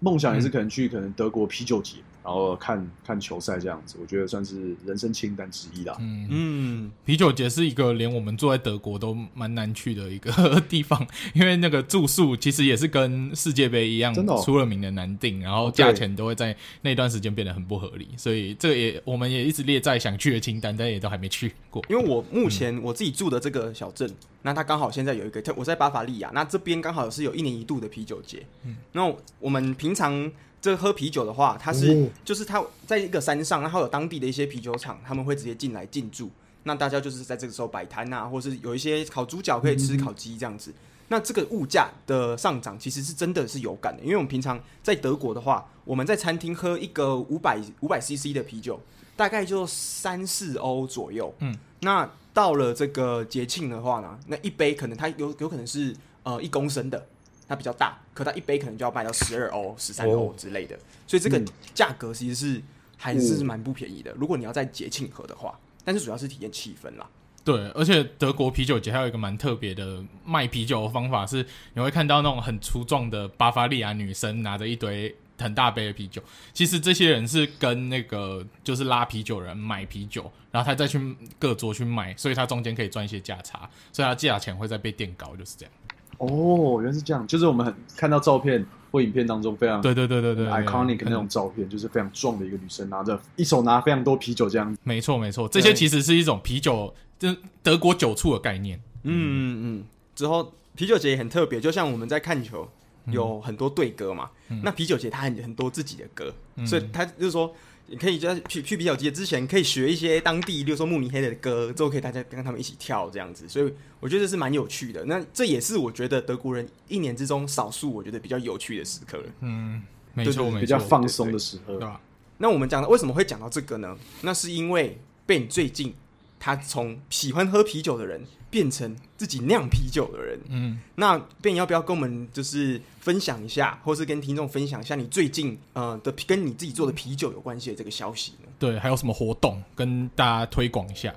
梦想也
嗯
是可能去可能德国啤酒节，然后看看球赛这样子，我觉得算是人生清单之一啦。
嗯，
嗯，
啤酒节是一个连我们住在德国都蛮难去的一个 地方，因为那个住宿其实也是跟世界杯一样
真的哦哦
出了名的难定，然后价钱都会在那段时间变得很不合理，所以这个也我们也一直列在想去的清单，但也都还没去过。
因为我目前我自己住的这个小镇，那它刚好现在有一个，它我在巴伐利亚，那这边刚好是有一年一度的啤酒节。嗯，那我们平常这喝啤酒的话，它是、
哦
就是它在一个山上，然后有当地的一些啤酒厂，他们会直接进来进驻。那大家就是在这个时候摆摊啊，或是有一些烤猪脚可以吃烤鸡这样子。那这个物价的上涨其实是真的是有感的，因为我们平常在德国的话，我们在餐厅喝一个五百五百 CC 的啤酒，大概就三四欧左右。嗯，那到了这个节庆的话呢，那一杯可能它有有可能是呃一公升的，它比较大，可它一杯可能就要卖到十二欧、十三欧之类的，所以这个价格其实是还是蛮不便宜的。如果你要在节庆喝的话，但是主要是体验气氛啦。
对，而且德国啤酒节还有一个蛮特别的卖啤酒的方法是，你会看到那种很粗壮的巴伐利亚女生拿着一堆很大杯的啤酒。其实这些人是跟那个就是拉啤酒人买啤酒，然后他再去各桌去卖，所以他中间可以赚一些价差，所以他价钱会再被垫高，就是这样。
哦，原来是这样，就是我们很看到照片或影片当中非常
对对对对对对
iconic
对
那种照片，就是非常壮的一个女生，拿着一手拿非常多啤酒这样子。
没错没错，这些其实是一种啤酒，就是德国酒醋的概念。
嗯嗯，之后啤酒节也很特别，就像我们在看球，有很多队歌嘛。那啤酒节它很很多自己的歌，所以他就是说，你可以在去去啤酒节之前，可以学一些当地，比如说慕尼黑的歌，之后可以大家跟他们一起跳这样子。所以我觉得这是蛮有趣的。那这也是我觉得德国人一年之中少数我觉得比较有趣的时刻了。
嗯，没
对
错
对
没错，
比较放松的时候
对，吧？
那我们讲到为什么会讲到这个呢？那是因为 Ben 最近他从喜欢喝啤酒的人变成自己酿啤酒的人。
嗯，
那 Ben 要不要跟我们就是分享一下，或是跟听众分享一下你最近呃的跟你自己做的啤酒有关系的这个消息呢？
对，还有什么活动跟大家推广一下？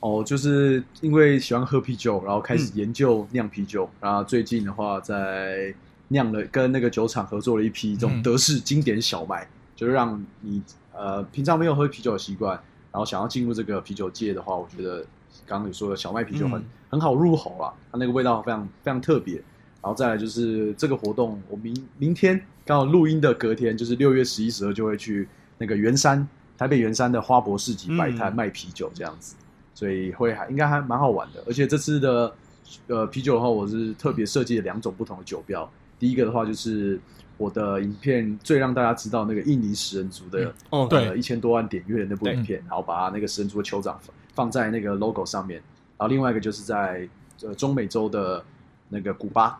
哦，就是因为喜欢喝啤酒，然后开始研究酿啤酒。然后最近的话，在酿了跟那个酒厂合作了一批这种
嗯
德式经典小麦，就是让你呃平常没有喝啤酒的习惯，然后想要进入这个啤酒界的话，我觉得刚刚你说的小麦啤酒很、
嗯
很好入口啦，它那个味道非常非常特别。然后再来就是这个活动，我明明天刚好录音的隔天，就是六月十一、十二就会去那个圆山台北圆山的花博市集摆摊
嗯
卖啤酒这样子，所以会还应该还蛮好玩的。而且这次的呃啤酒的话，我是特别设计了两种不同的酒标。第一个的话就是我的影片最让大家知道那个印尼食人族的、
哦
对
呃一千多万点阅的那部
对
影片，然后把那个食人族的酋长放放在那个 logo 上面。然后另外一个就是在呃中美洲的那个古巴，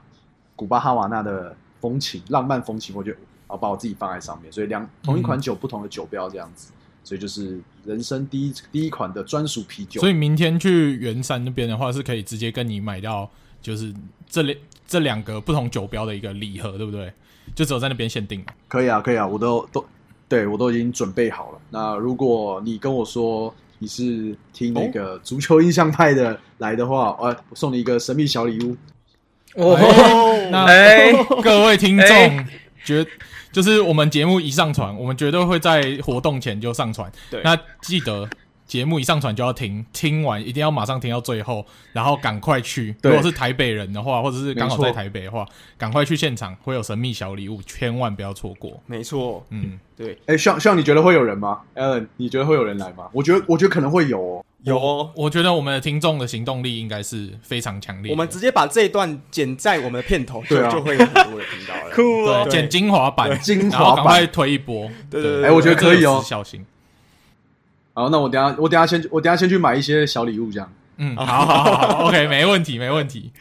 古巴哈瓦那的风情，浪漫风情，我就啊把我自己放在上面，所以两同一款
嗯
酒不同的酒标这样子，所以就是人生第一第一款的专属啤酒。
所以明天去圆山那边的话，是可以直接跟你买到，就是这两这两个不同酒标的一个礼盒，对不对？就只有在那边限 定嘛。
可以啊，可以啊，我都都对我都已经准备好了。那如果你跟我说你是听
哦
那个足球印象派的来的话，呃，我送你一个神秘小礼物。
哦，
那
哎，
各位听众
哎
绝就是我们节目一上传，我们绝对会在活动前就上传。
对
那记得节目一上传就要听，听完一定要马上听到最后，然后赶快去。如
对
果是台北人的话，或者是刚好
没
在
错
台北的话，赶快去现场，会有神秘小礼物，千万不要错过。
没错，
嗯，
对，
哎，像像你觉得会有人吗？Alan，你觉得会有人来吗？我觉得我觉得可能会有哦。
有哦。
我觉得我们的听众的行动力应该是非常强烈的。
我们直接把这一段剪在我们的片头，就
对啊
就会有很多人听到了。
酷
对
哦，
剪精华版，
精
然后
华
赶快
版。
推一波。
对对对
哎我觉得可以哦
小心。
好，那我等一下我等一下先去我等一下先去买一些小礼物，这样。
嗯，好好好好，OK，没问题，没问题。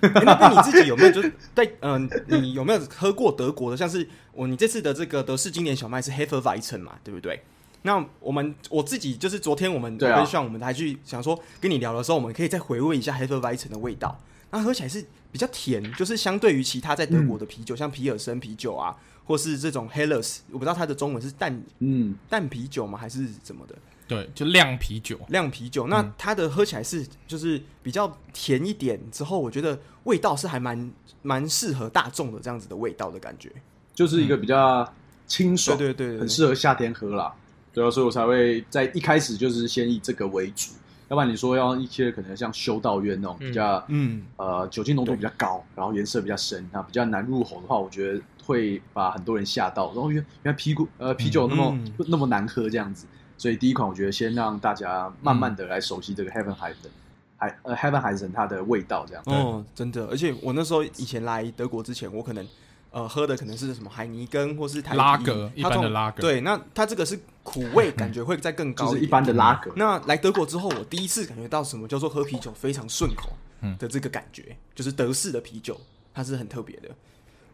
哎那那你自己有没有就是在嗯、你有没有喝过德国的？像是我你这次的这个德式经典小麦是 Hefeweizen 嘛，对不对？那我们我自己就是昨天我们
对啊
希望我们还去想说跟你聊的时候，我们可以再回味一下 Hefeweizen 的味道。那喝起来是比较甜，就是相对于其他在德国
嗯
的啤酒，像皮尔森啤酒啊，或是这种 Helles，我不知道它的中文是淡
嗯，
淡啤酒吗，还是怎么的？
对，就亮啤酒。
亮啤酒，那它的喝起来是就是比较甜一点，之后我觉得味道是还蛮蛮适合大众的这样子的味道的感觉。
就是一个比较清
嗯对
爽，
对对对
很
对，
适合夏天喝啦。对啊，所以我才会在一开始就是先以这个为主，要不然你说要一些可能像修道院那种比较、
嗯，
呃酒精浓度比较高，然后颜色比较深，那比较难入喉的话，我觉得会把很多人吓到。然后原原来啤酒呃啤酒那么、那么难喝这样子，所以第一款我觉得先让大家慢慢的来熟悉这个 Heaven h e i s e n 还呃 Heaven h e i s e n 它的味道这样。
哦，真的，而且我那时候以前来德国之前，我可能呃喝的可能是什么海尼根或是台啤
拉格一
它这种
般的拉格
对，那它这个是苦味，感觉会再更高
就是
点
一嗯般的拉格，
那来德国之后，我第一次感觉到什么叫做喝啤酒非常顺口的这个感觉，就是德式的啤酒，它是很特别的。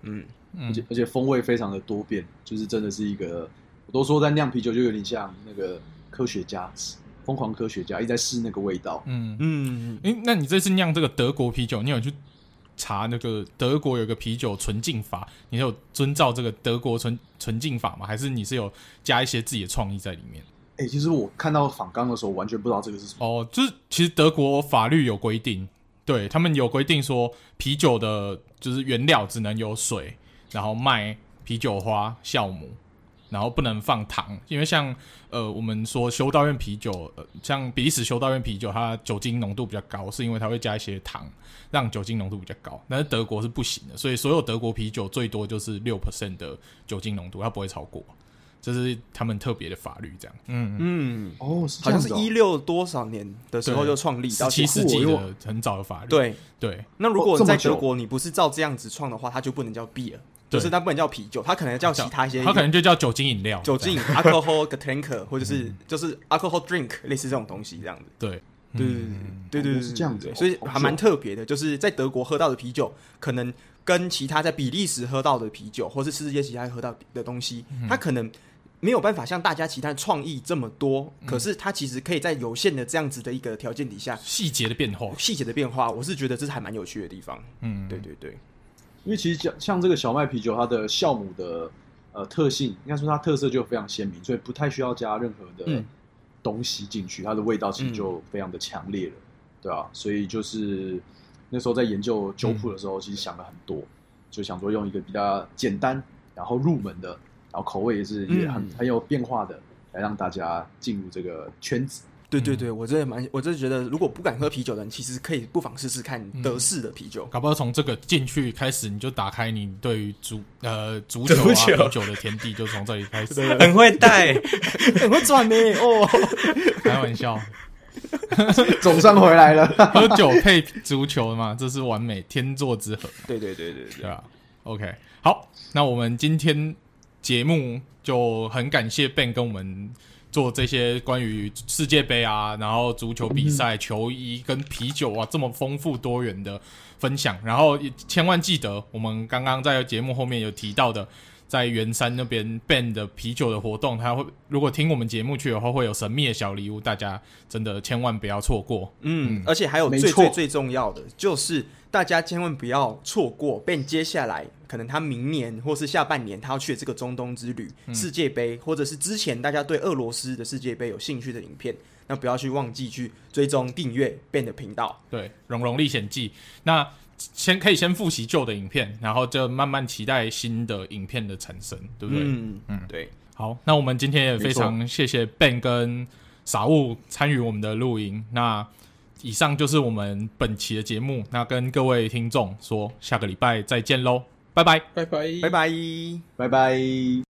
嗯，
而且而且风味非常的多变，就是真的是一个，我都说在酿啤酒就有点像那个科学家，疯狂科学家一直在试那个味道。
嗯，
嗯，
诶、那你这次酿这个德国啤酒，你有去查那个德国有个啤酒纯净法，你有遵照这个德国纯纯净法吗？还是你是有加一些自己的创意在里面？
哎、其实我看到仿钢的时候，我完全不知道这个是什么。
哦，就是其实德国法律有规定，对他们有规定说啤酒的就是原料只能有水，然后麦、啤酒花、酵母，然后不能放糖，因为像呃我们说修道院啤酒，呃像比利时修道院啤酒，它酒精浓度比较高，是因为它会加一些糖，让酒精浓度比较高。但是德国是不行的，所以所有德国啤酒最多就是六 percent 的酒精浓度，它不会超过。这是他们特别的法律，这样，嗯，
嗯，
哦，是
好
这样
像是
子、哦。
一六多少年的时候
对
就创立
十
到
七
现在
世纪
因为我
的很早的法律，
对，
对，
那如果
哦这么
在
久
德国你不是照这样子创的话，它就不能叫 beer，就
对
是它不能叫啤酒，它可能叫其他一些
它可能就叫酒精饮料，
酒 精 alcohol drink 或者
嗯
是就是 alcohol drink 类似这种东西这样子。
对，
嗯
对对
哦
对对对，
是这样子
对
哦
所以
好
还蛮
久
特别的，就是在德国喝到的啤酒，可能跟其他在比利时喝到的啤酒，或是世界其他喝到的东西，
嗯
它可能没有办法像大家其他的创意这么多，
嗯
可是它其实可以在有限的这样子的一个条件底下，
细节的变化，
细节的变化，我是觉得这是还蛮有趣的地方。
嗯，
对对对，
因为其实像像这个小麦啤酒，它的酵母的呃特性，应该说它特色就非常鲜明，所以不太需要加任何的
嗯
东西进去，它的味道其实就非常的强烈了，对啊，所以就是那时候在研究酒谱的时候，
嗯
其实想了很多，就想说用一个比较简单，然后入门的，然后口味也是也很、
嗯
很有变化的，来让大家进入这个圈子。
对对
嗯
对，我真的蛮，我真的觉得，如果不敢喝啤酒的人，其实可以不妨试试看德
嗯
式的啤酒。
搞不好从这个进去开始，你就打开你对于足呃足球啊
足球
啤酒的天地，就从这里 开始。
很会带，
很 会转呢哦，
开玩笑，
总算回来了，
喝酒配足球嘛，这是完美天作之合，
对对对对
对
对，
吧？OK，好，那我们今天节目就很感谢 Ben 跟我们做这些关于世界杯啊，然后足球比赛、球衣跟啤酒啊这么丰富多元的分享。然后也千万记得，我们刚刚在节目后面有提到的，在圆山那边 Ben 的啤酒的活动，他会如果听我们节目去的话，会有神秘的小礼物，大家真的千万不要错过。
嗯，而且还有
没
最最
错
最重要的就是，大家千万不要错过 Ben 接下来可能他明年或是下半年他要去的这个中东之旅、世界杯，或者是之前大家对俄罗斯的世界杯有兴趣的影片，那不要去忘记去追踪订阅 Ben 的频道。
对，《龙龙历险记》那。先可以先复习旧的影片，然后就慢慢期待新的影片的产生，对不对？
嗯嗯，对，
好，那我们今天也非
没错
常谢谢 Ben 跟傻物参与我们的录音。那以上就是我们本期的节目，那跟各位听众说，下个礼拜再见喽，拜拜。
拜拜，
拜拜。
拜拜。